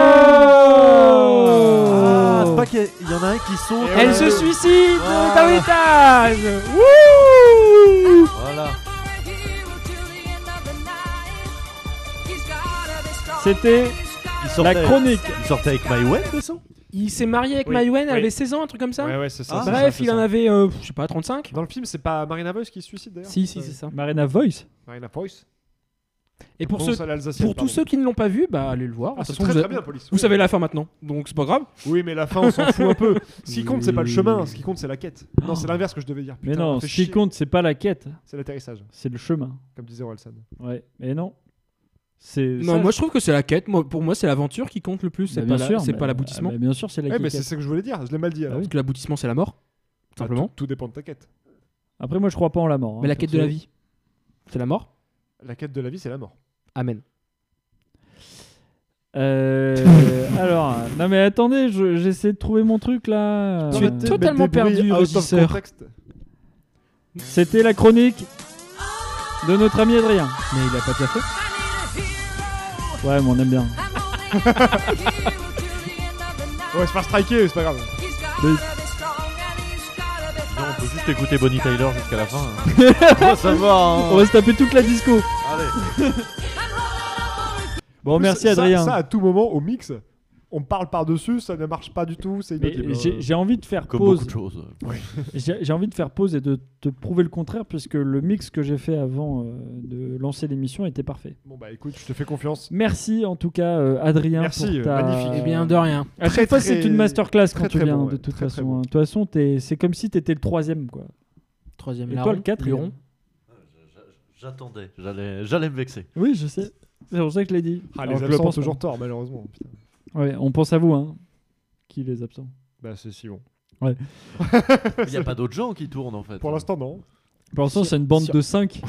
J: Ah, c'est pas qu'il y, a- il y en a un qui saute.
K: Oh. Eh,
J: euh,
K: Elle se suicide euh,
J: Ah.
K: dans l'étage Wouh
J: Voilà.
H: C'était
J: Il
H: la
J: sortait,
H: chronique.
J: il sortait avec My Way, Besson
K: Il s'est marié avec
G: Oui,
K: Maïwen, elle
G: oui.
K: avait 16 ans, un truc comme ça
G: Ouais, ouais, c'est ça.
K: Ah,
G: c'est ça,
K: Bref,
G: c'est
K: il
G: ça.
K: en avait, euh, je sais pas, 35
G: Dans le film, c'est pas Marina Voice qui se suicide d'ailleurs
K: Si, si, c'est ça.
H: Marina Voice.
G: Marina Voice.
K: Et pour,
G: Bon,
K: ceux,
G: ça, l'Alsacienne,
K: pour tous
G: pardon.
K: ceux qui ne l'ont pas vu, bah allez le voir.
G: Ah,
K: De toute
G: c'est
K: façon,
G: très, très
K: vous, a-
G: bien, Police.
K: vous savez la fin maintenant, donc c'est pas grave.
G: Oui, mais la fin, on s'en fout un peu. Ce qui compte, c'est pas le chemin, ce qui compte, c'est la quête. Non, c'est l'inverse que je devais dire.
H: Mais
G: Putain,
H: non,
G: ça fait
H: ce qui
G: chier.
H: compte, c'est pas la quête,
G: C'est l'atterrissage,
H: c'est le chemin.
G: comme disait Orelsan.
H: Ouais. Mais non. C'est.
K: Non,
H: ça.
K: moi je trouve que c'est la quête. Moi, pour moi, c'est l'aventure qui compte le plus. C'est
H: Bah,
K: pas,
H: bien
K: la-
H: sûr,
K: c'est
H: mais-
K: pas l'aboutissement.
H: ah, bah, bien sûr, c'est la
G: Eh, mais
H: quête.
G: c'est ce que je voulais dire, je l'ai mal dit alors.
K: Parce que l'aboutissement, c'est la mort, tout
G: Ah,
K: Ah simplement.
G: Tout, tout dépend de ta quête.
H: Après, moi, je crois pas Bah, en la mort. hein,
K: Mais la quête de
H: perso.
K: la vie, c'est la mort.
G: La quête de la vie, c'est la mort.
K: Amen.
H: Euh, alors, non mais attendez, je- j'essaie de trouver mon truc là.
K: Tu es
H: Euh,
K: toi- totalement perdu,
G: régisseur.
K: régisseur.
H: C'était la chronique de notre ami Adrien.
K: Mais il a pas déjà fait.
H: Ouais, mais on aime bien.
G: Ouais, se faire striker, c'est pas grave.
J: Non, on peut juste écouter Bonnie Tyler jusqu'à la fin. hein. Oh, ça va. hein.
H: On va se taper toute la disco.
J: Allez.
H: Bon,
G: En plus,
H: merci
G: ça-
H: Adrien.
G: Ça, à tout moment, au mix, on parle par-dessus, ça ne marche pas du tout, c'est euh,
H: Mais
G: inaudible.
H: j'ai- j'ai envie de faire
J: Comme
H: pause.
J: beaucoup de choses.
H: J'ai j'ai envie de faire pause et de te prouver le contraire puisque le mix que j'ai fait avant euh, de lancer l'émission était parfait.
G: Bon, bah écoute, je te fais confiance.
H: Merci en tout cas euh, Adrien
G: Merci,
H: pour
G: euh,
H: ta...
G: magnifique.
K: Eh bien, de rien.
H: À
G: Très,
H: chaque fois,
G: très-
H: c'est une masterclass quand
G: très,
H: tu
G: très
H: viens,
G: bon,
H: de
G: ouais.
H: toute
G: Très, très
H: façon.
G: bon.
H: hein. De toute façon, t'es- c'est comme si t'étais le troisième, quoi.
K: Troisième
H: Et toi,
K: larron,
H: le quatre,
K: luron.
J: J'attendais, j'allais, j'allais me vexer.
H: Oui, je sais. C'est pour ça que je l'ai dit.
G: Ah,
H: Alors
G: les
H: que je le
G: absents ont
H: pense pas.
G: toujours tort, malheureusement. Putain.
H: Ouais, on pense à vous, hein. Qui les absents
G: Bah, c'est si bon.
H: Ouais.
J: Il n'y a pas d'autres gens qui tournent en fait.
G: Pour l'instant, non.
H: Pour l'instant,
K: Sur-
H: c'est une bande
K: sur-
H: de 5.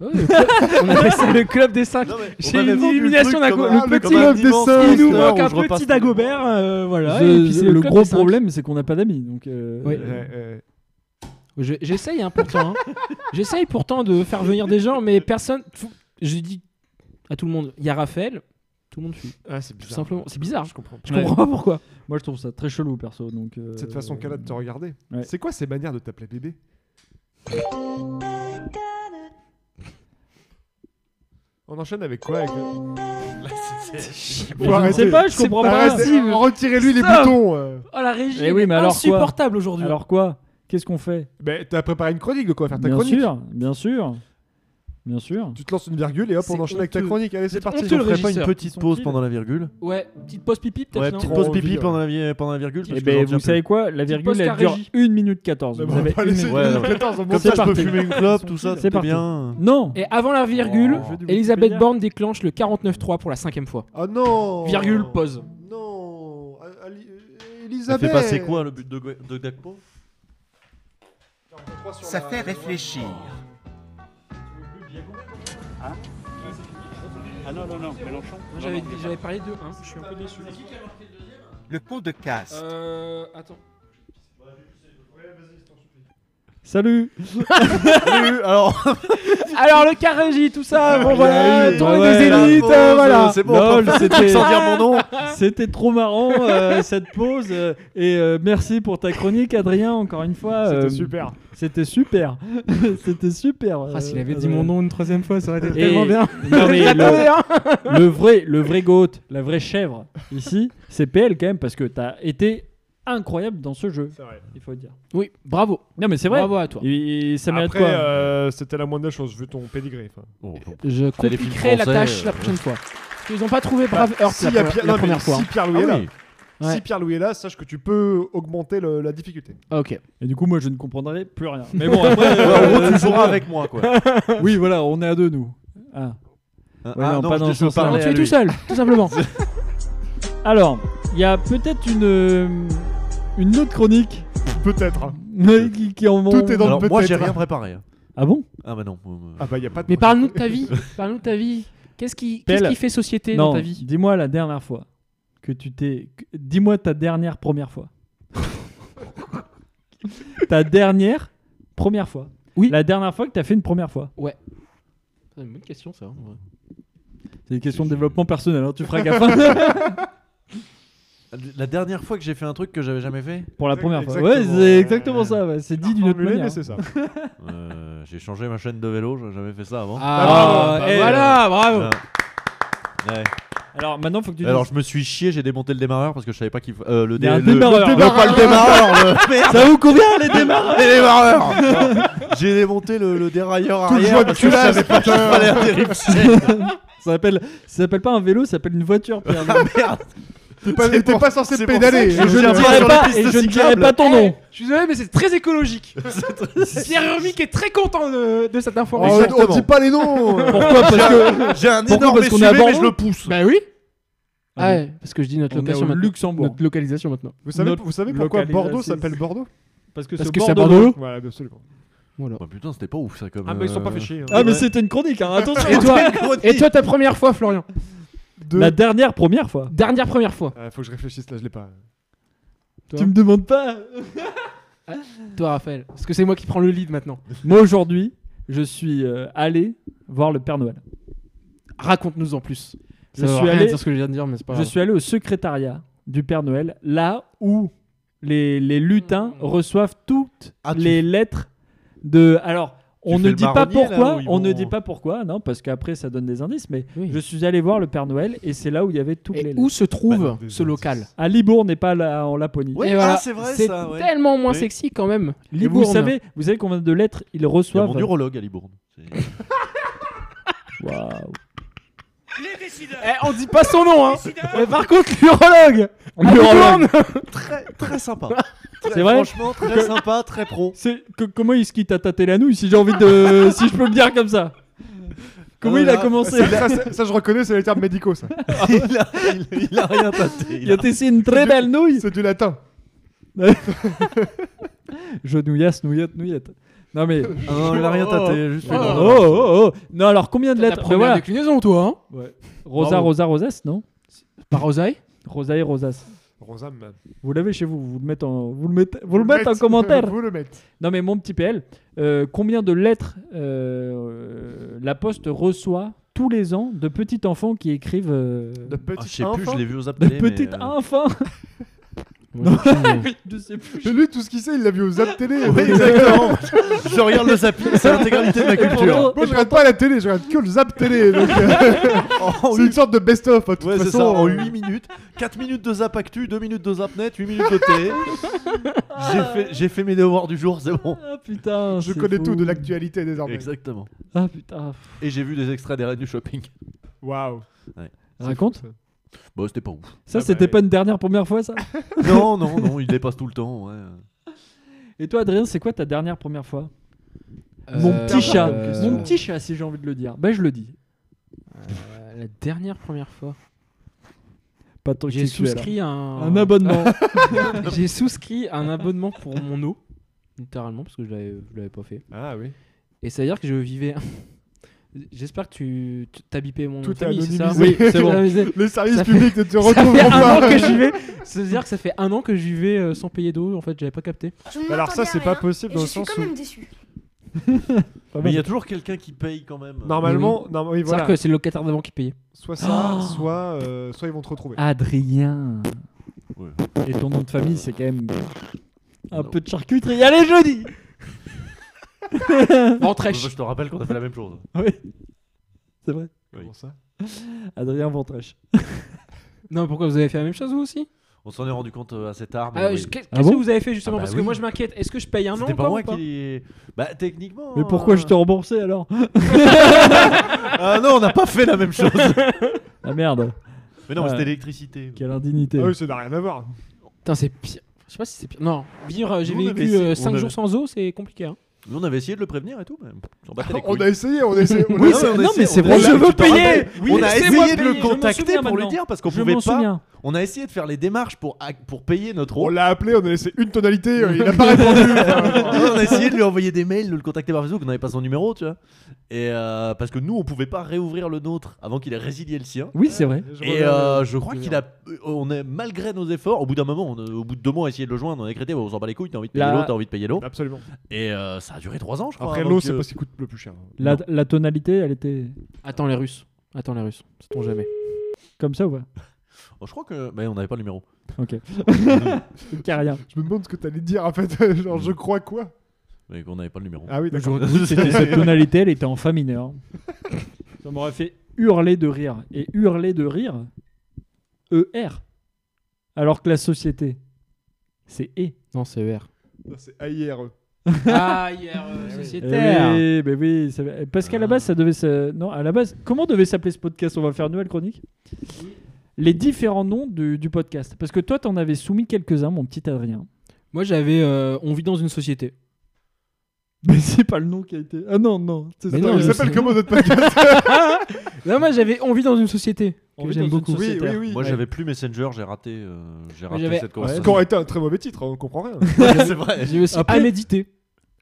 K: Ouais, le club- on appelle ça le club des 5.
J: Non, mais on
K: J'ai
J: avait
K: une
J: vendu le
K: illumination d'un
J: truc
K: co-
J: comme un-
K: le petit
J: comme un
K: club des
J: dimanche
K: 5. Il nous
J: soir
K: manque
J: où
K: un
J: je repasse
K: petit Dagobert, euh, voilà. et puis c'est
H: le
K: club
H: gros
K: des cinq.
H: problème, c'est qu'on n'a pas d'amis. Donc, euh,
K: Oui.
H: euh,
G: Euh,
K: Je- J'essaye hein, pourtant. hein. J'essaye pourtant de faire venir des gens, mais personne. fou- Je dis à tout le monde, il y a Raphaël, tout le monde fuit.
G: Ah, c'est
K: Tout
G: bizarre.
K: simplement, c'est bizarre.
G: Je comprends.
K: Je
H: Ouais.
K: comprends pas pourquoi.
H: moi, je trouve ça très chelou, perso. Donc, euh,
G: Cette façon qu'elle a de te regarder.
H: Ouais.
G: C'est quoi ces manières de t'appeler bébé On enchaîne avec quoi avec le-
H: Mais je ne sais pas, je comprends pas.
G: Arrêtez- Retirez-lui les
K: Stop
G: boutons euh.
K: Oh la régie,
H: Eh oui,
K: elle
H: mais
K: est
H: alors quoi
K: insupportable aujourd'hui.
H: Alors quoi Qu'est-ce qu'on fait
G: Bah, t'as préparé une chronique de quoi faire ta
H: Bien
G: chronique
H: sûr, bien sûr, bien sûr.
G: Tu te lances une virgule et hop, on
K: C'est
G: enchaîne avec ta
K: honteux.
G: chronique. Allez, c'est
K: C'est
G: parti.
K: honteux,
J: On
K: le
J: ferait pas une
K: régisseur.
J: petite pause pendant la virgule
K: Ouais, petite pause pipi peut-être.
J: Ouais,
K: non
J: petite
G: on
J: pause
G: revit,
J: pipi
G: ouais.
J: pendant la, vi- pendant la virgule. parce
H: Eh
J: que
H: ben,
J: j'en tiens
H: vous savez
J: plus.
H: quoi La virgule, elle
K: post-carré
H: dure
K: J.
H: 1 minute 14.
G: Bah,
H: Vous
G: on
H: avez
G: va pas
H: une
G: laisser
H: minute.
J: Ouais,
G: une
J: non.
G: minute 14, on
J: Comme
G: monte
J: ça,
G: pas.
J: je peux
H: parti.
J: fumer une clope, tout ça,
H: C'est
J: c'était
H: parti.
J: bien.
H: Non
K: Et avant la virgule,
G: Je vais du
K: Elisabeth
G: Wikipédia.
K: Borne déclenche le 49.3 pour la cinquième fois.
G: Ah non
K: Virgule, pause.
G: Non Ah, Ali- euh,
J: Ça
G: Elisabeth
J: fait passer quoi le but de, Gu- de Gakpo
F: Ça fait réfléchir.
B: Ah non, non, non, Mélenchon.
K: Moi, J'avais j'avais parlé de 1, je suis un peu déçu.
F: Le pot de casse.
K: Euh. Attends.
H: Salut
J: Salut Alors
K: Alors le carrégie, tout ça, bon
H: Il y
K: voilà,
H: a eu,
K: tournée
H: bah ouais,
K: des
H: la
K: élites,
H: pause,
K: euh, voilà.
H: c'est bon, on peut
K: Lol,
H: faire un truc
K: c'était-
H: sans dire mon nom. C'était trop marrant euh, cette pause euh, et euh, merci pour ta chronique Adrien encore une fois.
G: C'était
H: euh,
G: super.
H: C'était super. C'était super.
K: Ah, s'il
H: euh,
K: avait dit
H: Adrien.
K: mon nom une troisième fois, ça aurait été
H: Et-
K: tellement bien.
H: Non, mais
K: Je l'attendais, hein.
H: le, le vrai, le vrai goat, la vraie chèvre ici, c'est PL quand même parce que t'as été incroyable dans ce jeu. Il faut le dire.
K: Oui, bravo.
H: Non mais c'est vrai.
K: Bravo à toi.
H: Et, et ça mérite
G: Après,
H: quoi hein
G: euh, c'était la moindre des choses, vu ton pédigré. enfin.
K: Je compliquerai la tâche la prochaine fois. Parce qu'ils n'ont pas trouvé Brave
G: Bah,
K: Heart
G: si
K: la,
G: y a
K: pre-
G: Pierre- non,
K: la
G: mais
K: première fois.
G: Si
K: hein.
G: Pierre
J: Ah
G: Louis est là.
K: Ouais.
G: Si Pierre Louis est là, sache que tu peux augmenter le- la difficulté.
K: Ok.
H: euh, Et du coup, moi, je ne comprendrai plus rien. Mais bon, après, euh,
G: En gros, tu
H: euh,
G: joueras avec moi, quoi.
H: oui, voilà, on est à deux, nous. Ah.
J: Ah,
H: Ouais,
J: ah,
H: non,
J: non,
H: pas
J: je
H: dans
J: te
H: le
J: fais
H: sens là.
J: parler
K: Tu es Bah, tout seul, tout simplement.
H: Alors, il y a peut-être une euh, une autre chronique.
G: Peut-être. hein.
H: qui, qui en
G: Tout est dans le
J: Alors,
G: peut-être. hein.
J: moi, j'ai rien préparé.
H: Ah bon
J: Ah bah non.
G: Ah bah, y a pas de.
K: Mais parle-nous de ta vie. Parle-nous de ta vie. Qu'est-ce qui, qu'est-ce
H: Pelle.
K: qui fait société
H: Non,
K: dans ta vie
H: Dis-moi la dernière fois que tu t'es. que- Dis-moi ta dernière première fois. ta dernière première fois.
K: Oui.
H: La dernière fois que tu as fait une première fois.
K: Ouais. C'est Ah, une bonne question, ça. ouais.
H: C'est une question de développement personnel, hein, tu feras gaffe.
J: La dernière fois que j'ai fait un truc que j'avais jamais fait
H: Pour la première fois. Ouais, c'est exactement ça. ouais. C'est dit d'une autre manière.
J: Euh, j'ai changé ma chaîne de vélo, j'avais jamais fait ça avant.
K: Ah, Ah, bravo, eh, bah voilà, bravo.
J: Ah. Ouais. Ouais.
H: Ah. Alors maintenant, faut que tu
J: Alors
H: dises-
J: je me suis chié, j'ai démonté le démarreur parce que je savais pas qu'il faut. euh, le,
H: Il y a un
J: le-
H: démarreur.
J: le- pas le démarreur. le- Merde.
H: Ça vous convient les démarreurs Ah,
J: Les démarreurs. J'ai démonté le, le dérailleur
H: Tout le
J: arrière
H: joint de
J: parce que je
H: culasse.
J: savais pas qu'il fallait un dérive
H: ça s'appelle ça s'appelle pas un vélo, ça s'appelle une voiture. Pierre.
J: Ah, Merde.
G: T'es pas,
H: C'est
G: t'es
H: pour-
G: pas censé
H: c'est pour
G: pédaler.
H: ça que je ne dirai pas et je ne dirai pas ton nom.
K: Eh, Je suis désolé, mais c'est très écologique. Pierre Urmic est très content de, de cette information.
G: on dit pas les noms.
H: Pourquoi Parce que
J: j'ai un
H: pourquoi
J: énorme
H: Parce qu'on est
J: SUV,
H: à
J: mais
H: Bordeaux
J: je le pousse.
K: Bah oui.
H: Ah
K: Ah
H: oui.
K: ouais, parce que je dis notre
H: On est
K: location
H: au
K: maintenant.
H: Luxembourg.
K: Notre localisation maintenant.
G: Vous savez,
H: Notre
G: vous savez pourquoi
H: localisation.
G: Bordeaux s'appelle Bordeaux
H: Parce que
K: Parce
H: c'est
K: que c'est à
H: Bordeaux.
K: Bordeaux.
G: Voilà, absolument.
J: Bah, putain, c'était pas ouf ça comme.
G: Ah, mais ils sont pas
J: euh,
G: fait chier, hein.
H: Ah mais
G: Ouais.
H: c'était une chronique hein. Attention.
K: Et toi, et toi, ta première fois, Florian Bah,
H: La dernière première fois.
K: Dernière première fois.
G: Ah, faut que je réfléchisse là, je l'ai pas.
K: Toi
H: Tu me demandes pas.
K: Toi, Raphaël. Parce que c'est moi qui prends le lead maintenant.
H: Moi aujourd'hui, je suis euh, allé voir le Père Noël.
K: Raconte-nous en plus.
H: Je
K: Ça va
H: suis
K: rien
H: allé
K: dire ce que je viens de dire, mais c'est pas
H: Je
K: grave.
H: suis allé au secrétariat du Père Noël, là où les, les lutins reçoivent toutes les lettres de. Alors, on
J: fais
H: ne
J: le
H: dit pas
J: marronnier, là,
H: pourquoi.
J: où ils
H: On ne
J: vont-
H: dit pas pourquoi, non, parce qu'après ça donne des indices. Mais je suis allé voir le Père Noël Mmh. et c'est là où il y avait toutes les lettres.
K: Où se trouve ce local
H: À Libourg, n'est pas là en Laponie.
J: ah,
K: Et voilà. tellement moins sexy quand même.
H: Et vous savez, vous savez combien de lettres ils
J: Il y a
H: reçoivent
J: mon urologue à Libourne.
H: Waouh.
K: Eh, on dit pas son nom, hein. Mais par contre, l'urologue. à
H: L'urologue.
K: Libourne.
J: Très, très sympa.
H: C'est vrai
J: Franchement, très
H: Que-
J: sympa, très pro.
H: C'est que- comment il se quitte à tâter la nouille si j'ai envie de si je peux le dire comme ça. Comment
G: Ah,
H: il a
J: Euh,
G: là,
H: commencé
G: ça, ça, ça, ça, je reconnais, c'est les termes médicaux, ça.
J: il, a, Oh il- il a Ah, rien tâté.
H: Il a tessé une très belle nouille.
G: C'est du latin.
H: Je nouillasse, nouillette, nouillette. Non mais
J: Ah non, il a rien tâté, juste
H: Oh,
J: fait dans la
H: oh, oh, oh. Non alors combien de
K: T'as ta
H: lettres Mais
K: première
H: voilà.
K: déclinaison, toi, hein
H: Ouais. Rosa,
K: Bravo.
H: Rosa, Rosas, non
K: Par Rosaille
H: Rosaille, Rosas.
G: Rosam.
H: Vous l'avez chez vous, vous le mettez en, vous le mettez, vous le mettez en commentaire.
G: Vous le mettez.
H: Non mais mon petit PL, euh, combien de lettres euh, la Poste reçoit tous les ans de petits enfants qui écrivent euh,
G: De petits
J: Ah, je sais plus,
G: enfants.
J: je l'ai vu aux apps
H: de
J: télé, mais,
H: petits
J: euh,
H: enfants
K: Moi, j'ai aucune idée.
H: Je sais plus.
G: Mais lui, tout ce qu'il sait, il l'a vu aux apps télé.
J: Oui, exactement. je regarde le zapping, c'est l'intégralité de ma culture.
G: Moi, je regarde pas la télé, je regarde que le zap télé. donc, euh, c'est une sorte de best-of. hein, De toute
J: Ouais, c'est
G: façon,
J: ça, en
G: euh,
J: 8 minutes. 4 minutes de zap actu, 2 minutes de zap net, 8 minutes de télé. J'ai fait, j'ai fait mes devoirs du jour, c'est bon.
H: Ah putain,
G: Je
H: c'est
G: connais
H: fou.
G: tout de l'actualité désormais.
J: Exactement.
H: Ah putain,
J: Et j'ai vu des extraits des raids du shopping.
G: Waouh.
J: Ouais.
H: raconte.
J: Bon, Bah, c'était pas ouf.
H: Ça
G: Ah
H: c'était
G: bah,
H: pas une dernière première fois ça
J: Non, non, non, il dépasse tout le temps. ouais.
H: Et toi Adrien, c'est quoi ta dernière première fois
K: Euh,
H: Mon petit
K: euh,
H: chat,
K: euh,
H: mon petit chat si j'ai envie de le dire. Ben je le dis.
K: Euh, La dernière première fois.
H: Pas tant que
K: J'ai
H: c'est cul, alors.
K: souscrit un...
H: Un abonnement.
K: J'ai souscrit un abonnement pour mon eau, littéralement, parce que je l'avais, je l'avais pas fait.
G: Ah oui.
K: Et ça veut dire que je vivais J'espère que tu tu- t'as bipé mon
G: Tout
K: nom de
G: est
K: famille, c'est ça
G: anonymisé.
K: Oui, c'est bon.
G: Le service
K: Ça
G: public ne te
K: ça
G: retrouve
K: fait un
G: pas.
K: an que j'y vais. C'est-à-dire que ça fait un an que j'y vais euh, sans payer d'eau. En fait, j'avais pas capté.
Q: Je ne
G: Alors
Q: m'attendais
G: ça,
Q: à
G: c'est pas
Q: rien,
G: possible
Q: et
G: dans
Q: je
G: le
Q: suis
G: sens
Q: quand
G: où-
Q: même déçu.
J: Mais il y a toujours quelqu'un qui paye quand même. Bah,
G: Normalement,
K: Oui.
G: non, oui,
K: C'est-à-dire
G: voilà.
K: que c'est le locataire d'avant qui payait.
G: Soit ça, soit, euh, soit ils vont te retrouver.
H: Ah, Adrien.
J: Ouais.
H: Et ton nom de famille, c'est quand même un peu de charcuterie. Allez, jeudi
K: En trèche.
J: Je te rappelle qu'on a fait la même chose.
H: Oui. C'est vrai.
J: Oui.
H: Adrien Ventrèche.
K: Non, pourquoi vous avez fait la même chose vous aussi
J: On s'en est rendu compte euh, assez tard. mais
K: Ah,
J: oui.
K: je- Qu'est-ce que vous avez fait justement
J: Ah bah
K: Parce que
J: oui.
K: moi je m'inquiète. Est-ce que je paye un an
J: C'était pas
K: encore
J: moi
K: ou pas
J: qui. Bah, techniquement.
H: Mais pourquoi je t'ai remboursé alors
J: Ah non, on n'a pas fait la même chose.
H: Ah merde.
J: Mais non, mais
H: Ah,
J: c'était l'électricité.
H: Quelle indignité.
G: Ah oui, ça n'a rien à voir.
K: Putain, c'est pire. Je sais pas si c'est pire. Non, vivre, euh, j'ai
J: Nous, on avait
K: vécu
J: essayé-
K: 5
J: on
K: jours
J: avait-
K: sans eau, c'est compliqué. Hein.
J: Nous, on avait essayé de le prévenir et tout. Mais on s'en
H: Ah,
J: battait les
G: On
J: couilles.
G: a essayé, on a essayé. on a-
J: Oui,
G: Ah ouais, on a
J: non,
G: essayé,
J: mais c'est
G: on a
J: vrai,
G: essayé.
J: je veux payer.
G: Oui,
J: on a
G: laissez-moi
J: essayé
G: payer,
J: de le
G: je m'en
J: contacter
G: souviens
J: pour lui
G: maintenant.
J: dire parce qu'on
G: Je
J: pouvait
G: m'en
J: pas.
G: souviens. Oh
J: On a essayé de faire les démarches pour, ac- pour payer notre eau.
G: On l'a appelé, on a laissé une tonalité, euh, il n'a pas répondu.
J: on a essayé de lui envoyer des mails, de le contacter par Facebook, on n'avait pas son numéro, tu vois. Et euh, parce que nous, on pouvait pas réouvrir le nôtre avant qu'il ait résilié le sien.
H: Oui, c'est vrai.
G: Je
J: Et
G: reviens,
J: euh,
G: euh,
J: je crois
G: je
J: qu'il a, on est malgré nos efforts, au bout d'un moment, on a- au bout de deux mois, on a essayé de le joindre, on a écrété, Bon, on s'en bat les couilles, t'as envie de payer
H: La-
J: l'eau, t'as envie de payer l'eau.
G: Absolument.
J: Et euh, ça a duré trois ans, je crois. euh,
G: Après,
J: avant
G: l'eau,
J: que-
G: Ah, c'est pas ce qui coûte le plus cher.
H: La, la tonalité, elle était
K: Attends les Russes. Attends les Russes. Sait-on jamais.
H: comme ça ou pas
J: Oh, je crois que, bah, on n'avait pas le numéro.
H: Ok. Carrien.
G: Je me demande ce que t'allais dire en fait. Genre, je crois quoi
J: Mais qu'on n'avait pas le numéro.
G: Ah oui, d'accord.
H: Oui, c'était cette tonalité, elle était en fa mineur. Ça m'aurait fait hurler de rire. Et hurler de rire, ER. Alors que la société, c'est E.
K: Non, c'est ER.
G: Non, C'est AIRE.
K: Ah, hier, euh,
G: E
K: sociétaire.
H: Oui, mais oui. ça- Parce qu'à la base, ça devait. se- Non, à la base, comment devait s'appeler ce podcast On va faire une nouvelle chronique Les différents noms du, du podcast. Parce que toi, t'en avais soumis quelques-uns, mon petit Adrien.
K: Moi j'avais. euh, on vit dans une société.
H: Mais c'est pas le nom qui a été. Ah non, non. c'est-
K: Mais
H: attends,
K: non,
H: il
K: je
H: s'appelle
K: sais.
H: comment notre podcast
K: Non, moi j'avais. On vit dans une société.
H: On
K: Que
H: vit
K: j'aime
H: dans une
K: beaucoup.
H: société. Oui, oui, oui.
J: Moi,
H: Ouais.
J: j'avais plus Messenger, j'ai raté, euh, j'ai
K: Moi,
J: raté
K: j'avais-
J: cette
G: Ce
J: conversation.
G: qui aurait été un très mauvais titre, hein, on comprend rien.
J: c'est vrai.
K: J'ai aussi
H: Après-
K: à méditer.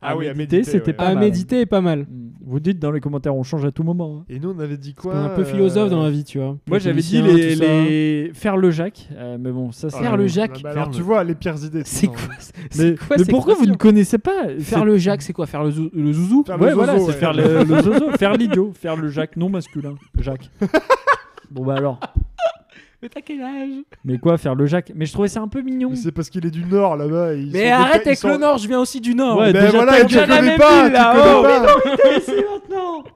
G: Ah oui, à
H: méditer,
G: méditer,
H: c'était
G: ouais.
H: pas
K: À
H: mal.
K: méditer est pas mal.
H: Vous dites dans les commentaires, on change à tout moment. hein.
G: Et nous, on avait dit
K: On
G: quoi
K: est un peu
G: euh,
K: philosophe dans la vie, tu vois.
H: Moi j'avais dit
K: Politicien,
H: les,
K: tout ça.
H: les- faire le Jacques, euh, mais bon, ça c'est.
K: Faire le Jacques.
G: Bah, alors, tu vois, les pires idées. hein.
K: C'est
G: putain.
K: quoi c'est-
H: Mais,
K: c'est quoi
H: mais
K: cette
H: pourquoi vous
K: question
H: ne connaissez pas
K: Faire le Jacques, c'est quoi Faire le, zou- le zouzou
G: Faire le
H: Ouais,
G: zozo,
H: voilà, c'est
G: ouais.
H: faire le, le zozo, faire l'idiot, faire le Jacques non masculin. Jacques. bon bah alors.
K: Mais t'as quel âge
H: Mais quoi, faire le Jacques Mais je trouvais ça un peu mignon.
G: Mais C'est parce qu'il est du Nord là-bas. ils
K: Mais
G: sont
K: arrête
G: déca- ils
K: avec
G: sont-
K: le Nord, je viens aussi du Nord.
H: Ouais,
G: Ben
H: déjà,
G: voilà,
H: t'as-
G: et tu
H: t'as la
G: connais
H: même
G: pas,
H: ville,
G: tu
H: là,
G: connais
H: oh.
G: pas.
H: maintenant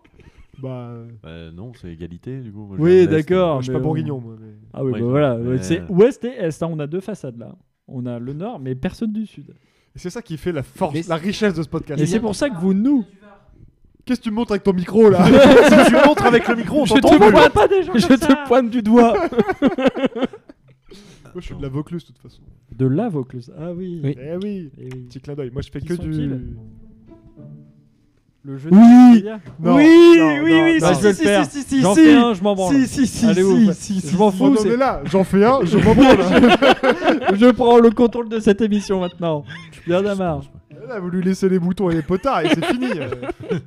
G: Bah, euh,
J: Euh, non, c'est égalité du coup. Moi, je viens
H: Oui,
J: de l'Est.
H: d'accord.
G: je suis
H: mais
G: pas
H: on-
G: bourguignon, moi. mais-
H: Ah
J: Ouais,
H: oui, bah
J: donc,
H: voilà,
J: euh,
H: c'est ouest et est. hein, on a deux façades là. On a le nord, mais personne du sud.
G: Et c'est ça qui fait la force,
K: Mais
G: la richesse de ce podcast.
H: Et c'est pour ça que vous nous.
G: Qu'est-ce que tu montres avec ton micro là Si tu montres avec le micro, on
H: Je te
G: t'entend plus. Moi,
H: vois pas des gens
K: Je
H: comme
K: te
H: ça.
K: pointe du doigt.
G: je suis de la Vaucluse de toute façon.
H: De là, Vaucluse. Ah oui.
K: Oui.
G: Eh oui,
H: Eh oui.
G: petit clin d'œil. Moi, je fais
H: Qui
G: que du.
H: sont-ils Le jeu
K: Oui.
H: de
G: Non,
K: oui,
G: non,
K: oui,
G: non,
K: oui,
G: non.
H: Bah,
K: si,
H: je vais
K: si,
H: le faire.
K: si, si, si,
H: J'en
K: si.
H: fais un, je m'en branle.
K: Si, si, si,
H: Allez,
K: si,
H: ouf.
K: si, si,
H: Je m'en
K: si.
H: fous.
G: On en
H: c'est-
G: est là, j'en fais un, je m'en branle.
H: Je prends le contrôle de cette émission maintenant. Bien d'amarre.
G: Elle a voulu laisser les boutons et les potards et c'est fini. Euh,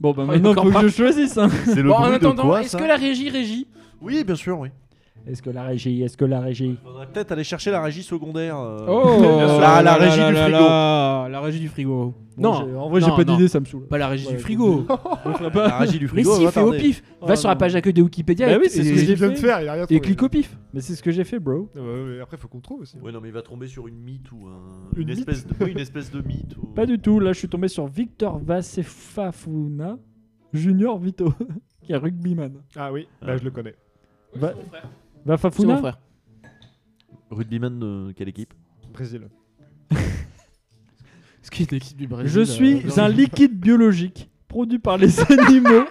H: Bon, bah
K: Oh,
H: maintenant,
K: encore
H: faut que
K: pas.
H: je choisisse. hein.
J: C'est le
K: Bon, en
J: bruit de
K: attendant,
J: quoi
K: est-ce
J: ça
K: que la régie régie
J: Oui, bien sûr, oui.
H: Est-ce que la régie Est-ce que la régie
J: Faudrait peut-être aller chercher la régie secondaire. euh,
K: Oh
J: la, la régie du
K: là
J: frigo.
K: là, La régie du frigo.
H: Bon, j'ai- en vrai, j'ai
K: non,
H: pas
K: non.
H: d'idée, ça me saoule.
K: Pas la régie
H: Ouais,
K: du frigo.
H: Je
K: ah
H: le ferai pas.
J: La régie du
K: Mais
J: frigo.
K: si,
J: va
K: fais au
J: tarder.
K: pif. Va
H: Oh,
K: sur euh, la
H: non.
K: page d'accueil de Wikipédia
H: Bah
K: et-
H: oui, c'est ce
K: et-
H: que
G: Ce qu'il
H: j'ai
G: vient de
H: fait.
G: faire, il a rien
K: et
G: trouvé.
K: clique au pif.
H: Mais c'est ce que j'ai fait, bro.
G: Ouais, ouais, ouais, Après, faut qu'on trouve aussi.
J: Ouais, non, mais il va tomber sur une mythe ou un-
G: Une
J: une,
G: mythe
J: espèce de... oui, une espèce de mythe. Ou...
H: Pas du tout. Là, je suis tombé sur Victor Vasefafuna Junior Vito, qui est rugbyman.
G: Ah oui, bah, je le connais.
H: Va-
K: C'est mon
H: Vafafuna
K: frère.
J: Rugbyman de quelle équipe
G: Brésil.
K: Ce qui est une équipe du Brésil.
H: Je
K: euh,
H: suis
K: dans-
H: un liquide biologique produit par les animaux.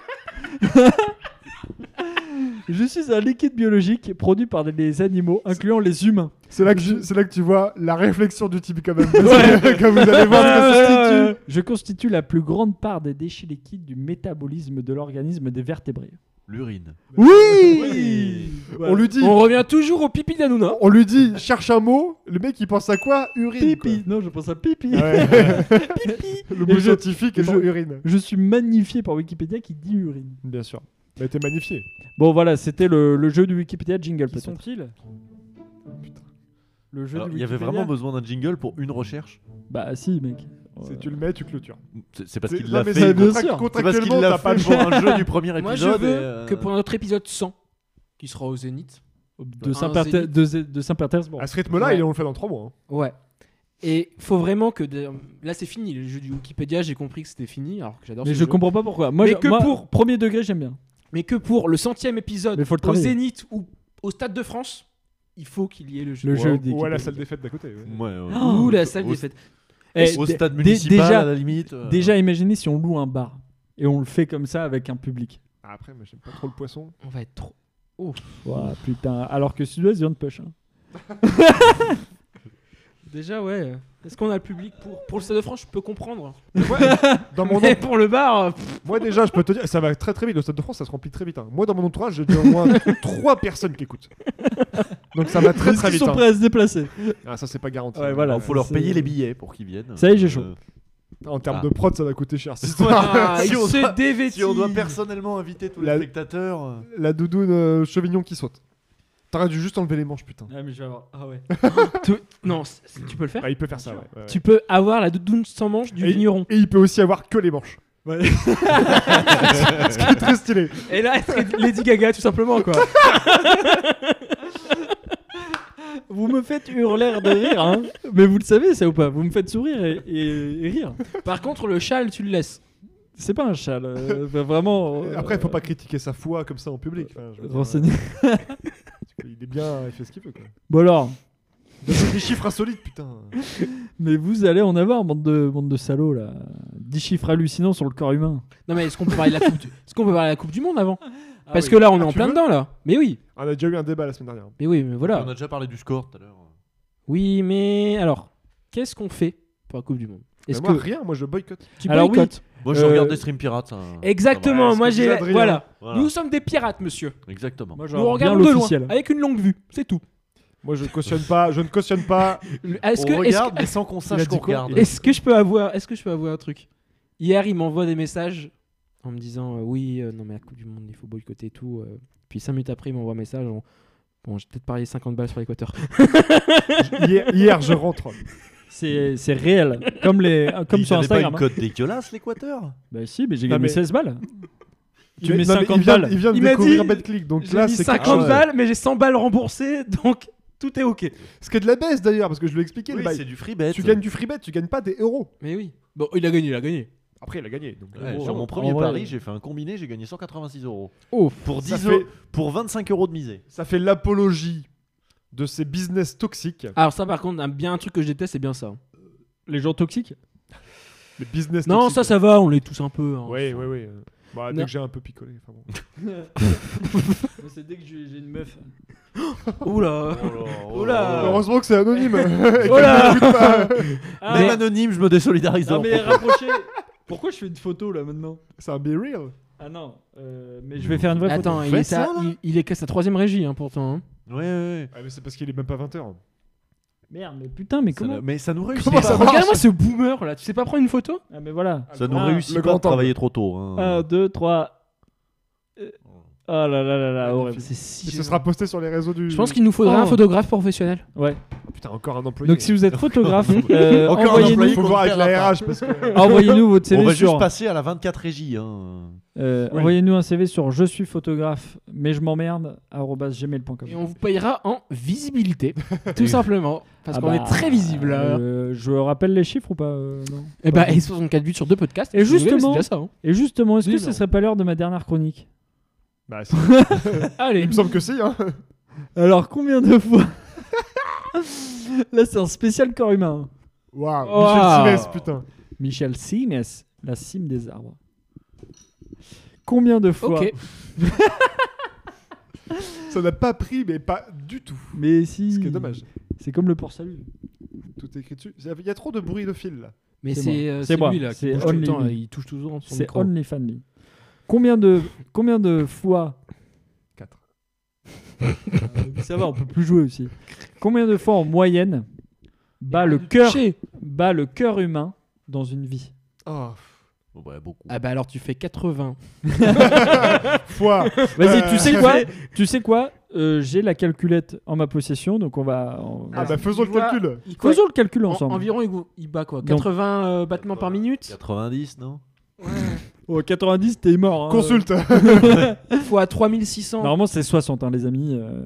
H: Je suis un liquide biologique produit par les animaux, incluant les humains.
G: C'est là, que tu- c'est là que tu vois la réflexion du type quand même. Parce que, comme vous allez voir ce que ça
H: Ouais, ouais,
G: constitue.
H: ouais. Je constitue la plus grande part des déchets liquides du métabolisme de l'organisme des vertébrés.
J: L'urine.
H: Oui,
J: Oui.
G: On lui dit.
K: On revient toujours au pipi d'Anouna.
G: On lui dit, cherche un mot. Le mec, il pense à quoi Urine.
H: Pipi. Non, je pense à pipi.
G: pipi. Le mot
H: Et je-
G: scientifique est
H: je-
G: urine.
H: Je suis magnifié par Wikipédia qui dit urine.
G: Bien sûr. Bah, t'es magnifié.
H: Bon, voilà, c'était le, le jeu du Wikipédia jingle,
K: Qui
H: peut-être.
K: sont-ils
H: Le jeu
J: Alors,
H: du
J: il y avait
H: Wikipédia.
J: vraiment besoin d'un jingle pour une recherche
H: Bah, si, mec.
G: Si tu le mets, tu clôtures.
J: C'est c'est parce
G: C'est-
J: qu'il
G: non,
J: l'a
G: mais
J: fait.
G: ça, bien
J: contract-
G: sûr.
J: c'est parce
G: Contractuellement,
J: qu'il l'a
G: t'as pas
J: fait
G: le
J: devant
G: droit.
J: un jeu du premier épisode.
K: Moi, je veux
J: et, euh,
K: que pour notre épisode 100, qui sera au Zénith,
H: De
K: un
H: Saint-Perte-
K: Zénith.
H: de Zé- de Saint-Pétersbourg.
G: À ce rythme-là,
K: Ouais.
G: il- on le fait dans 3 mois. hein.
K: Ouais. Et faut vraiment que. de- Là, c'est fini, le jeu du Wikipédia, j'ai compris que c'était fini, alors que j'adore
H: Mais
K: ce
H: je
K: jeu.
H: comprends pas pourquoi. Moi,
K: Mais
H: je-
K: que
H: moi,
K: pour-
H: premier degré, j'aime bien.
K: Mais que pour le centième épisode,
H: Mais faut le
K: au
H: travailler.
K: Zénith ou au Stade de France, il faut qu'il y ait le jeu.
H: Le
G: ou,
H: jeu
G: à-
H: des
G: ou à la
H: équipes.
G: salle des fêtes d'à côté. ouais.
J: Ouais, ouais.
K: Ouh, la salle
J: Oh, Au-
K: des fêtes.
H: Eh,
J: Au
H: dé-
J: stade
H: dé-
J: municipal,
H: déjà-
J: à la limite. euh,
H: Déjà, imaginez si on loue un bar et on le fait comme ça avec un public.
G: Ah, Après, moi, j'aime pas trop le poisson.
K: On va être trop. Ouf.
H: Ouah, putain. Alors que Sud-Ouest vient de push. hein.
K: Déjà, ouais. Est-ce qu'on a le public pour Pour le Stade de France, je peux comprendre.
G: Dans mon
K: Mais pour le bar, euh, pff,
G: Moi déjà, je peux te dire, ça va très très vite. Le Stade de France, ça se remplit très vite. hein. Moi, dans mon entourage, j'ai déjà au moins trois personnes qui écoutent. Donc ça va très
H: Est-ce
G: très
H: qu'ils
G: vite.
H: sont
G: hein.
H: prêts à se déplacer.
G: Ah, ça c'est pas garanti.
H: Ouais, voilà.
J: Il faut leur
H: c'est-
J: payer les billets pour qu'ils viennent.
H: Ça y est, j'ai chaud.
J: Euh,
G: En termes
J: Ah.
G: de prod, ça va coûter cher. cette histoire.
K: ah,
J: Si
K: il
J: on
K: se
J: doit-
K: dévêtit.
J: Si on doit personnellement inviter tous
G: La-
J: les spectateurs. euh,
G: La doudoune euh, chevignon qui saute. T'aurais dû juste enlever les manches, putain.
H: Ah, mais je vais avoir. Ah ouais.
K: Tu- Non, c- c- tu peux le faire.
G: Ah, il peut faire ça. ouais, ouais, ouais.
K: Tu peux avoir la doudoune sans manche du
G: Et-
K: vigneron.
G: Et il peut aussi avoir que les manches. Ce qui est très stylé.
K: Et là, Lady Gaga, tout simplement, quoi.
H: Vous me faites hurler de rire, hein. Mais vous le savez, ça ou pas Vous me faites sourire et, et- et rire.
K: Par contre, le châle, tu le laisses.
H: C'est pas un châle. euh, enfin, vraiment. euh,
G: Après, faut pas critiquer sa foi comme ça en public. Enfin, je veux dire,
H: renseigner.
G: euh, il est bien, il fait ce qu'il peut. Quoi.
H: Bon alors,
G: Donne-nous des chiffres insolites, putain.
H: mais vous allez en avoir, bande de, bande de salauds là. 10 chiffres hallucinants sur le corps humain.
K: Non, mais est-ce qu'on peut parler de la coupe du... Est-ce qu'on peut parler de la Coupe du Monde avant Parce
G: oui.
K: que là, on est
G: Ah,
K: en
G: tu
K: plein
G: veux
K: dedans, là. Mais oui,
G: On a déjà eu un débat la semaine dernière.
K: mais oui, mais
J: On
K: voilà.
J: a déjà parlé du score tout à l'heure.
K: Oui, mais alors, qu'est-ce qu'on fait pour la Coupe du Monde
G: Mais
K: Est-ce
G: moi,
K: que
G: rien, moi je boycotte.
K: tu
H: Alors oui,
K: boycottes
J: Moi, je
H: Euh,
J: regarde des streams pirates. hein.
K: Exactement,
G: Ouais,
K: moi
G: ce que disait
K: j'ai.
G: Adrien. Ah.
K: Voilà.
J: Voilà.
K: Nous sommes des pirates, monsieur.
J: Exactement.
H: Moi, je
K: Nous
H: regarde
K: regardons de loin,
H: l'officiel.
K: avec une longue vue, c'est tout.
G: Moi je cautionne pas, je ne cautionne pas.
K: Le- Est-ce
J: on
K: que, est-ce
J: regarde,
K: que-
J: mais sans qu'on
G: Il a
J: sache
G: dit
J: qu'on
G: quoi
J: regarde.
K: Est-ce que je peux avoir Est-ce que je peux avoir un truc Hier, il m'envoie des messages en me disant euh, oui, euh, non mais la Coupe du Monde, il faut boycotter et tout. euh. Puis 5 minutes après, il m'envoie un message. en- Bon, j'ai peut-être parié 50 balles sur l'Équateur.
G: Hier, hier, je rentre.
H: C'est c'est réel. Comme, les, comme
J: Il
H: sur
J: avait
H: Instagram.
J: pas
H: hein.
J: une cote dégueulasse, l'Équateur
H: Bah si, mais j'ai
G: Non,
H: gagné
G: mais-
H: 16 balles. Tu
G: Mais-
H: mets
G: non, mais
H: 50
G: il vient,
H: balles.
G: Il vient de
K: Il m'a
G: découvrir
K: dit-
G: BetClick, donc
K: J'ai
G: là
K: mis
G: c'est
K: 50
G: quelque chose.
K: balles, mais j'ai 100 balles remboursées, donc tout est ok.
G: Ce qui est de la baisse d'ailleurs, parce que je lui ai expliqué le
J: Oui,
G: bail.
J: c'est du free bet.
G: Tu gagnes du free bet, tu gagnes pas des euros.
K: Mais oui. Bon, il a gagné, il a gagné.
G: Après, il a gagné. Donc,
J: Oh, Ouais,
G: bon,
J: sur mon
G: bon.
J: premier
H: en vrai-
J: pari, j'ai fait un combiné, j'ai gagné 186 euros.
K: Oh,
J: Pour,
G: Ça
J: 10 euros-
G: fait-
J: pour 25 euros de misée.
G: Ça fait l'apologie de ces business toxiques.
K: Alors ça, par contre, un, bien un truc que je déteste, c'est bien ça. hein.
H: Les gens toxiques
G: Les business
K: Non,
G: toxiques.
K: ça, ça va, on les tous un peu. hein.
G: Oui, oui, oui. Bah, dès
K: Non.
G: que j'ai un peu picolé. enfin bon.
H: C'est dès que j'ai une meuf.
K: Oula.
J: Ah.
K: Oula.
G: Heureusement que c'est anonyme. Et
K: Oh là.
J: Même
K: Ah, Mais-
J: anonyme, je me désolidarise.
H: Non Ah, mais rapprochez Pourquoi je fais une photo là maintenant
G: c'est un be real.
H: Ah non, euh, mais je vais faire une vraie
K: Attends,
H: photo.
K: il est,
J: ça,
K: à-
J: là
K: il, il est qu'à sa troisième régie, hein, pourtant. hein.
J: Ouais, ouais, ouais.
G: Ah, mais c'est parce qu'il est même pas 20h.
H: Merde, mais putain, mais
J: Ça
H: comment
J: ne- Mais ça nous réussit
G: Comment
J: pas.
G: ça marche
K: Regarde-moi ce boomer là, tu sais pas prendre une photo
H: Ah mais voilà.
J: Ça nous
H: Ah,
J: réussit
G: le
J: pas
G: grand
J: de travailler trop tôt. hein.
H: 1, 2, 3. Ah. Oh là là là là, horrible.
K: C'est si
G: Et
K: gênant.
G: ce sera posté sur les réseaux du.
K: Je pense qu'il nous faudrait un
H: Oh.
K: photographe professionnel.
H: Ouais.
G: Putain, encore un employé.
H: Donc si vous êtes photographe, euh,
J: Encore un employé
H: envoyez-nous
G: faut
J: qu'on
G: voir
J: ne
G: avec la
J: perdra
G: RH parce que.
H: envoyez-nous votre
J: On va
H: CV
J: juste
H: sur
J: passer à la 24 régie. hein.
H: euh,
G: Oui.
H: envoyez-nous un CV sur je suis photographe mais je m'emmerde arobase gmail.com.
K: Et on vous payera en visibilité, tout simplement. Parce
H: Ah
K: qu'on
H: bah,
K: est très visible là.
H: euh, je rappelle les chiffres ou pas euh, non
K: et bah, et 64 buts sur deux podcasts.
H: Et
K: Je suis désolé, mais
H: justement-
K: c'est déjà ça, hein.
H: Et justement, est-ce
K: Oui,
H: que
K: non.
H: ce serait pas l'heure de ma dernière chronique
G: Bah, si.
K: Allez,
G: il me semble que si. Hein.
H: Alors, combien de fois Là, c'est un spécial corps humain.
G: Waouh.
K: Waouh.
G: Michel Simès, putain.
H: Michel Simes, la cime des arbres. Combien de fois
K: ok.
G: Ça n'a pas pris, mais pas du tout.
H: Mais si.
G: Ce qui est dommage.
H: C'est comme le port salut.
G: Tout est écrit dessus. Il y a trop de bruit de fil là.
K: Mais
H: C'est
K: c'est
H: moi.
K: euh,
H: C'est
K: c'est
H: moi.
K: lui là qui
H: C'est
K: bouge tout le
H: only
K: temps,
H: me.
K: là, il touche toujours son
H: C'est
K: micro.
H: only fan Combien de combien de fois
G: 4.
H: ça va, on peut plus jouer aussi. Combien de fois en moyenne
K: Bah,
H: bat le cœur bat le cœur humain dans une vie
J: beaucoup.
K: Ah bah alors tu fais 80.
G: Fois.
H: Vas-y, tu sais
K: Euh,
H: quoi
K: ça fait-
H: Tu sais quoi Euh, J'ai la calculette en ma possession, donc on va. on-
G: Ah bah, faisons le
K: Il bat-
G: calcul.
K: il-
H: Faisons
K: quoi,
H: le calcul
K: en-
H: ensemble.
K: environ, il, go- il bat quoi
H: Donc-
K: 80 euh, battements par minute
J: 90, non
H: Oh, 90, t'es mort. hein.
K: Consulte. Fois 3600.
H: Normalement, c'est 60, hein, les amis. euh,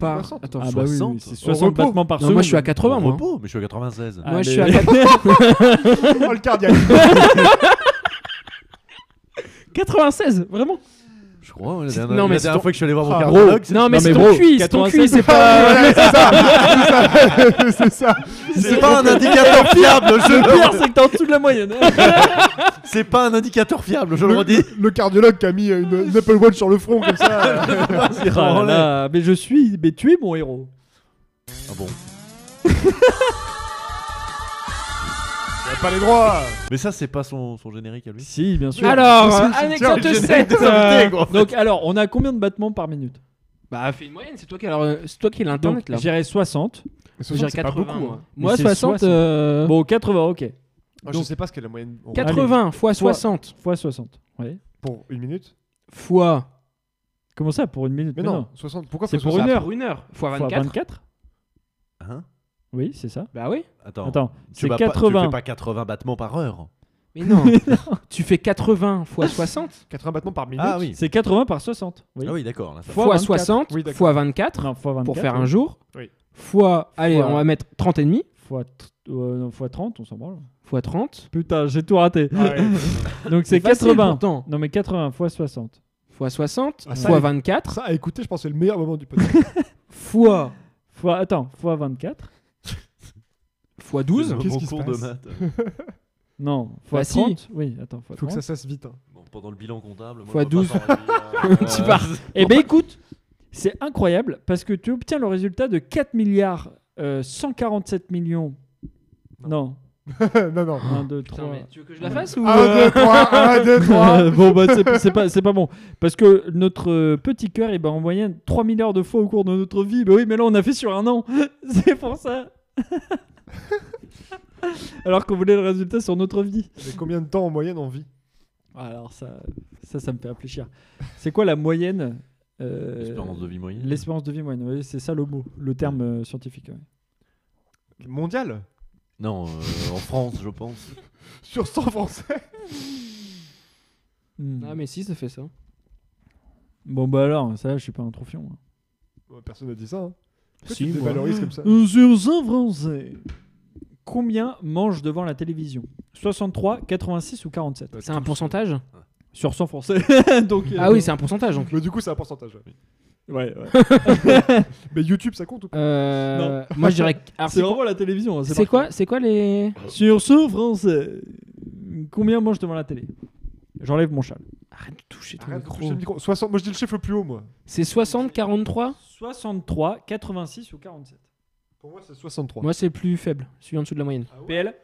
K: Par- 60. Attends,
H: ah bah oui,
K: 60.
H: oui, c'est
K: Au
H: 60
K: repos.
H: battements par
K: Non,
H: seconde.
K: moi, je suis à 80,
J: Au
K: moi.
J: repos, mais je suis à 96.
H: Ah,
K: Moi, je
H: mais-
K: suis à 80.
G: Oh, le cardiaque.
K: 96, vraiment
J: Je crois, ouais, la
K: C'est-
J: dernière,
K: non, mais
J: la
K: c'est
J: dernière
K: ton-
J: fois que je suis allé voir mon
K: Ah,
J: cardiologue.
K: gros. Non, mais c'est ton cuit, c'est ton cuit, c'est pas-
G: Ouais, c'est ça, c'est ça, c'est ça.
K: Ah,
J: C'est pas un indicateur fiable, je
H: Le pire, c'est que t'es en dessous de la moyenne.
J: C'est pas un indicateur fiable, je le,
G: Le,
J: redis.
G: le cardiologue qui a mis une, une Apple Watch sur le front comme ça.
H: Ah là là, mais je suis. Mais tu es mon héros.
J: Ah bon
G: pas les droits
J: Mais ça, c'est pas son, son générique à lui
H: Si, bien sûr.
K: Alors, euh, anecdote 7. euh,
H: Donc, alors, on a combien de battements par minute
K: Bah, fais une moyenne, c'est toi qui alors, euh, c'est toi qui as l'internet
H: Donc,
K: là.
H: j'irais 60.
G: Mais
K: 60, J'irais c'est pas 80, beaucoup, moi. hein.
H: Mais
K: Moi,
H: c'est
K: 60, euh,
H: Bon, 80, ok.
G: Oh, je
H: Donc,
G: sais pas ce qu'est la moyenne. en-
K: 80 fois 60
H: Fois 60. Oui.
G: Pour une minute
K: fois
H: Comment ça, pour une minute
G: Mais non, 60. Pourquoi
H: C'est
G: faut
H: pour une
G: 60?
H: heure.
K: bah, pour une heure fois
H: Fois
K: 24.
H: 24
J: Hein
H: Oui, c'est ça.
K: Bah oui.
J: Attends,
H: Attends,
J: tu
H: c'est
J: vas pas-
H: 80.
J: tu fais pas 80 battements par heure.
K: Mais non. tu fais 80 fois 60
G: 80 battements par minute.
J: Ah oui.
H: C'est 80 par 60. Oui.
J: Ah oui, d'accord. là, ça-
K: fois,
H: 24.
K: 60
H: Oui, d'accord.
K: fois 24
H: Non, fois 24,
K: pour faire un
H: oui.
K: jour.
G: Oui.
K: Fois allez,
H: Fois-
K: on va mettre 30 et demi
H: Fois, t- euh, non, fois 30, on s'en branle.
K: fois 30
H: Putain, j'ai tout raté.
G: Ah
H: Donc c'est
K: C'est facile
H: 80.
K: pourtant.
H: Non mais 80 fois 60.
K: fois 60
G: Ah, ça,
K: fois
G: les-
K: 24
G: Ça, écoutez, je pense que c'est le meilleur moment du podcast.
K: fois
H: Fois attends, fois 24
K: fois 12
J: Mon
G: Qu'est-ce qui se
J: cours de
G: passe
J: maths.
H: Non, fois
K: Bah,
H: 30
K: si.
H: Oui, attends, fois
G: Faut que ça
H: 30.
G: se fasse vite. hein.
J: Bon, pendant le bilan comptable, moi,
K: Fois
J: je vois
K: 12.
J: pas par avis, euh,
K: Tu pars.
H: Eh ben écoute, c'est incroyable parce que tu obtiens le résultat de 4 milliards euh, 147 millions Non,
G: non, non.
H: 1 2
K: Putain,
H: 3
K: mais tu veux que je la fasse ou
G: 1, 2, 3, 1, 2, 3.
H: bon bah c'est c'est pas c'est pas bon parce que notre euh, petit cœur eh ben, en moyenne 3 milliards de fois au cours de notre vie bah oui mais là on a fait sur un an c'est pour ça alors qu'on voulait le résultat sur notre vie
G: Mais combien de temps en moyenne on vit
H: alors ça ça ça me fait réfléchir c'est quoi la moyenne euh,
J: L'espérance de vie moyenne.
H: l'espérance de vie moyenne oui, c'est ça le mot le terme euh, scientifique ouais.
G: Mondial
J: Non, euh, en France, je pense.
G: Sur 100 Français
H: Hmm.
K: Ah mais si, ça fait ça.
H: bon bah alors ça je suis pas un trophion hein.
G: Ouais, Personne n'a dit ça. Hein. Pourquoi
K: Si,
G: tu te
K: moi.
G: dévalorises comme ça
H: Euh, Sur un français. Combien mange devant la télévision 63, 86 ou 47
K: C'est un pourcentage
H: Sur 100 français. Donc, euh,
K: Ah oui, c'est un pourcentage donc.
G: Mais du coup, c'est un pourcentage. ouais.
H: Ouais, ouais.
G: Mais YouTube, ça compte ou pas
K: Euh, moi je dirais que- alors,
H: C'est
K: c'est
H: vraiment la télévision. hein,
K: c'est
H: parti.
K: quoi c'est quoi les
H: Sur 100 français. Combien mange devant la télé J'enlève mon châle.
K: Arrête de toucher ton
G: Arrête de toucher
K: micro.
G: le micro. 60... Moi, je dis le chiffre le plus haut, moi.
K: C'est 60 43
H: 63, 86 ou 47
G: Pour moi, c'est 63.
K: Moi c'est plus faible, je suis en dessous de la moyenne.
H: PL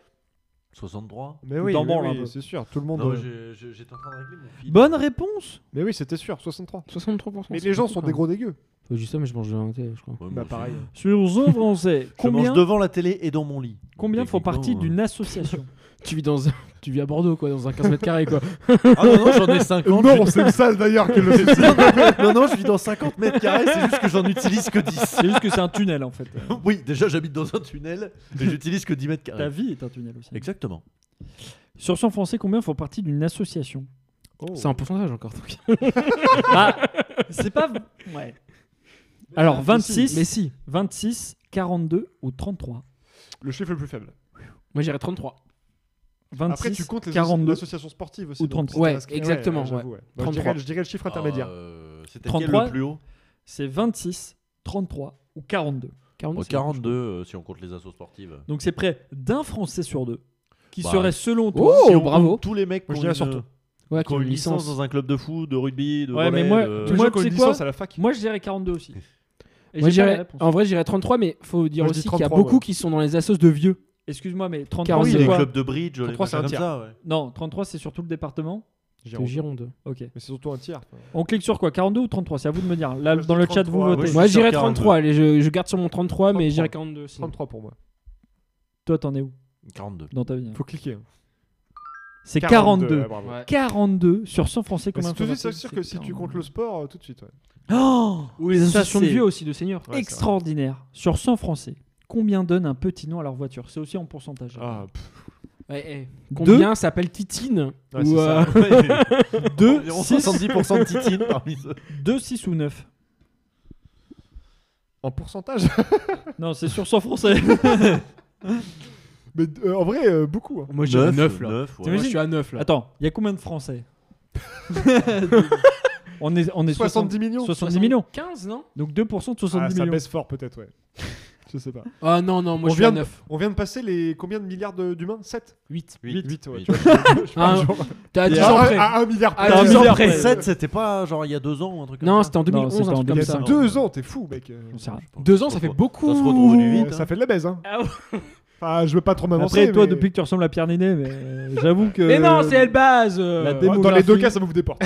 J: 63
G: Mais
H: Tu
G: oui,
H: t'en
G: oui,
H: branles un
G: oui,
H: peu.
G: c'est sûr. Tout le monde.
J: Non,
G: euh,
J: j'ai- j'ai- j'étais en train de régler mon fil.
H: Bonne réponse
G: Mais oui, c'était sûr, 63.
K: 63
G: Mais les gens
K: hein.
G: sont des gros dégueux.
K: Juste ça mais je mange de la moitié, je crois.
J: Ouais, moi
G: Bah,
J: aussi.
G: pareil.
H: Sur 100 français.
J: Je mange
H: Combien,
J: devant la télé et dans mon lit.
H: combien font partie
J: Techniquement, euh,
H: d'une association
K: Tu vis dans un- tu vis à Bordeaux quoi, dans un 15 mètres carrés quoi.
J: euh. Ah non, non, j'en ai 50.
G: Non, c'est sale d'ailleurs que le
J: non, non, je vis dans 50 mètres carrés, c'est juste que j'en utilise que 10.
H: C'est juste que c'est un tunnel en fait.
J: Oui, déjà j'habite dans un tunnel et j'utilise que 10 mètres
H: Ta
J: carrés.
H: vie est un tunnel aussi.
J: Exactement.
H: Sur 100 français, combien font partie d'une association
K: C'est un pourcentage encore donc.
H: Ah, c'est pas. Ouais. Alors
K: Mais
H: 26,
K: si,
H: 26, 42 ou 33
G: Le chiffre le plus faible.
K: moi j'irais 33.
H: 26,
G: Après, tu comptes les
H: 42.
G: associations sportives aussi.
H: ou
G: donc si
H: 33.
G: t'es
K: Ouais,
G: inscrit-
K: exactement,
G: ouais, j'avoue,
K: ouais.
G: ouais. Donc, je,
K: 33.
G: dirais, je dirais le chiffre intermédiaire.
J: Euh, C'était quel
H: 33.
J: le plus haut
H: C'est 26, 33 ou 42.
K: 42.
J: Bon,
K: c'est-
J: 42 euh, si on compte les assos sportives.
H: Donc c'est près d'un français sur deux qui
J: Bah,
H: serait selon toi.
K: Oh,
J: Si on
K: bravo.
J: compte Tous les mecs qui
G: Moi, je
J: ont
G: dirais
J: une- euh,
G: surtout.
K: Ouais,
J: qui ont une licence dans un club de foot, de rugby, de
H: Ouais, mais
J: volley, euh,
H: moi,
J: de-
H: tu
G: Tous
H: moi,
G: ceux qui ont
H: tu
G: une
H: sais quoi
G: licence à la fac.
H: Moi je dirais 42 aussi. Et
K: Moi
H: j'ai pas la
K: j'irais
H: réponse.
K: en vrai j'irais 33 mais faut dire
G: Moi, je dis
K: aussi qu'il y a
G: 33,
K: beaucoup
G: ouais.
K: qui sont dans les assos de vieux.
H: Excuse-moi mais 33
J: Ah oui,
H: c'est
J: les
H: quoi
J: clubs de bridge, les
G: 33,
J: machins
G: c'est un
J: comme
G: tiers.
J: ça. ouais.
H: Non, 33 c'est surtout le département.
K: Gironde. Gironde.
H: Ok.
G: Mais c'est surtout un tiers. quoi.
H: On clique sur quoi 42 ou 33 C'est à vous de me dire. Là,
G: Moi, je
H: dans
G: dis
H: le chat, vous
G: 33,
H: votez.
G: moi, je
K: Moi, j'irai 33. Allez, je, je garde sur mon 33, mais
G: 33.
K: j'irai 42. sinon.
G: 33 pour moi.
H: Toi, t'en es où
J: 42.
H: Dans ta vie. hein.
G: Faut cliquer.
H: C'est
G: 42,
H: 42.
G: ouais, bravo. Ouais.
H: 42 sur 100 français
G: Mais
H: comme
G: c'est tout de suite, ça veut dire que si tu comptes le sport, euh, tout de suite, ouais.
H: Oh
K: Ou les
H: Ça,
K: associations de
H: c'est
K: vieux aussi, de seniors.
H: Ouais, c'est Extraordinaire. Sur 100 français, combien donne un petit nom à leur voiture C'est aussi en pourcentage.
J: Ah,
K: Ouais, eh, Combien s'appelle Titine
H: Ouais, c'est ça. Ouais. Environ 70% de Titine parmi ceux. 2, 6 ou 9
G: En pourcentage
H: Non, c'est sur 100 français.
G: Mais euh, en vrai, euh, beaucoup. hein.
K: Moi, je suis à 9 là. T'imagines je suis à 9 là.
H: Attends, il y a combien de Français On est, on est
G: 70 millions
H: 70 millions.
K: 15, non
H: Donc 2% de 70
G: Ah, ça
H: millions.
G: baisse fort peut-être, ouais. Je sais pas.
K: Ah non, non, moi,
G: on
K: je suis
G: vient
K: à
G: de-
K: neuf.
G: On vient de passer les combien de milliards de- d'humains 7
K: 8.
G: 8, ouais.
J: Huit.
G: tu vois, je- je parle
K: Ah,
G: genre-
K: t'as dit
G: genre
K: à peu près.
G: à 1 milliard
K: À un milliard près.
J: 7, c'était pas genre il y a 2 ans ou un truc comme
K: Non,
J: ça
K: c'était en 2011, un truc comme
G: Il y a
K: ça.
G: 2 ans, t'es fou, mec.
K: Deux ans, ça fait beaucoup.
J: Ça se retrouve du vite.
G: Ça fait de la baise, hein. Enfin, je veux pas trop m'avancer.
H: Après, toi,
G: mais-
H: depuis que tu ressembles à Pierre Ninet, mais euh, j'avoue que.
K: Mais non, c'est Elbaz euh,
H: La
G: Dans les deux
H: démographie-
G: cas, ça m'ouvre des portes.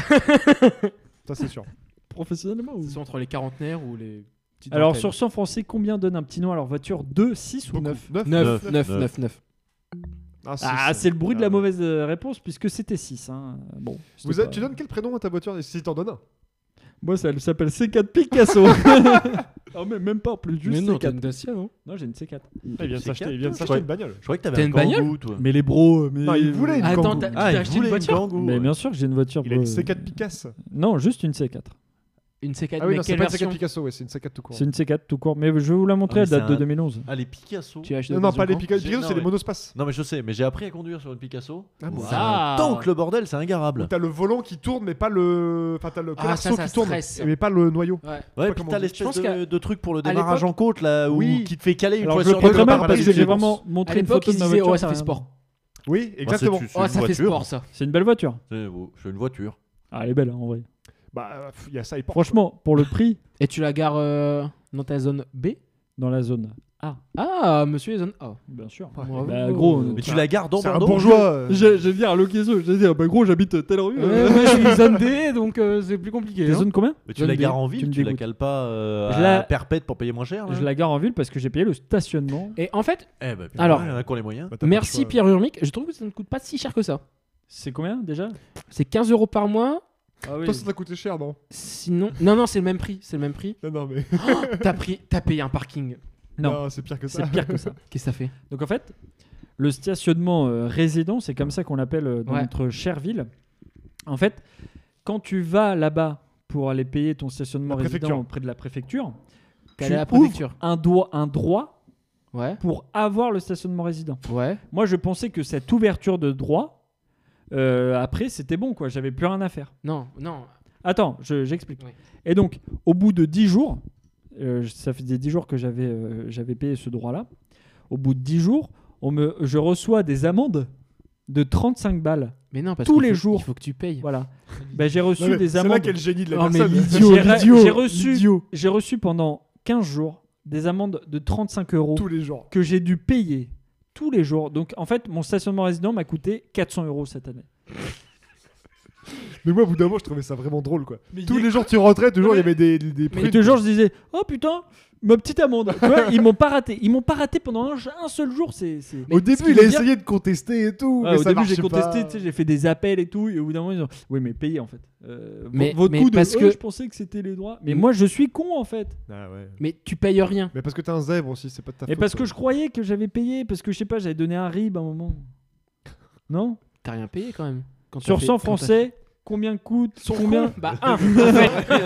G: Ça, c'est sûr.
H: Professionnellement ou
K: C'est entre les quarantenaires ou les petites
H: Alors,
K: antennes.
H: sur 100 français, combien donne un petit nom à leur voiture 2, 6 ou 9
G: Neuf.
K: Neuf,
J: Neuf,
K: neuf,
J: neuf.
K: neuf, neuf.
H: Ah, c'est le bruit de la mauvaise euh, réponse puisque c'était 6. Bon, c'était
G: Vous avez-
H: pas-
G: Tu donnes quel prénom à ta voiture Si t'en donnes un.
H: Moi, ça elle s'appelle C4 Picasso. Ah, mais même pas en plus, juste
K: Mais non, t'as
H: C4.
K: une Dacia, non
H: Non, j'ai une C4.
G: Il vient de
J: C'est
G: s'acheter il
J: quatre, hein.
G: vient de
J: toi
G: s'acheter
J: Je
G: une bagnole.
J: Je croyais que
K: T'as
J: t'avais
K: une
J: un
K: bagnole
J: Kangoo, toi.
H: Mais les bros, mais.
G: Non, il voulait une
K: Attends,
G: Kangoo.
K: t'as- tu
J: Ah, il
K: t'as acheté une
J: voulait une
K: voiture
J: Kangoo,
H: Mais
J: ouais.
H: bien sûr que j'ai une voiture.
G: Il a une
H: euh,
G: C4 Picasso.
H: Non, juste une C4.
K: Une C4,
G: Ah oui,
K: mais
G: non, c'est
K: quelle
G: pas une C4
K: version
G: Picasso, ouais, c'est une C4 tout court.
H: C'est une C4 tout court. Mais je vais vous la montrer,
J: Ah,
H: elle
J: mais
H: date
J: c'est
H: de
J: un-
H: 2011.
J: Ah, les Picasso.
K: Tu as acheté
G: Non, non,
K: dans un
G: pas les
K: camp
G: Picasso,
J: J'ai-
G: Picasso,
J: non,
G: c'est les
J: mais-
G: monospaces.
J: Non, mais je sais, mais j'ai appris à conduire sur une Picasso.
G: Ah bon
J: C'est
K: Ah.
J: un tank le bordel, c'est ingarable.
G: T'as le volant qui tourne, mais pas le. Enfin, t'as le
K: Ah, ça,
G: colarceau
K: ça
G: qui tourne,
K: stresse.
G: mais pas le noyau.
K: Ouais.
J: Ouais,
G: pas
J: puis
G: comment
J: t'as
G: on dit.
K: Je
J: l'espèce
K: pense
J: de,
K: qu'à-
J: de truc pour le
K: à
J: démarrage en
K: l'époque-
J: côte là, où
G: Oui.
J: qui te fait caler une
H: Alors,
J: fois
H: je le
J: sur deux.
H: prends quand
J: t'as
H: même
J: pas
H: parce
J: les
H: que j'ai
J: réponses.
H: vraiment
K: À
H: montré une
K: l'époque,
H: photo
K: ils
H: de ma
K: disaient,
H: voiture.
K: oh, ça fait
H: enfin,
K: sport.
G: Oui,
J: Bah, c'est-
G: exactement.
J: c'est
K: Oh,
J: une
K: ça fait
J: voiture.
K: sport, ça.
H: C'est une belle voiture.
J: C'est c'est une voiture.
H: Ah, elle est belle hein, en vrai.
G: Bah, il y a ça, il porte.
H: Franchement, pour le prix,
K: Et tu la gares euh, dans ta zone B
H: dans la zone A,
K: Ah, monsieur, les zones A.
H: bien sûr.
K: Bravo.
H: Bah, gros, euh,
J: Mais tu la gardes dans
G: C'est un
J: Bordeaux.
G: bourgeois. euh,
H: Je je vais dire à l'occasion, je vais dire, bah gros, j'habite telle rue.
K: Ouais,
H: euh.
K: moi, je suis zone D, donc euh, c'est plus compliqué.
H: T'es
K: hein.
H: zone combien
J: Mais tu la
H: B.
J: gares en
H: Tu
J: ville,
H: me
J: tu la
H: dégoûtes.
J: cales pas euh,
H: Je la-
J: à perpète pour payer moins cher. là
H: Je la gare en ville parce que j'ai payé le stationnement.
K: Et en fait,
J: Eh ben, putain,
K: Alors-
J: il y en a qui ont les moyens.
G: bah, t'as pas le
K: merci
G: choix.
K: Pierre Urmic, je trouve que ça ne coûte pas si cher que ça.
H: C'est combien déjà
K: C'est 15 euros par mois.
H: Ah
G: Toi, ça t'a coûté cher, non
K: Sinon, non, non, c'est le même prix. C'est le même prix.
G: Non, non, mais.
K: T'as pris, t'as payé un parking.
H: Non.
G: Non, c'est pire que ça.
H: C'est pire que ça.
K: Qu'est-ce que ça fait
H: Donc en fait, le stationnement euh, résident, c'est comme ça qu'on l'appelle euh, dans
K: Ouais.
H: notre chère ville. En fait, quand tu vas là-bas pour aller payer ton stationnement
G: La
H: résident
G: préfecture.
H: auprès de la préfecture, tu
K: T'es allé à la
H: ouvres
K: préfecture.
H: un, doigt, un droit
K: Ouais,
H: pour avoir le stationnement résident.
K: ouais.
H: Moi, je pensais que cette ouverture de droit, euh, après, c'était bon, quoi. J'avais plus rien à faire.
K: Non, non.
H: Attends, je- j'explique.
K: Oui.
H: Et donc, au bout de 10 jours, euh, ça faisait 10 jours que j'avais euh, j'avais payé ce droit-là. Au bout de 10 jours, on me, je reçois des amendes de 35 balles.
K: Mais non, parce
H: Tous
K: qu'il
H: les
K: faut-
H: jours.
K: Il faut que tu payes.
H: Voilà. Ben, j'ai reçu
G: Non, mais
H: des
G: C'est là
H: amendes.
G: qu'est le génie de la
K: Oh, mais
G: personne.
K: l'idiot,
H: J'ai re-
K: l'idiot,
H: j'ai reçu-
K: l'idiot.
H: J'ai reçu pendant 15 jours des amendes de 35 euros
G: Tous les jours.
H: que j'ai dû payer tous les jours. Donc, en fait, mon stationnement résident m'a coûté 400 euros cette année.
G: Mais moi, au bout d'un moment, je trouvais ça vraiment drôle, quoi. Tous les jours, tu rentrais, toujours, il y avait des. des
H: Et toujours, je disais, oh putain, ma petite amende. Tu vois, ils m'ont pas raté. Ils m'ont pas raté pendant un, un seul jour. C'est. c'est-
G: Au
H: ce
G: début,
H: qui
G: il a
H: veut dire-
G: essayé de contester et tout.
H: Ouais,
G: mais
H: Ah, au
G: ça
H: début, j'ai
G: marchait
H: contesté,
G: pas.
H: tu sais, j'ai fait des appels et tout, et au bout d'un moment, ils ont Oui, mais payez en fait. Euh, vo-
K: Mais-
H: votre
K: mais
H: coup de
K: parce
H: Euh,
K: que- Mm.
H: je pensais que c'était les droits. Mais moi, je suis con en fait.
G: Ah ouais.
K: Mais tu payes rien.
G: Mais parce que t'es un zèbre aussi, c'est pas de ta faute.
H: Et parce que je croyais que j'avais payé, parce que je sais pas, j'avais donné un RIB à un moment. Non
K: T'as rien payé quand même. Quand
H: Sur
K: t'as fait-
H: 100
K: quand t'as-
H: français, combien coûte combien
K: Bah, un. en fait.
J: Ah,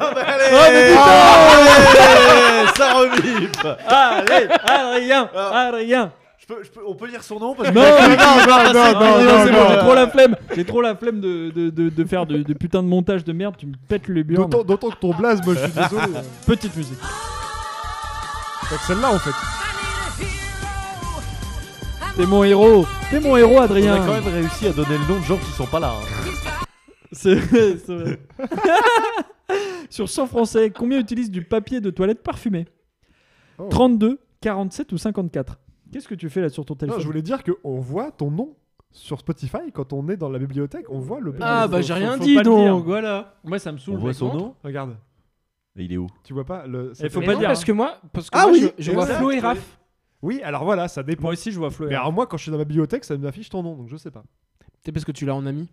J: bah, Allez, allez, ça revive.
H: Allez, Adrien
K: Ah.
H: Adrien
J: Je peux- je peux- On peut lire son nom parce que
H: ah, Non,
G: non, non, non,
H: Ah, non,
G: non,
H: c'est
G: non,
H: bon,
G: non.
H: j'ai trop la flemme J'ai trop la flemme de, de, de, de faire de, de putain de montage de merde, tu me pètes le bilan.
G: D'autant d'autant que ton blasme, je suis désolé.
H: Petite musique.
G: Fait que Celle-là, en fait.
H: T'es mon héros T'es mon héros,
J: on
H: Adrien
J: a quand même réussi à donner le nom de gens qui sont pas là. hein.
H: C'est vrai, c'est vrai. Sur 100 Français, combien utilisent du papier de toilette parfumé
G: Oh.
H: 32, 47 ou 54 Qu'est-ce que tu fais là sur ton
G: Non,
H: téléphone
G: je voulais dire qu'on voit ton nom sur Spotify, quand on est dans la bibliothèque, on voit le.
K: Ah,
G: Faut-
K: bah, j'ai
G: faut-
K: rien
G: faut
K: dit,
G: pas le dire.
K: donc, voilà.
G: Moi, ça me saoule.
J: On voit
G: mais
J: son
G: contre-
J: nom
G: Regarde.
J: Et il est où
G: Tu vois pas le. ça
H: Et faut
G: fait-
H: pas dire,
K: parce
H: hein.
K: que moi, parce que
H: Ah
K: moi,
H: oui,
K: je, je
G: Et
K: vois
G: ça,
K: Flo et
G: tu-
K: Raph.
G: Oui, alors voilà, ça dépend. Moi
H: aussi, je vois Flo
G: Mais alors, moi, quand je suis dans ma bibliothèque, ça m'affiche ton nom, donc je sais pas.
K: C'est parce que tu l'as en ami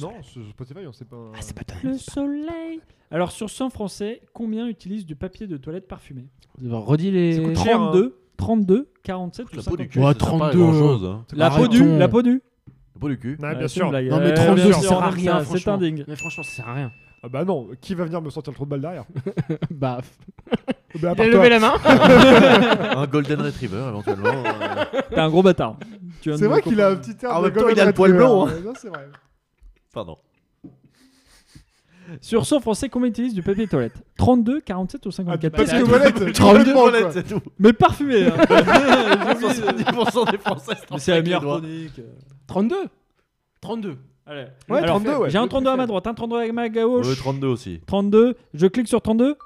G: Non, sur Spotify, on sait pas. Ah, c'est pas
H: Le soleil. Alors, sur 100 Français, combien utilisent du papier de toilette parfumé
K: Redis
H: Ça
K: les.
H: coûte 32, 32, 47 ou
J: La peau du
H: 50.
J: cul, ça sert pas à grand-chose, hein.
H: La peau
K: Arrêtons.
H: du, la peau du.
J: La peau du cul.
G: Ah,
H: Ouais,
G: bien
H: c'est
G: sûr.
H: une blague.
K: Non, mais
H: Euh,
K: 32,
H: bien
K: ça
H: sûr,
K: sert à
H: on aime
K: rien,
H: ça, C'est
K: franchement.
H: un dingue.
K: Mais franchement, ça sert à rien.
G: Ah bah non, qui va venir me sortir le trou de balle derrière Bah,
K: Bah.
G: à
K: Il a
G: part
K: levé
G: toi.
K: la main.
J: Un Golden Retriever, éventuellement. euh.
H: T'es un gros bâtard. Tu viens de Ah,
G: C'est
H: me
G: vrai qu'il a un
H: comprendre.
G: petit air.
J: En
G: de
J: même temps,
G: Golden
J: il a le poil
G: Retriever.
J: blanc, hein.
G: Ouais, non, c'est vrai.
J: Pardon.
H: Sur 100 Français, combien utilisent du papier de toilette 32, 47
G: Ah,
H: ou 54
G: Parce que toilette,
J: 32
G: complètement,
J: toilettes,
G: quoi.
J: c'est tout.
H: Mais parfumé hein. J'ai oublié de-
J: 70% des Français se
H: Mais
J: trompent
H: C'est la
J: avec les
H: meilleure
J: doigts.
H: chronique.
K: 32 32.
H: Allez.
K: Ouais,
H: Alors,
K: 32, ouais.
H: J'ai un 32 à ma droite, un 32 à ma gauche.
J: Ouais, 32 aussi.
H: 32, je clique sur 32.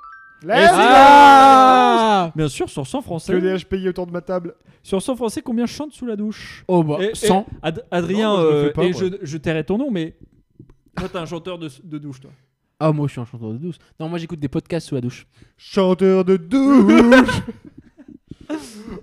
G: Let's
H: Et Ah, c'est
G: go
H: là Bien sûr, sur 100 français.
G: Que des HPI autour de ma table.
H: Sur 100 français, combien chante sous la douche
K: Oh bah, 100.
H: Ad- Adrien,
G: Non, moi, je le
H: euh,
G: fais pas,
H: et
G: moi.
H: je, je tairai ton nom, mais toi, t'es un chanteur de, de douche, toi.
K: Ah, moi, je suis un chanteur de douce. Non, moi, j'écoute des podcasts sous la douche.
G: Chanteur de douche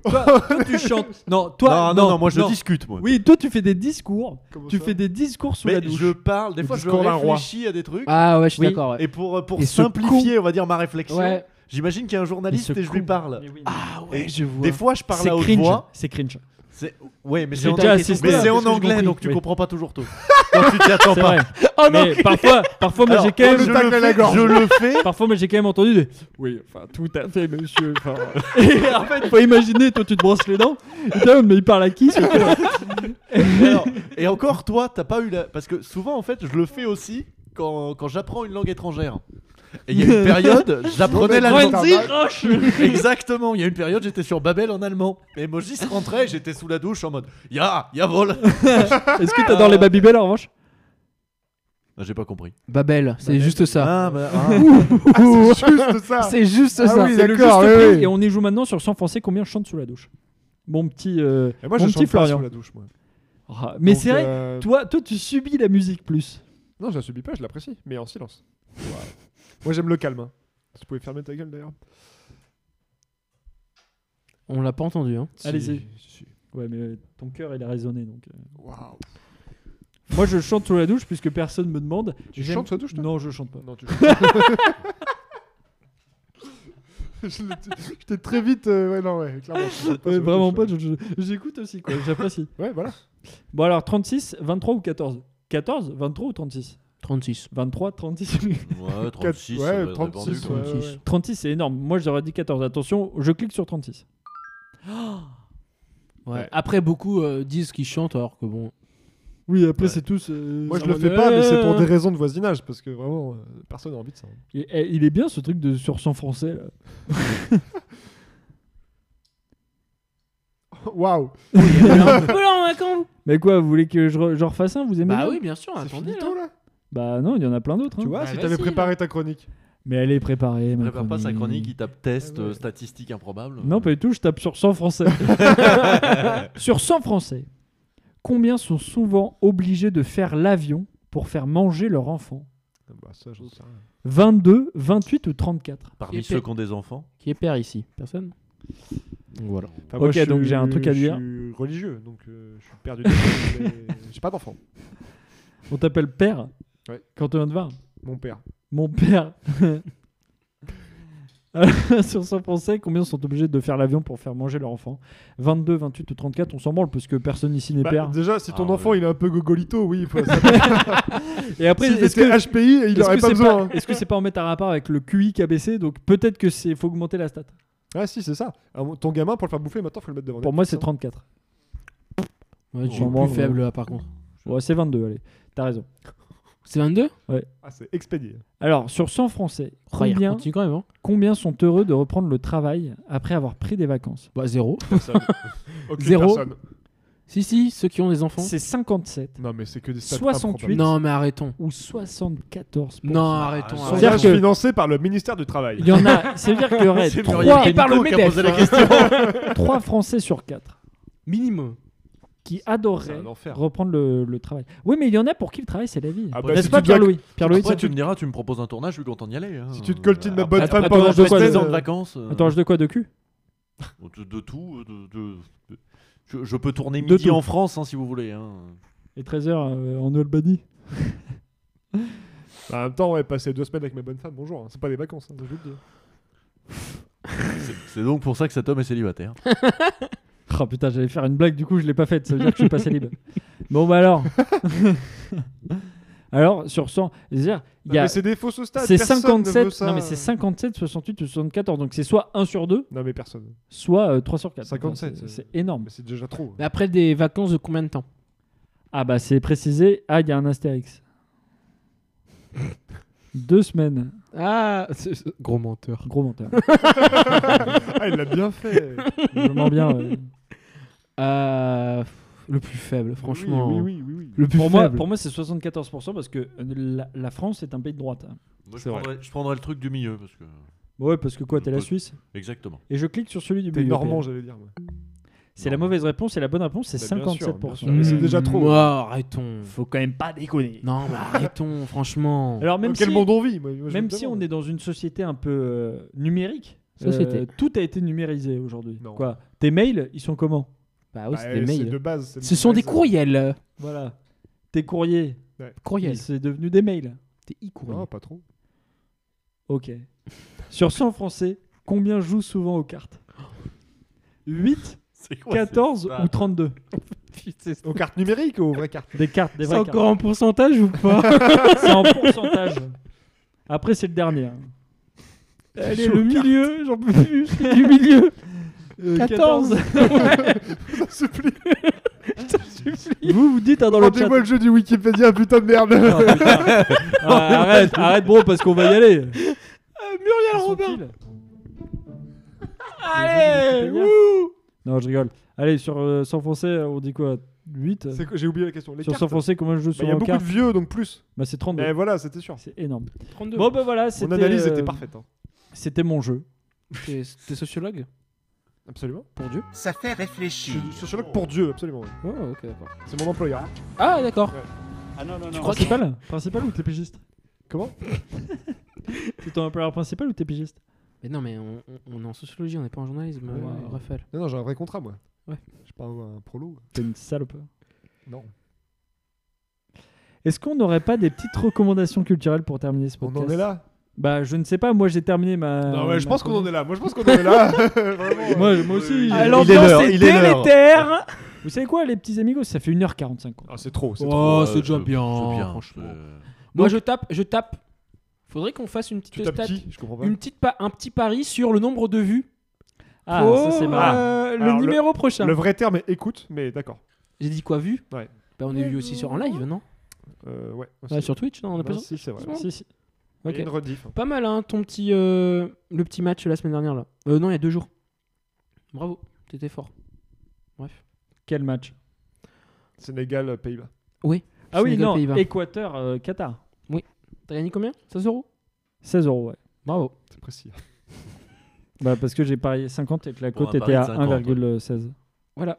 H: toi, toi, tu chantes. Non, toi.
J: Non, non, non, moi, je discute, moi.
H: Oui, toi, tu fais des discours.
G: Comment
H: tu
G: ça
H: fais des discours sous
J: Mais
H: la douche.
J: je parle, des
G: Le
J: fois je
G: discours d'un roi.
J: réfléchis à des trucs.
K: Ah, ouais, je suis
H: Oui.
K: d'accord. ouais.
J: Et pour, euh, pour
K: Et ce
J: simplifier, on va dire, ma réflexion,
K: Ouais.
J: j'imagine qu'il y a un journaliste
K: Et ce
J: et je lui
K: con.
J: parle.
K: Ah, ouais, je vois.
J: Des fois, je parle
H: C'est
J: à haute
H: cringe.
J: voix.
H: C'est cringe.
J: C'est- Ouais, mais
H: J'ai
J: c'est en,
H: déjà
J: anglais,
H: assisté
J: mais
H: à
J: c'est
H: ce
J: en
H: que j'ai
J: anglais,
H: compris,
J: donc tu
H: oui.
J: comprends pas toujours tout. Quand tu t'y attends
H: C'est
J: pas.
H: vrai.
G: Oh,
H: mais parfois, parfois, moi,
J: Alors,
H: j'ai quand même.
G: on le tacle à la gorge.
J: Je le fais.
H: Parfois, mais j'ai quand même entendu des. Oui, enfin, tout à fait, monsieur. enfin. Et en fait, faut imaginer, toi, tu te brosses les dents. Putain, mais il parle à qui ce con
J: Et alors- et encore, toi, t'as pas eu la. Parce que souvent, en fait, je le fais aussi quand, quand j'apprends une langue étrangère. Et il y a une période, j'apprenais l'allemand.
G: Franzi
H: Roche
J: Exactement, il y a une période, j'étais sur Babel en allemand. Et Mojis rentrait, j'étais sous la douche en mode Ya, ya vol.
H: Est-ce que t'adores les Babybel en revanche
J: Ah, J'ai pas compris.
K: Babel, c'est juste ça.
J: Ah, bah, ah.
G: Ah, c'est juste ça
K: C'est juste
G: Ah
K: ça.
G: oui,
H: C'est le juste
G: d'accord, oui,
H: prix,
G: oui.
H: Et on y joue maintenant sur 100 français combien chantent sous la douche. Mon petit, euh,
G: Et moi,
H: mon
G: je
H: petit
G: chante pas
H: Florian.
G: sous la douche, moi.
H: Ah, mais
G: Donc,
H: c'est vrai,
G: euh,
H: toi, toi, tu subis la musique plus.
G: Non, je la subis pas, je l'apprécie, mais en silence. Moi, j'aime le calme. hein. Tu pouvais fermer ta gueule d'ailleurs.
K: On l'a pas entendu. Hein.
H: Allez-y. Ouais, mais euh, ton cœur, il a résonné. Donc, euh.
G: Waouh.
H: Moi, je chante sous la douche puisque personne me demande.
G: Tu
H: J'aime-
G: chantes sous la douche, toi
H: Non, je chante pas.
G: Non, tu. Je l'ai- J'étais très vite. euh, ouais, non, ouais, clairement. je chante
H: Ouais,
G: sous la
H: vraiment
G: douche,
H: pas,
G: ouais.
H: je- je- j'écoute aussi, quoi. J'apprécie.
G: Ouais, voilà.
H: Bon, alors 36, 23 ou 14 14, 23 ou 36
K: 36.
H: 23, 36.
J: Ouais, 36,
G: Quatre-
J: ça
G: ouais,
J: doit être
G: 36,
J: répandu, quoi.
G: ouais, ouais.
H: 36, c'est énorme. Moi, j'aurais dit 14. Attention, je clique sur 36.
K: Ouais. Après, beaucoup euh, disent qu'ils chantent alors que bon.
H: Oui, après,
J: Ouais.
H: c'est tous.
G: Moi, je le fais pas, mais c'est euh, pour des raisons de voisinage, parce que vraiment, euh, personne n'a envie de ça.
H: Il, eh, il est bien ce truc de sur 100 français. là.
G: Waouh
H: Mais quoi, vous voulez que je, re- j'en refasse un Vous aimez
K: Bah
H: bien
K: oui, bien sûr,
G: C'est
K: attendez. hein.
G: finito, là
H: Bah non, il y en a plein d'autres. hein.
G: Tu vois,
K: Bah,
G: si t'avais
K: vas-y,
G: préparé ta chronique.
H: Mais elle est préparée.
J: Il
H: ma
J: prépare pas sa chronique, il tape test,
G: Ah ouais.
J: euh, statistique improbable.
H: Non, pas du tout, je tape sur 100 français. sur 100 français, combien sont souvent obligés de faire l'avion pour faire manger leur enfant
G: Ah Bah, ça, j'en sais rien.
H: 22, 28 ou 34
J: Parmi
K: Et
J: ceux
K: pe-
J: qui ont des enfants.
K: Qui est père ici Personne Voilà.
G: Enfin, moi,
H: Ok,
G: je suis-
H: donc j'ai un truc à dire.
G: Je suis religieux, donc euh, je suis perdu. J'ai pas d'enfant.
H: On t'appelle père
G: Ouais.
H: quand on te voir.
G: Mon père.
H: Mon père. Alors, sur 100 français, combien sont obligés de faire l'avion pour faire manger leur enfant 22, 28 ou 34, on s'en branle parce que personne ici n'est
G: Bah,
H: père.
G: déjà, si ton
J: Ah,
G: enfant
J: ouais.
G: il est un peu gogolito, oui. faut- ça-
H: Et après,
G: S'il
H: est-ce
G: était
H: que
G: HPI, il
H: Est-ce
G: aurait
H: que
G: pas
H: c'est
G: besoin. hein.
H: Est-ce que c'est pas en mettre un rapport avec le QI qui a baissé Donc peut-être que c'est faut augmenter la stat.
G: Ah, si, c'est ça. Ah, mon- Ton gamin, pour le faire bouffer, maintenant, faut le mettre devant.
H: Pour moi,
G: Netflix,
H: c'est
G: hein.
H: 34.
K: Ouais, je suis
H: Pour moi,
K: plus
H: ouais.
K: faible là par contre.
H: Ouais, c'est 22, allez. T'as raison.
K: C'est 22
G: Ah, c'est expédié.
H: Alors, sur 100 Français,
K: Oh, il
H: combien,
K: continue quand même. Hein.
H: combien sont heureux de reprendre le travail après avoir pris des vacances
K: Bah, zéro.
G: Aucune
K: Zéro.
G: personne.
K: si, si, ceux qui ont des enfants.
H: C'est 57
G: Non, mais c'est que des stats hein.
H: 68.
G: improbables.
K: Non, mais arrêtons.
H: ou 74
K: Non, arrêtons.
J: Ah,
K: arrêtons.
H: C'est-à-dire
G: Sondage
H: que-
G: financé par le ministère du Travail.
H: Il y en a, c'est-à-dire qu'il y aurait
J: C'est Muriel
H: 3,
J: Pénicaud qui a posé la question.
H: Français sur 4.
K: Minimum.
H: qui adorerait
J: Ah, C'est un enfer.
H: reprendre le, le travail. Oui, mais il y en a pour qui le travail, c'est la vie.
J: Ah bah,
H: N'est-ce
J: si
H: pas,
J: tu dois-
H: Pierre-Louis Pierre-Louis,
J: Après,
H: ça
J: tu me diras, tu me proposes un tournage, je suis content d'y aller. hein.
H: Ah,
G: Si tu te coltines ma bonne
J: Après,
G: femme
J: après,
G: pendant
J: t'auras
G: trois
J: passé
G: semaines,
J: dix ans de
G: euh,
J: vacances. euh,
H: Un tournage de quoi De cul
J: de, de tout. de- de- de- je, je peux tourner
H: De
J: midi
H: tout.
J: en France hein, si vous voulez. hein.
H: Et 13h en Albanie
G: Bah, en même temps, ouais, passer deux semaines avec ma bonne femme, bonjour, hein, c'est pas des vacances, hein, je vous le dis.
J: C'est- C'est donc pour ça que cet homme est célibataire.
H: Oh putain, j'allais faire une blague, du coup je l'ai pas faite, ça veut dire que je suis pas célib. Bon bah alors. alors sur 100, c'est-à-dire il y
G: Non,
H: a
G: Ah, mais c'est des fausses au stade,
H: C'est
G: personne ne veut
H: 57,
G: ça.
H: non mais c'est 57 68 ou 74 donc c'est soit 1 sur 2,
G: non mais personne.
H: Soit 3 sur 4.
G: 57,
H: c'est,
G: euh,
H: c'est énorme.
G: C'est déjà trop.
K: Mais Après des vacances de combien de temps
H: Ah bah c'est précisé, ah il y a un astérix. Deux semaines.
K: Ah, c'est- c'est- gros menteur.
H: Gros menteur.
G: Ah, il l'a bien fait.
H: Vraiment bien. ouais.
K: Euh, le plus faible, franchement.
H: Oui, oui, oui,
K: Le plus
H: pour moi,
K: faible.
H: pour moi, c'est 74% parce que euh, la, la France est un pays de droite. hein.
J: Moi, je, prendrais, je prendrais le truc du milieu. Parce que...
H: Ouais, parce que quoi, t'es la Suisse
J: Exactement.
H: Et je clique sur celui du
G: Bah, T'es
H: milieu.
G: normand,
H: PL.
G: j'allais dire. moi.
H: C'est la mauvaise réponse et la bonne réponse, c'est
G: Bah, bien sûr,
H: 57%.
G: bien sûr. Mais c'est déjà trop.
K: Oh, arrêtons.
H: Faut quand même pas déconner.
K: Non, mais arrêtons, franchement.
H: Alors même
G: Dans quel
H: si,
G: monde on vit Moi, moi, je me
H: même si
G: demande.
H: on est dans une société un peu euh, numérique,
K: Société.
H: euh, tout a été numérisé aujourd'hui. Quoi Tes mails, ils sont comment
K: Bah oui, c'est
G: Bah,
K: des
G: c'est
K: mails.
G: de base, c'est
K: Ce sont des
G: numérisé.
K: courriels.
H: Voilà. Tes courriers,
G: Ouais.
K: Courriel.
H: c'est devenu des mails.
K: T'es e-courriel.
G: Non, pas trop.
H: Ok. Sur 100 Français, combien jouent souvent aux cartes
G: Oh.
H: 8,
J: C'est quoi,
H: 14
J: c'est ça
H: ou 32
G: Aux cartes numériques ou aux vraies cartes
H: Des cartes, des
K: C'est
H: vraies
K: encore en pourcentage ou pas
H: cartes. C'est en pourcentage. Après, c'est le dernier. hein.
K: Elle
H: Sur
K: est le
H: carte.
K: milieu, j'en peux plus. c'est du milieu.
H: Euh,
K: 14.
H: Vous, vous dites hein, dans le chat.
G: Rendez-moi le jeu du Wikipédia, putain de merde
H: Oh, putain. Ah, arrête, arrête, bro, parce qu'on va y
G: Euh,
H: aller.
K: Muriel
H: Ils
K: Robin.
H: sont-ils
K: Allez,
H: Wikipédia.
K: wouh
H: Non, je rigole. Allez, sur euh, 100 Français, on dit quoi 8
G: C'est quoi- J'ai oublié la question. Les
H: Sur 100
G: cartes.
H: Français, combien je joue
G: Bah, Il
H: souvent
G: y a
H: aux
G: beaucoup
H: cartes
G: de vieux, donc plus.
H: Bah, c'est 32.
G: Mais voilà, c'était sûr.
H: C'est énorme.
K: 32.
H: Bon, bah voilà, c'était.
G: Mon analyse
H: euh,
G: était parfaite. hein.
H: C'était mon jeu.
K: T'es t'es sociologue
G: Absolument.
K: Pour Dieu
F: Ça fait
G: Je
F: réfléchir.
G: suis sociologue pour Dieu, absolument. ouais.
K: Oh, ok, d'accord.
G: C'est mon employeur.
K: Ah, d'accord.
B: Ah non, non, non.
H: Principal Principal ou t'es pigiste
G: Comment
H: C'est ton employeur principal ou t'es pigiste
K: Mais non, mais on, on- on est en sociologie, on n'est pas en journalisme,
H: Ouais,
K: euh,
H: ouais.
K: Raphaël.
G: Non, non, j'ai un vrai contrat, moi.
K: Ouais.
G: Je parle un prolo.
H: T'es une salope.
G: Non.
H: Est-ce qu'on n'aurait pas des petites recommandations culturelles pour terminer ce
G: On
H: podcast
G: en est là
H: Bah, je ne sais pas, moi j'ai terminé ma.
G: Non, ouais, je
H: ma
G: pense qu'on en est là. Moi, je pense qu'on en est là. Vraiment. euh,
H: Moi, moi aussi. j'ai-
K: Ah,
J: l'ambiance est l'heure, il est l'heure.
K: délétère
H: Vous savez quoi, les petits amigos Ça fait 1h45. quoi.
G: Ah, c'est trop. c'est trop.
K: Oh,
J: Ouais,
K: c'est déjà
J: je-
K: bien,
J: c'est bien,
K: franchement.
J: c'est-
K: Moi,
H: Donc-
K: je tape, je tape. Faudrait qu'on fasse une
G: Tu
K: petite
G: tapes
K: stat,
G: qui Je comprends pas.
K: une petite pa- un petit pari sur le nombre de vues
H: Ah,
K: pour
G: Oh
H: ça c'est marrant.
K: euh, le
G: Alors, le-
K: numéro prochain.
G: Le vrai terme est écoute, mais d'accord.
K: J'ai dit quoi, vu
G: Ouais.
K: Bah, on est vu aussi sur en live, non Bah,
G: Euh, ouais. aussi.
K: Ouais, Sur Twitch, non On a pas
G: Non,
K: sur-
G: si, c'est vrai.
K: bon.
H: Si, si.
K: Ok.
G: Et une rediff.
K: Pas mal, hein, ton petit. euh, le petit match la semaine dernière, là. Euh, non, il y a deux jours. Bravo, t'étais fort. Bref.
H: Quel match
G: Sénégal, euh, Pays-Bas.
K: Oui.
H: Ah oui,
K: Sénégal,
H: non,
K: Pays-Bas.
H: Équateur, euh, Qatar.
K: T'as gagné combien 16 euros
H: 16 euros, ouais.
K: Bravo.
G: C'est précis.
H: Bah, parce que j'ai parié 50 et que la
J: Pour
H: cote
J: un
H: était
J: pari de
H: à
J: 50, ouais.
H: 1,16.
K: Voilà.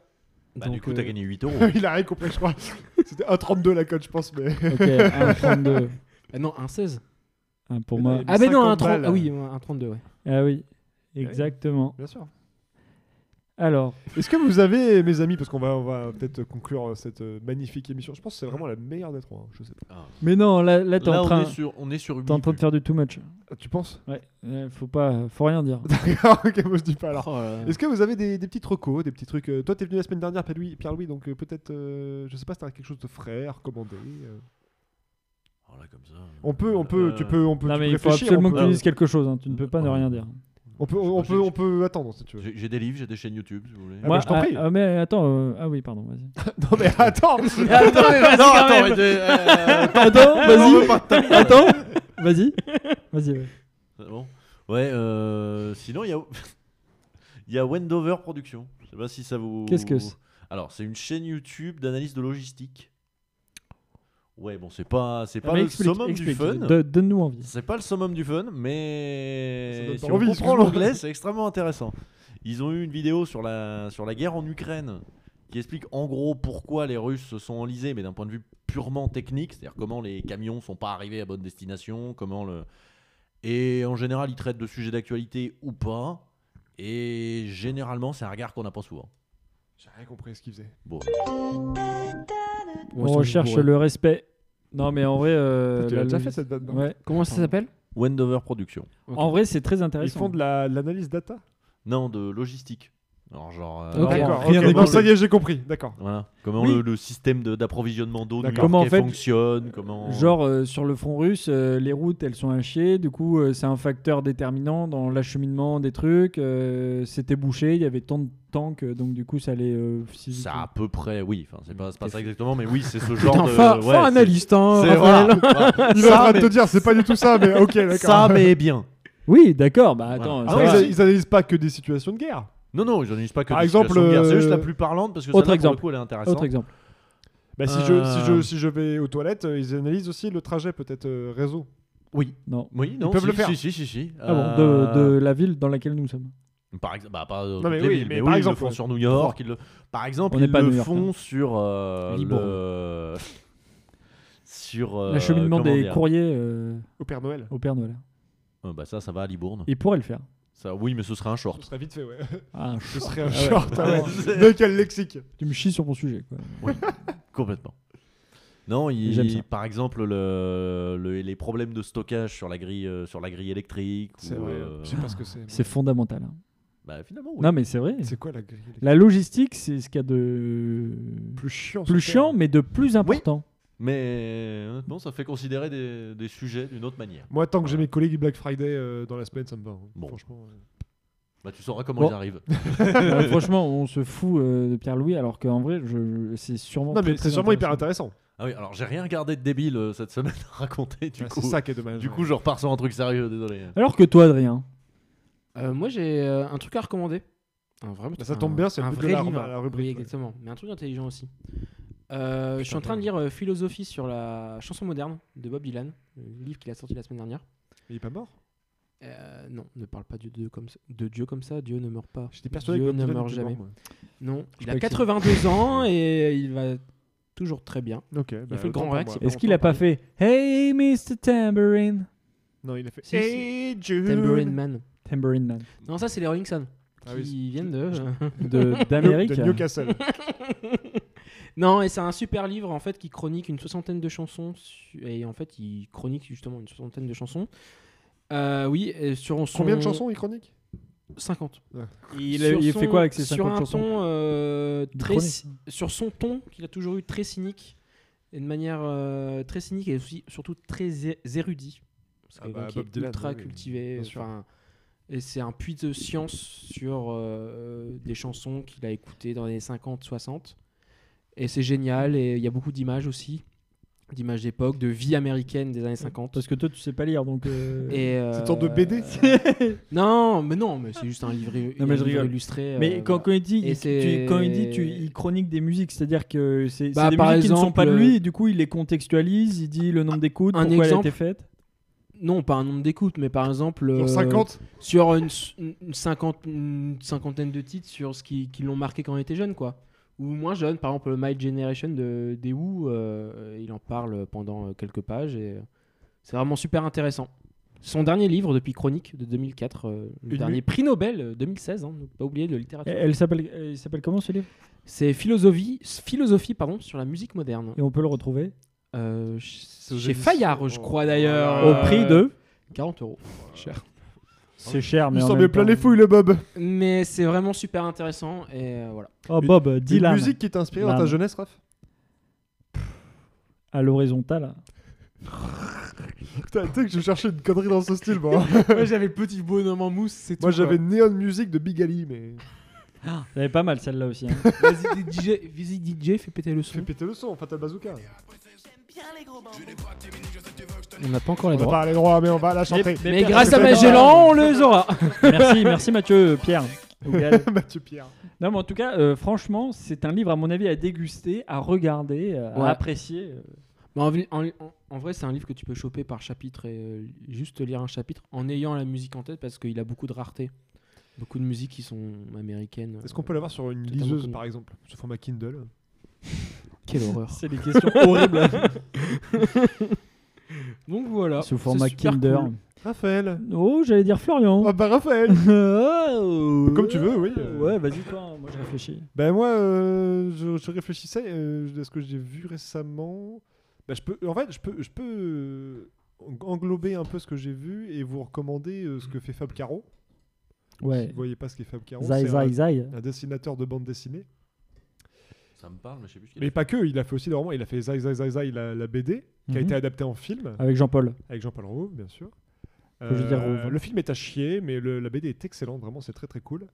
J: Bah, du
K: Donc,
J: coup, t'as
K: euh,
J: gagné 8 euros.
G: Il a rien compris, je crois. C'était 1,32 la cote, je pense, mais.
H: Ok, 1,32.
K: Ah non, un 16.
H: Ah, pour
G: Mais
H: moi.
G: non, il y a
K: Ah, mais non,
G: 50
K: un 30.
G: balles.
K: Ah oui, un 32, ouais.
H: Ah oui,
G: Eh
H: exactement.
G: Bien sûr.
H: Alors,
G: Est-ce que vous avez, mes amis, parce qu'on va, on va peut-être conclure euh, cette euh, magnifique émission, je pense que c'est vraiment la meilleure des trois. hein, Je sais pas.
H: mais non, là, là t'es
J: Ah, Là,
H: en
J: on
H: train,
J: est sur, on est sur
H: t'es en train de
J: Ubisoft.
H: faire du too much.
G: Ah, tu penses
H: Ouais, euh, faut pas, faut rien dire.
G: D'accord, ok, moi je dis pas alors.
K: Oh là là.
G: Est-ce que vous avez des, des petits recos, des petits trucs euh, Toi, t'es venu la semaine dernière, Pierre-Louis, Pierre-Louis, donc euh, peut-être, euh, je sais pas si t'as quelque chose de frais à recommander. euh.
J: Oh là, comme ça.
G: On peut, on peut,
J: Euh,
G: tu peux, on peut,
H: Non
G: tu
H: mais
G: peux
H: il faut
G: réfléchir,
H: absolument
G: on
H: que
G: peut- Ah,
H: tu dises quelque chose. hein, Tu ne peux pas ne rien dire.
G: On peut, on,
J: Moi,
G: peut,
J: j'ai-
G: on peut attendre si tu veux.
J: J'ai j'ai des livres, j'ai des chaînes YouTube, si vous voulez.
G: Ah bah, je t'en
H: ah,
G: prie.
H: ah, mais attends. euh, ah oui, pardon. Vas-y.
G: Non mais attends,
J: Attendez, vas-y, non,
K: quand
J: attends,
K: même.
J: mais j'ai- euh,
H: attends,
J: on veut
H: vas-y.
J: pas de ta merde.
H: Attends, vas-y. Vas-y. ouais.
J: Ah bon Ouais, euh, sinon, il y a... il y a Wendover Productions. Je sais pas si ça vous.
H: Qu'est-ce que c'est
J: Alors, c'est une chaîne YouTube d'analyse de logistique. Ouais, bon, c'est pas, c'est
H: Ah,
J: pas
H: mais
J: le
H: explique,
J: summum
H: explique,
J: du fun.
H: de- Donne-nous envie.
J: C'est pas le summum du fun,
G: Ça
J: mais
G: donne
J: si
G: pas
J: on
G: envie,
J: comprend
G: excuse-moi.
J: l'anglais, c'est extrêmement intéressant. Ils ont eu une vidéo sur la, sur la guerre en Ukraine qui explique en gros pourquoi les Russes se sont enlisés, mais d'un point de vue purement technique, c'est-à-dire comment les camions sont pas arrivés à bonne destination, comment le. Et en général, ils traitent de sujets d'actualité ou pas. Et généralement, c'est un regard qu'on n'a pas souvent.
G: J'ai rien compris ce qu'il faisait.
J: Bon.
H: On recherche le respect. Non, mais en vrai. euh,
G: Tu l'as
H: la
G: déjà fait,
H: logique-
G: cette date, non
H: Ouais.
K: Comment ça s'appelle
J: Wendover Production.
H: En vrai, c'est très intéressant.
G: Ils font de la- de l'analyse data
J: Non, de logistique. Alors genre. euh,
H: Ok. D'accord,
J: rien
H: ok,
J: n'est
H: bon,
J: compris.
G: ça y est, j'ai compris, d'accord.
J: Voilà. Comment
G: Oui.
J: le, le système de- d'approvisionnement d'eau de
H: D'accord. Comment, en fait,
J: fonctionne Comment
H: Genre euh, sur le front russe, euh, les routes elles sont à chier, du coup euh, c'est un facteur déterminant dans l'acheminement des trucs. euh, C'était bouché, il y avait tant de tanks, euh, donc du coup ça allait. euh, si-
J: C'est à peu près, oui. Enfin, c'est pas, c'est pas ça exactement, mais oui, c'est ce
H: Putain,
J: genre de.
H: fin- fin
J: c'est-
H: analyste, hein,
J: c'est-
H: Raphaël.
J: voilà, voilà.
G: Il est en
J: Ça,
G: train de
J: mais-
G: te dire, c'est pas du tout ça, mais ok, d'accord.
J: Ça, mais bien.
H: Oui, d'accord, bah attends.
J: Voilà.
H: ça
G: Ah,
H: va.
G: ils, ils analysent pas que des situations de guerre.
J: Non, non, ils n'utilisent pas que
G: Par
J: des
G: exemple,
J: situations de guerre. C'est
G: euh,
J: juste la plus parlante parce que
H: autre
J: celle-là, pour le
H: exemple.
J: coup, elle est intéressante.
H: Autre exemple.
G: Bah, si, je, si,
H: Euh.
G: je, si je vais aux toilettes, euh, ils analysent aussi le trajet, peut-être euh, réseau.
J: Oui.
H: Non.
J: Oui, non,
G: Ils peuvent
J: si,
G: le faire.
J: Si, si, si, si.
H: Ah bon,
J: Euh,
H: de, de la ville dans laquelle nous sommes.
J: Par exemple, bah, pas dans
G: Non, mais
J: toutes les
G: oui,
J: villes,
G: mais
J: mais
G: par
J: oui, ils
G: exemple,
J: le font
G: ouais.
J: sur New York. ils le- Par exemple,
H: On n'est
J: ils
H: pas à
J: le
H: New York,
J: font
H: hein.
J: sur. euh,
H: Liban.
J: le- Sur. euh,
H: L'acheminement
J: comment
H: des
J: dire
H: courriers euh,
G: Au Père Noël.
H: au Père Noël.
J: Euh, bah, ça, ça va à Libourne.
H: Il pourrait le faire.
J: Ça, oui, mais ce serait un short.
G: Ce serait vite fait, ouais.
H: Ah, un
G: Ce
H: short.
G: serait un
H: Ah ouais.
G: short. ah ouais.
J: C'est-
G: De quel lexique
H: Tu me chies sur mon sujet. Quoi.
J: Complètement. Non, il-
H: J'aime ça.
J: par exemple, le, le- les problèmes de stockage sur la grille, euh, sur la grille électrique.
G: C'est
J: ou,
G: vrai,
J: euh,
G: je sais pas ce que c'est.
H: C'est fondamental. hein.
J: Bah, finalement, oui.
H: Non mais c'est vrai.
G: C'est quoi la grille électrique
H: La logistique, c'est ce qu'il y a de
G: Plus chiant.
H: plus
G: sur
H: chiant, mais de plus important.
J: Mais honnêtement, ça fait considérer des, des sujets d'une autre manière.
G: Terre. Moi, tant que j'ai mes collègues Black Friday euh, dans la semaine, ça me va. hein. Franchement. euh.
J: Bah, tu sauras comment
H: Bon.
J: ils arrivent.
H: Ouais, Euh, franchement, on se fout euh, de Pierre Louis, alors qu'en vrai, je, je- c'est sûrement.
G: Non,
H: très,
G: mais
H: très
G: c'est sûrement hyper intéressant.
J: Ah oui, alors j'ai rien regardé de débile euh, cette semaine à raconter. Du
G: Ah,
J: coup,
G: c'est ça qui est dommage.
J: du
G: ouais.
J: coup, je repars sur un truc sérieux, désolé.
H: Alors que toi, Adrien,
K: Euh, moi, j'ai euh, un truc à recommander. Un vrai-
G: Bah, ça tombe
K: un-
G: bien, c'est le
K: un
G: but de
K: vrai
G: la-
K: livre.
G: la rubrique,
K: Oui,
G: ouais.
K: exactement. Mais un truc intelligent aussi. Euh, je suis en train de lire euh, Philosophie sur la chanson moderne de Bob Dylan, le livre qu'il a sorti la semaine dernière.
G: Il est pas mort
K: Euh, non, ne parle pas de Dieu comme ça. De Dieu comme ça, Dieu ne meurt pas.
G: J'étais persuadé
K: Dieu
G: que Bob
K: ne
G: Dylan
K: meurt
G: était
K: jamais.
G: mort, moi.
K: Non, il
G: croyais que
K: a
G: c'est-
K: 82 ans et il va toujours très bien.
G: Ok, bah,
K: il a fait le
G: autant
K: grand
G: pour
K: Rex.
G: moi.
K: il y a
H: est-ce
K: pas
H: qu'il a
K: longtemps,
H: pas fait Hey Mr. Tambourine
G: Non, il a fait.
K: Si, si.
G: Hey, Jude
K: Tambourine Man.
H: Tambourine Man
K: Non, ça c'est les Rolling Stones. Qui
G: Ah oui,
K: viennent de.
H: de- d'Amérique. hein.
G: De Newcastle.
K: non, et c'est un super livre en fait qui chronique une soixantaine de chansons. su- Et en fait, il chronique justement une soixantaine de chansons. Euh, oui, et sur son...
G: Combien de chansons, il chronique
K: 50.
G: Ouais.
H: Il,
K: Sur
H: il
K: son-
H: fait quoi avec ses
K: sur
H: 50
K: un
H: chansons
K: ton, euh,
H: Il
K: très
H: prenait.
K: ci- Sur son ton qu'il a toujours eu très cynique, et de manière euh, très cynique et aussi, surtout très é- érudit. C'est
G: Ah
K: quelqu'un
G: bah,
K: qui
G: Bob
K: est
G: Dylan,
K: ultra
G: oui, oui,
K: cultivé.
G: bien sûr.
K: enfin, Et c'est un puits de science sur euh, des chansons qu'il a écoutées dans les 50, 60. Et c'est génial, et il y a beaucoup d'images aussi, d'images d'époque, de vie américaine des années 50.
H: Parce que toi, tu sais pas lire, donc. euh,
K: Et,
G: C'est
K: euh,
G: tant de BD
K: non, mais non, mais c'est juste un livre,
H: Non, mais
K: un
H: je
K: livre
H: rigole.
K: illustré.
H: Mais
K: euh,
H: quand, quand il dit,
K: Et
H: il,
K: c'est-
H: tu- quand il dit, tu, il chronique des musiques, c'est-à-dire que c'est c'est
K: Bah,
H: des
K: par
H: musiques qui ne sont pas de
K: exemple,
H: lui, et du coup, il les contextualise, il dit le nombre d'écoutes,
K: un
H: pourquoi elle a été
K: exemple.
H: faite.
K: Non, pas un nombre d'écoutes, mais par exemple.
G: Genre
K: euh,
G: 50
K: Sur une, s- une cinquante- une cinquantaine de titres sur ce qui, qui l'ont marqué quand il était jeune, quoi. Ou moins jeune, par exemple My Generation de des Who, euh, il en parle pendant euh, quelques pages et euh, c'est vraiment super intéressant. Son dernier livre depuis Chronique de 2004, euh, le
G: Une
K: dernier
G: nuit.
K: prix Nobel euh, 2016, hein, ne pas oublier de littérature.
H: Elle elle s'appelle euh, il s'appelle comment ce livre
K: C'est philosophie, philosophie pardon, sur la musique moderne.
H: Et on peut le retrouver
K: Euh, ch-
G: aux
K: chez
G: éditions-
K: Fayard, je crois
G: Oh, Euh,
K: d'ailleurs.
J: Oh,
H: au prix de.
K: 40 euros. Cher.
H: C'est cher, mais
G: Il
H: en
G: s'en
H: même
G: met plein
H: temps-
G: les fouilles, le Bob.
K: Mais c'est vraiment super intéressant et euh, voilà.
H: Oh Bob, Dylan.
G: Une musique qui t'a inspiré dans ta
H: Dylan.
G: jeunesse, Raph
H: à l'horizontale.
G: Putain, Tu sais que je cherchais une connerie dans ce style, moi.
K: Moi j'avais le petit bonhomme en mousse, c'est
G: Moi, j'avais Neon Music de Big Ali, mais.
H: Elle est pas mal celle-là aussi. hein.
K: Vas-y DJ, vas-y, DJ, fais péter le
G: Fais
K: son.
G: péter le son, Fatal Bazooka.
K: On n'a pas encore les
G: On va
K: droits.
G: pas les droits, mais on va la chanter.
K: Mais grâce à Magellan, on les aura.
H: merci, merci Mathieu, Pierre. ou Gal.
G: euh, Mathieu Pierre.
H: non, mais en tout cas, euh, franchement, c'est un livre à mon avis à déguster, à regarder, euh,
K: Ouais.
H: à apprécier. euh.
K: Mais en, vi- en- en- en vrai, c'est un livre que tu peux choper par chapitre et euh, juste lire un chapitre en ayant la musique en tête parce qu'il a beaucoup de rareté. Beaucoup de musiques qui sont américaines.
G: Est-ce qu'on peut l'avoir sur une
K: totalement
G: liseuse,
K: connues.
G: par exemple, sous format Kindle
K: Quelle horreur.
H: C'est des questions horribles.
K: Donc voilà.
H: Sous
K: c'est
H: format
K: super
H: Kinder.
K: cool.
G: Raphaël.
H: Oh, j'allais dire Florian.
G: Ah bah Raphaël.
H: Comme
G: tu veux, oui. euh.
H: Ouais, vas-y toi, hein, moi je réfléchis.
G: Ben moi, euh, je, je réfléchissais euh, à ce que j'ai vu récemment. Ben, je peux, en fait, je peux, je peux euh, englober un peu ce que j'ai vu et vous recommander euh, ce que fait Fab Caro.
H: Ouais.
G: Si vous voyez pas ce qu'est Fab Caro,
H: Zai,
G: c'est
H: zai,
G: un,
H: zai.
G: un dessinateur de bande dessinée.
J: Ça me parle, mais je sais plus ce qu'il
G: Mais pas que, il a fait aussi des romans. Il a fait Zai Zai Zai Zai, la, la BD, qui a
H: Mhm.
G: été adaptée en film.
H: Avec Jean-Paul.
G: Avec Jean-Paul Rouve, bien sûr. Euh,
H: Faut juste dire Rouve.
G: le film est à chier, mais le- la BD est excellente, vraiment, c'est très très cool.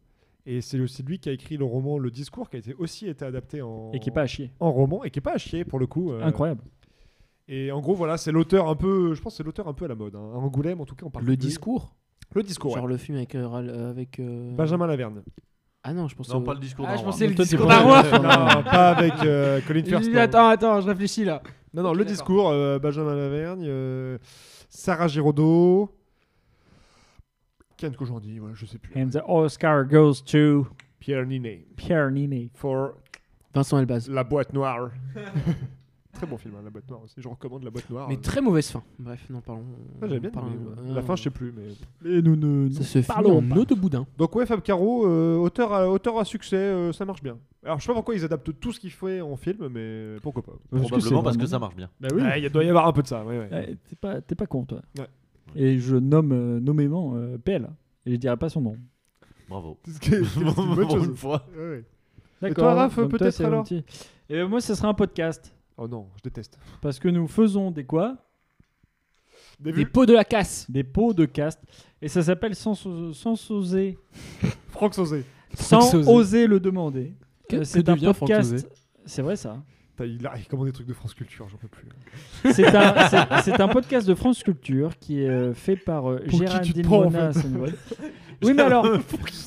G: Et c'est aussi lui qui a écrit le roman Le Discours, qui a été, aussi été adapté en.
H: Et qui est pas à chier.
G: En roman, et qui est pas à chier pour le coup. euh.
H: Incroyable.
G: Et en gros, voilà, c'est l'auteur un peu. Je pense que c'est l'auteur un peu à la mode. hein. À Angoulême, en tout cas, on parle.
K: Le
G: de lui.
K: discours
G: Le discours.
K: Genre
G: ouais.
K: le film avec. euh, Ral- euh, avec euh,
G: Benjamin Laverne.
K: Ah non, je pensais.
J: Non,
K: au-
J: pas le discours
K: Ah,
J: d'un
K: je
J: roi.
K: pensais le
J: Toi,
G: c'est
K: discours
G: pas
K: d'un
G: le-
K: roi.
G: Non, pas avec, euh, Colin Firth,
K: Il dit,
G: non.
K: Attends, attends, je réfléchis là.
G: Non, non,
K: Ok,
G: le
K: d'accord.
G: discours, euh, Benjamin Lavergne, euh, Sarah Giraudot, Ken Kojandi, voilà, je sais plus.
H: And the Oscar goes to
G: Pierre Ninet.
H: Pierre Ninet.
G: For
K: Vincent Elbaz.
G: La boîte noire. très bon film, hein, La boîte noire aussi. Je recommande La boîte noire.
K: Mais
G: Euh,
K: très mauvaise fin. Bref, non, parlons.
G: Ah, j'aime bien
K: parlons-
G: aimé, ouais.
K: Ah,
G: La fin, je sais plus, mais.
H: Et nous ne.
K: Ça se finit
H: parlons
K: en
H: pas.
K: eau de boudin.
G: Donc ouais, Fab Caro, euh, auteur, à, auteur à succès, euh, ça marche bien. Alors je sais pas pourquoi ils adaptent tout ce qu'il fait en film, mais pourquoi pas.
H: Parce que
J: Probablement
H: c'est
J: parce que
H: vraiment-
J: ça marche bien.
G: Bah oui. il doit y avoir un peu de ça. Ouais, ouais.
H: Ouais, T'es pas, t'es pas con, toi.
G: Ouais.
H: Et je nomme euh, nommément euh, PL. Et je dirais pas son nom.
J: Bravo.
G: C'est ce qui est- c'est une bonne
J: Pour
G: chose.
J: une fois.
G: Ouais, ouais. Et
H: D'accord.
G: toi, Raph,
H: comme toi,
G: peut-être
H: c'est
G: alors
H: gentil. Et ben, moi, ce sera un podcast.
G: Oh non, je déteste.
H: Parce que nous faisons des quoi
G: Des
K: Les
G: vues.
K: pots de la casse.
H: Des pots de cast. Et ça s'appelle sans, so- sans oser.
G: Franck Sauzé.
H: Sans
K: Sauzet.
H: oser le demander.
K: Que-
H: Euh,
K: que
H: C'est un
K: devient Franck
H: podcast.
K: Sauzet
H: C'est vrai ça.
G: Putain, Il a il commande des trucs de France Culture, j'en peux plus.
H: C'est un, c'est- c'est un podcast de France Culture qui est euh, fait par euh,
G: Pour qui tu te
H: Géraldine
G: prends, en
H: Monas,
G: fait
H: une vraie- Oui, mais alors,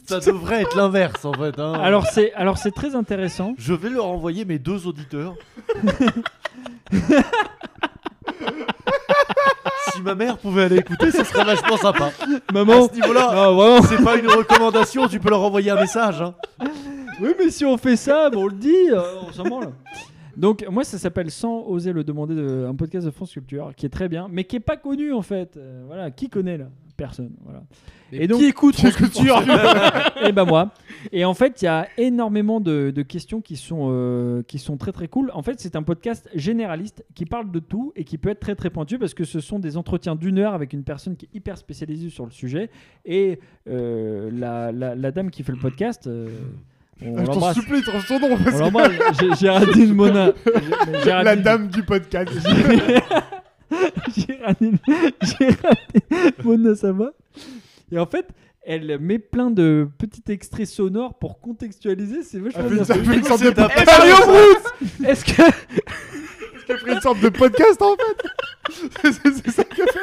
J: Ça devrait être l'inverse en fait. hein.
H: alors c'est alors c'est très intéressant.
J: Je vais leur envoyer mes deux auditeurs. si ma mère pouvait aller écouter, ce serait vachement sympa.
H: Maman,
J: à ce niveau-là,
H: non, vraiment.
J: c'est pas une recommandation, tu peux leur envoyer un message. hein.
H: Oui, mais si on fait ça, bon, on le dit, euh, on s'en branle. Donc, moi, ça s'appelle Sans oser le demander, de, un podcast de France Culture qui est très bien, mais qui est pas connu en fait. Euh, voilà, qui connaît là Personne. Voilà.
K: Et donc, qui écoute France Culture
H: et ben moi. Et en fait, il y a énormément de, de questions qui sont, euh, qui sont très très cool. En fait, c'est un podcast généraliste qui parle de tout et qui peut être très très pointu parce que ce sont des entretiens d'une heure avec une personne qui est hyper spécialisée sur le sujet. Et euh, la, la- la dame qui fait le podcast, euh, on
G: je t'en
H: l'embrasse.
G: supplie, trouve son nom.
H: On
G: Parce que
H: l'embrasse. Gé- Géraldine Mona.
G: la dame du podcast.
H: Géraldine, Géraldine Mona, ça va Et en fait, elle met plein de petits extraits sonores pour contextualiser. C'est vachement bien.
G: Ça fait une sorte de
J: C'est un
G: podcast.
J: peu-
G: Mario Brousse
H: Est-ce que
G: J'ai pris une sorte de podcast en fait. C'est- c'est ça que fait.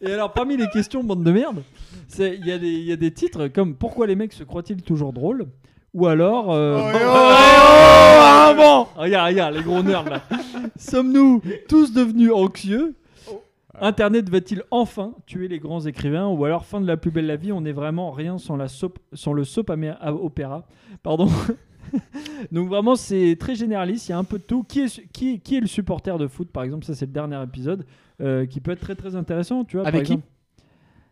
H: Et alors, parmi les questions, bande de merde, c'est- il y, a des- il y a des titres comme Pourquoi les mecs se croient-ils toujours drôles Ou alors. euh,
J: Eh
G: Oh, et oh,
H: ah, bon Regarde, regarde, les gros nerds là. Sommes-nous tous devenus anxieux Internet va-t-il enfin tuer les grands écrivains Ou alors, fin de la plus belle la vie, on n'est vraiment rien sans, la soap, sans le soap amé- à opéra Pardon donc vraiment c'est très généraliste, il y a un peu de tout. Qui est, su- qui, qui est le supporter de foot par exemple Ça c'est le dernier épisode euh, qui peut être très très intéressant, tu vois. par
K: Avec qui
H: exemple.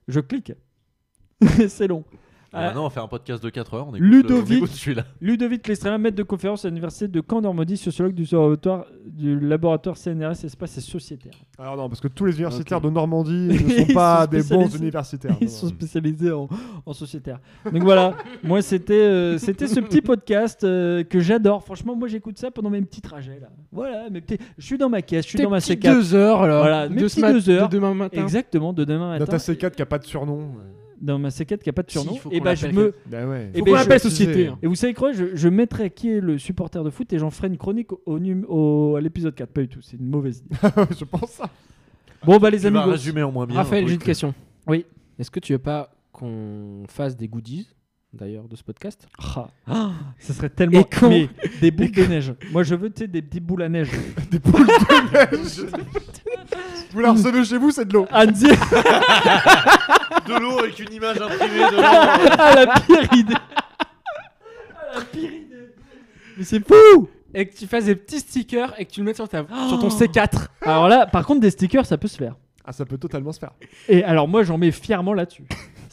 H: Je clique. c'est long.
J: Ah,
H: Euh,
J: Maintenant, on fait un podcast de 4 heures. On écoute,
H: Ludovic.
J: le- on écoute celui-là.
H: Ludovic Lestrella, maître de conférence à l'université de Caen Normandie, sociologue du laboratoire, du laboratoire CNRS Espace et Sociétaire.
G: Alors non, parce que tous les universitaires
K: Ok.
G: de Normandie ne
H: Ils
G: sont pas
H: sont
G: des bons
H: spécialisés.
G: universitaires. Non,
H: Ils
G: non.
H: sont spécialisés en, en sociétaire. Donc voilà, moi c'était euh, c'était ce petit podcast euh, que j'adore. Franchement, moi j'écoute ça pendant mes petits trajets là. Voilà, mes petits... je suis dans ma caisse, je suis
K: Tes
H: dans ma
K: petits
H: C4.
K: deux heures là.
H: Voilà, mes
K: de
H: petits
K: ce mat-
H: deux heures.
K: de demain matin.
H: Exactement, de demain
G: hein. Dans ta
H: matin.
G: C4 qui a pas de surnom.
H: Dans ma C4 qui a pas de
K: Si,
H: surnom.
K: faut
H: et
K: qu'on
H: bah je
K: l'appelle
H: me.
G: Bah ouais.
H: Eh
K: Faut
H: ben,
K: qu'on
H: je-
K: appelle société. hein.
H: Et vous savez quoi je, je mettrai qui est le supporter de foot et j'en ferai une chronique au, num- au- à l'épisode 4. Pas du tout, c'est une mauvaise idée.
G: Je pense ça.
H: Bon, bah les
J: Tu vas
H: amis,
J: résumer au moins bien.
K: Raphaël,
J: un
K: j'ai
J: truc.
K: une question.
H: Oui.
K: Est-ce que tu veux pas qu'on fasse des goodies d'ailleurs de ce podcast
H: Ah, ah, ce serait tellement
K: Et quand-
H: mais des boules de neige. Moi, je veux tu sais, des petites boules à neige.
G: Des poules de neige. Vous la recevez chez vous, c'est de l'eau.
H: Annecy.
J: de l'eau avec une image imprimée dedans.
H: Ah,
K: La pire idée.
E: La pire idée.
K: Mais c'est fou Et que tu fasses des petits stickers et que tu le mettes sur, ta, sur ton
H: Oh.
K: C4.
H: Alors là, par contre, des stickers, ça peut se faire.
G: Ah, ça peut totalement se faire.
H: Et alors, moi, j'en mets fièrement là-dessus.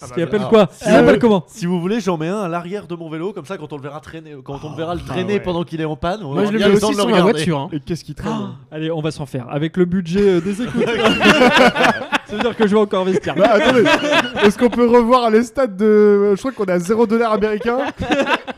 J: Ah
H: Ce
J: bah,
H: qui appelle
J: alors,
H: quoi
J: si
H: Ça
J: vous-
H: s'appelle comment
J: Si vous voulez, j'en mets un à l'arrière de mon vélo, comme ça, quand on le verra traîner, euh, quand on le verra le
G: Ah,
J: traîner
H: ouais.
J: pendant qu'il est en panne, on
H: Moi,
J: aura
H: je le
J: bien
H: mets
J: temps
H: aussi
J: de le
H: sur ma
J: regarder.
H: voiture, hein.
G: Et qu'est-ce qui traîne
H: Ah, Allez, on va s'en faire. Avec le budget euh, des écoutes. Ça veut dire que je vais encore investir.
G: Bah, attendez, est-ce qu'on peut revoir les stats de. Je crois qu'on a 0 dollar américain.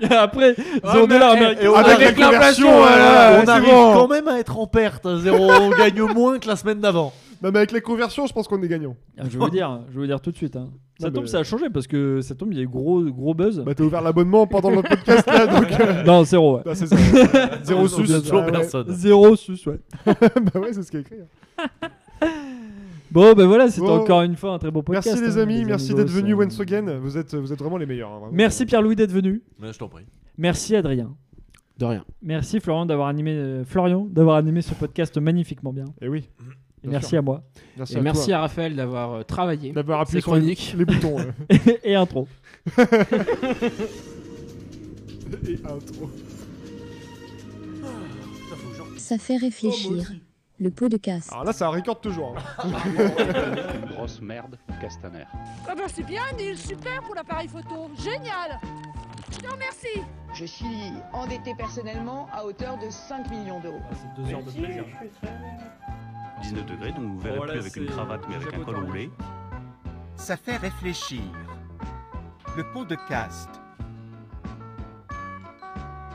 H: Après,
G: 0 dollars
J: Et
G: américain.
J: on-
G: Avec, la conversion, voilà,
J: on
G: c'est
J: arrive
G: bon.
J: quand même à être en perte. hein, zéro, on gagne moins que la semaine d'avant.
G: Non, mais avec les conversions, je pense qu'on est gagnant.
H: Ah, je vais vous dire, je vais vous dire tout de suite. hein. Ça
G: Non,
H: tombe,
G: mais-
H: ça a changé parce que ça tombe, il y a eu gros, gros buzz.
G: Bah, t'as ouvert l'abonnement pendant le podcast là, donc. euh,
H: Non, zéro. Ouais.
G: Bah, c'est ça.
H: Non,
G: Zéro sus,
H: bien sûr.
G: toujours
H: Ah ouais.
G: personne.
H: Zéro sus, ouais.
G: bah, ouais, c'est ce qu'il y a écrit.
H: Bon, ben voilà, c'était
G: Bon.
H: encore une fois un très beau podcast.
G: Merci les
H: hein,
G: amis, merci
H: amigos,
G: d'être venus
H: euh,
G: once again. Vous êtes, vous êtes vraiment les meilleurs. hein, vraiment.
H: Merci Pierre-Louis d'être venu.
J: Mais je t'en prie.
H: Merci Adrien.
K: De rien.
H: Merci Florian d'avoir animé, euh, Florian d'avoir animé ce podcast magnifiquement bien.
G: Et Eh oui.
H: Et merci à moi.
K: et merci à Raphaël d'avoir euh, travaillé.
G: D'avoir appuyé
K: ses
G: sur les-
K: chroniques.
G: les boutons, euh. ouais.
H: Et intro.
G: Et intro.
A: Ça fait réfléchir. Le pot de caste.
G: Alors là, ça récorde toujours. hein.
B: Une grosse merde, Castaner.
C: Ah ben c'est bien, Neil, super pour l'appareil photo. Génial Je te remercie
D: Je suis endetté personnellement à hauteur de 5 millions d'euros.
H: Ah, deux heures de plaisir.
Q: 19 degrés, donc vous ne verrez
H: Oh
F: Voilà,
Q: plus avec une
F: c'est-
Q: cravate mais avec un col roulé.
F: Ça fait réfléchir. Le pot de caste.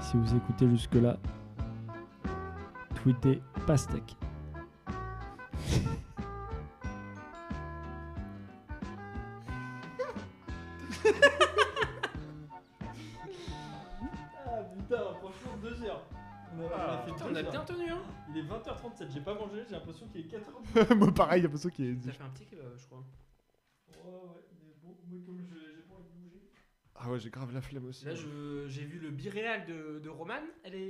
H: Si vous écoutez jusque-là, tweetez pastèque. Ah putain, franchement, deux heures. On a,
K: Ah, putain, on a bien tenu, hein.
H: Il est 20h37, j'ai pas mangé, j'ai l'impression qu'il est 4h.
G: Moi, pareil, il y a pas ça qui est.
K: Ça fait un petit kebab, je crois.
G: Ah ouais, j'ai grave la flemme aussi.
K: Là, je- j'ai vu le biréal de, de Roman. Elle est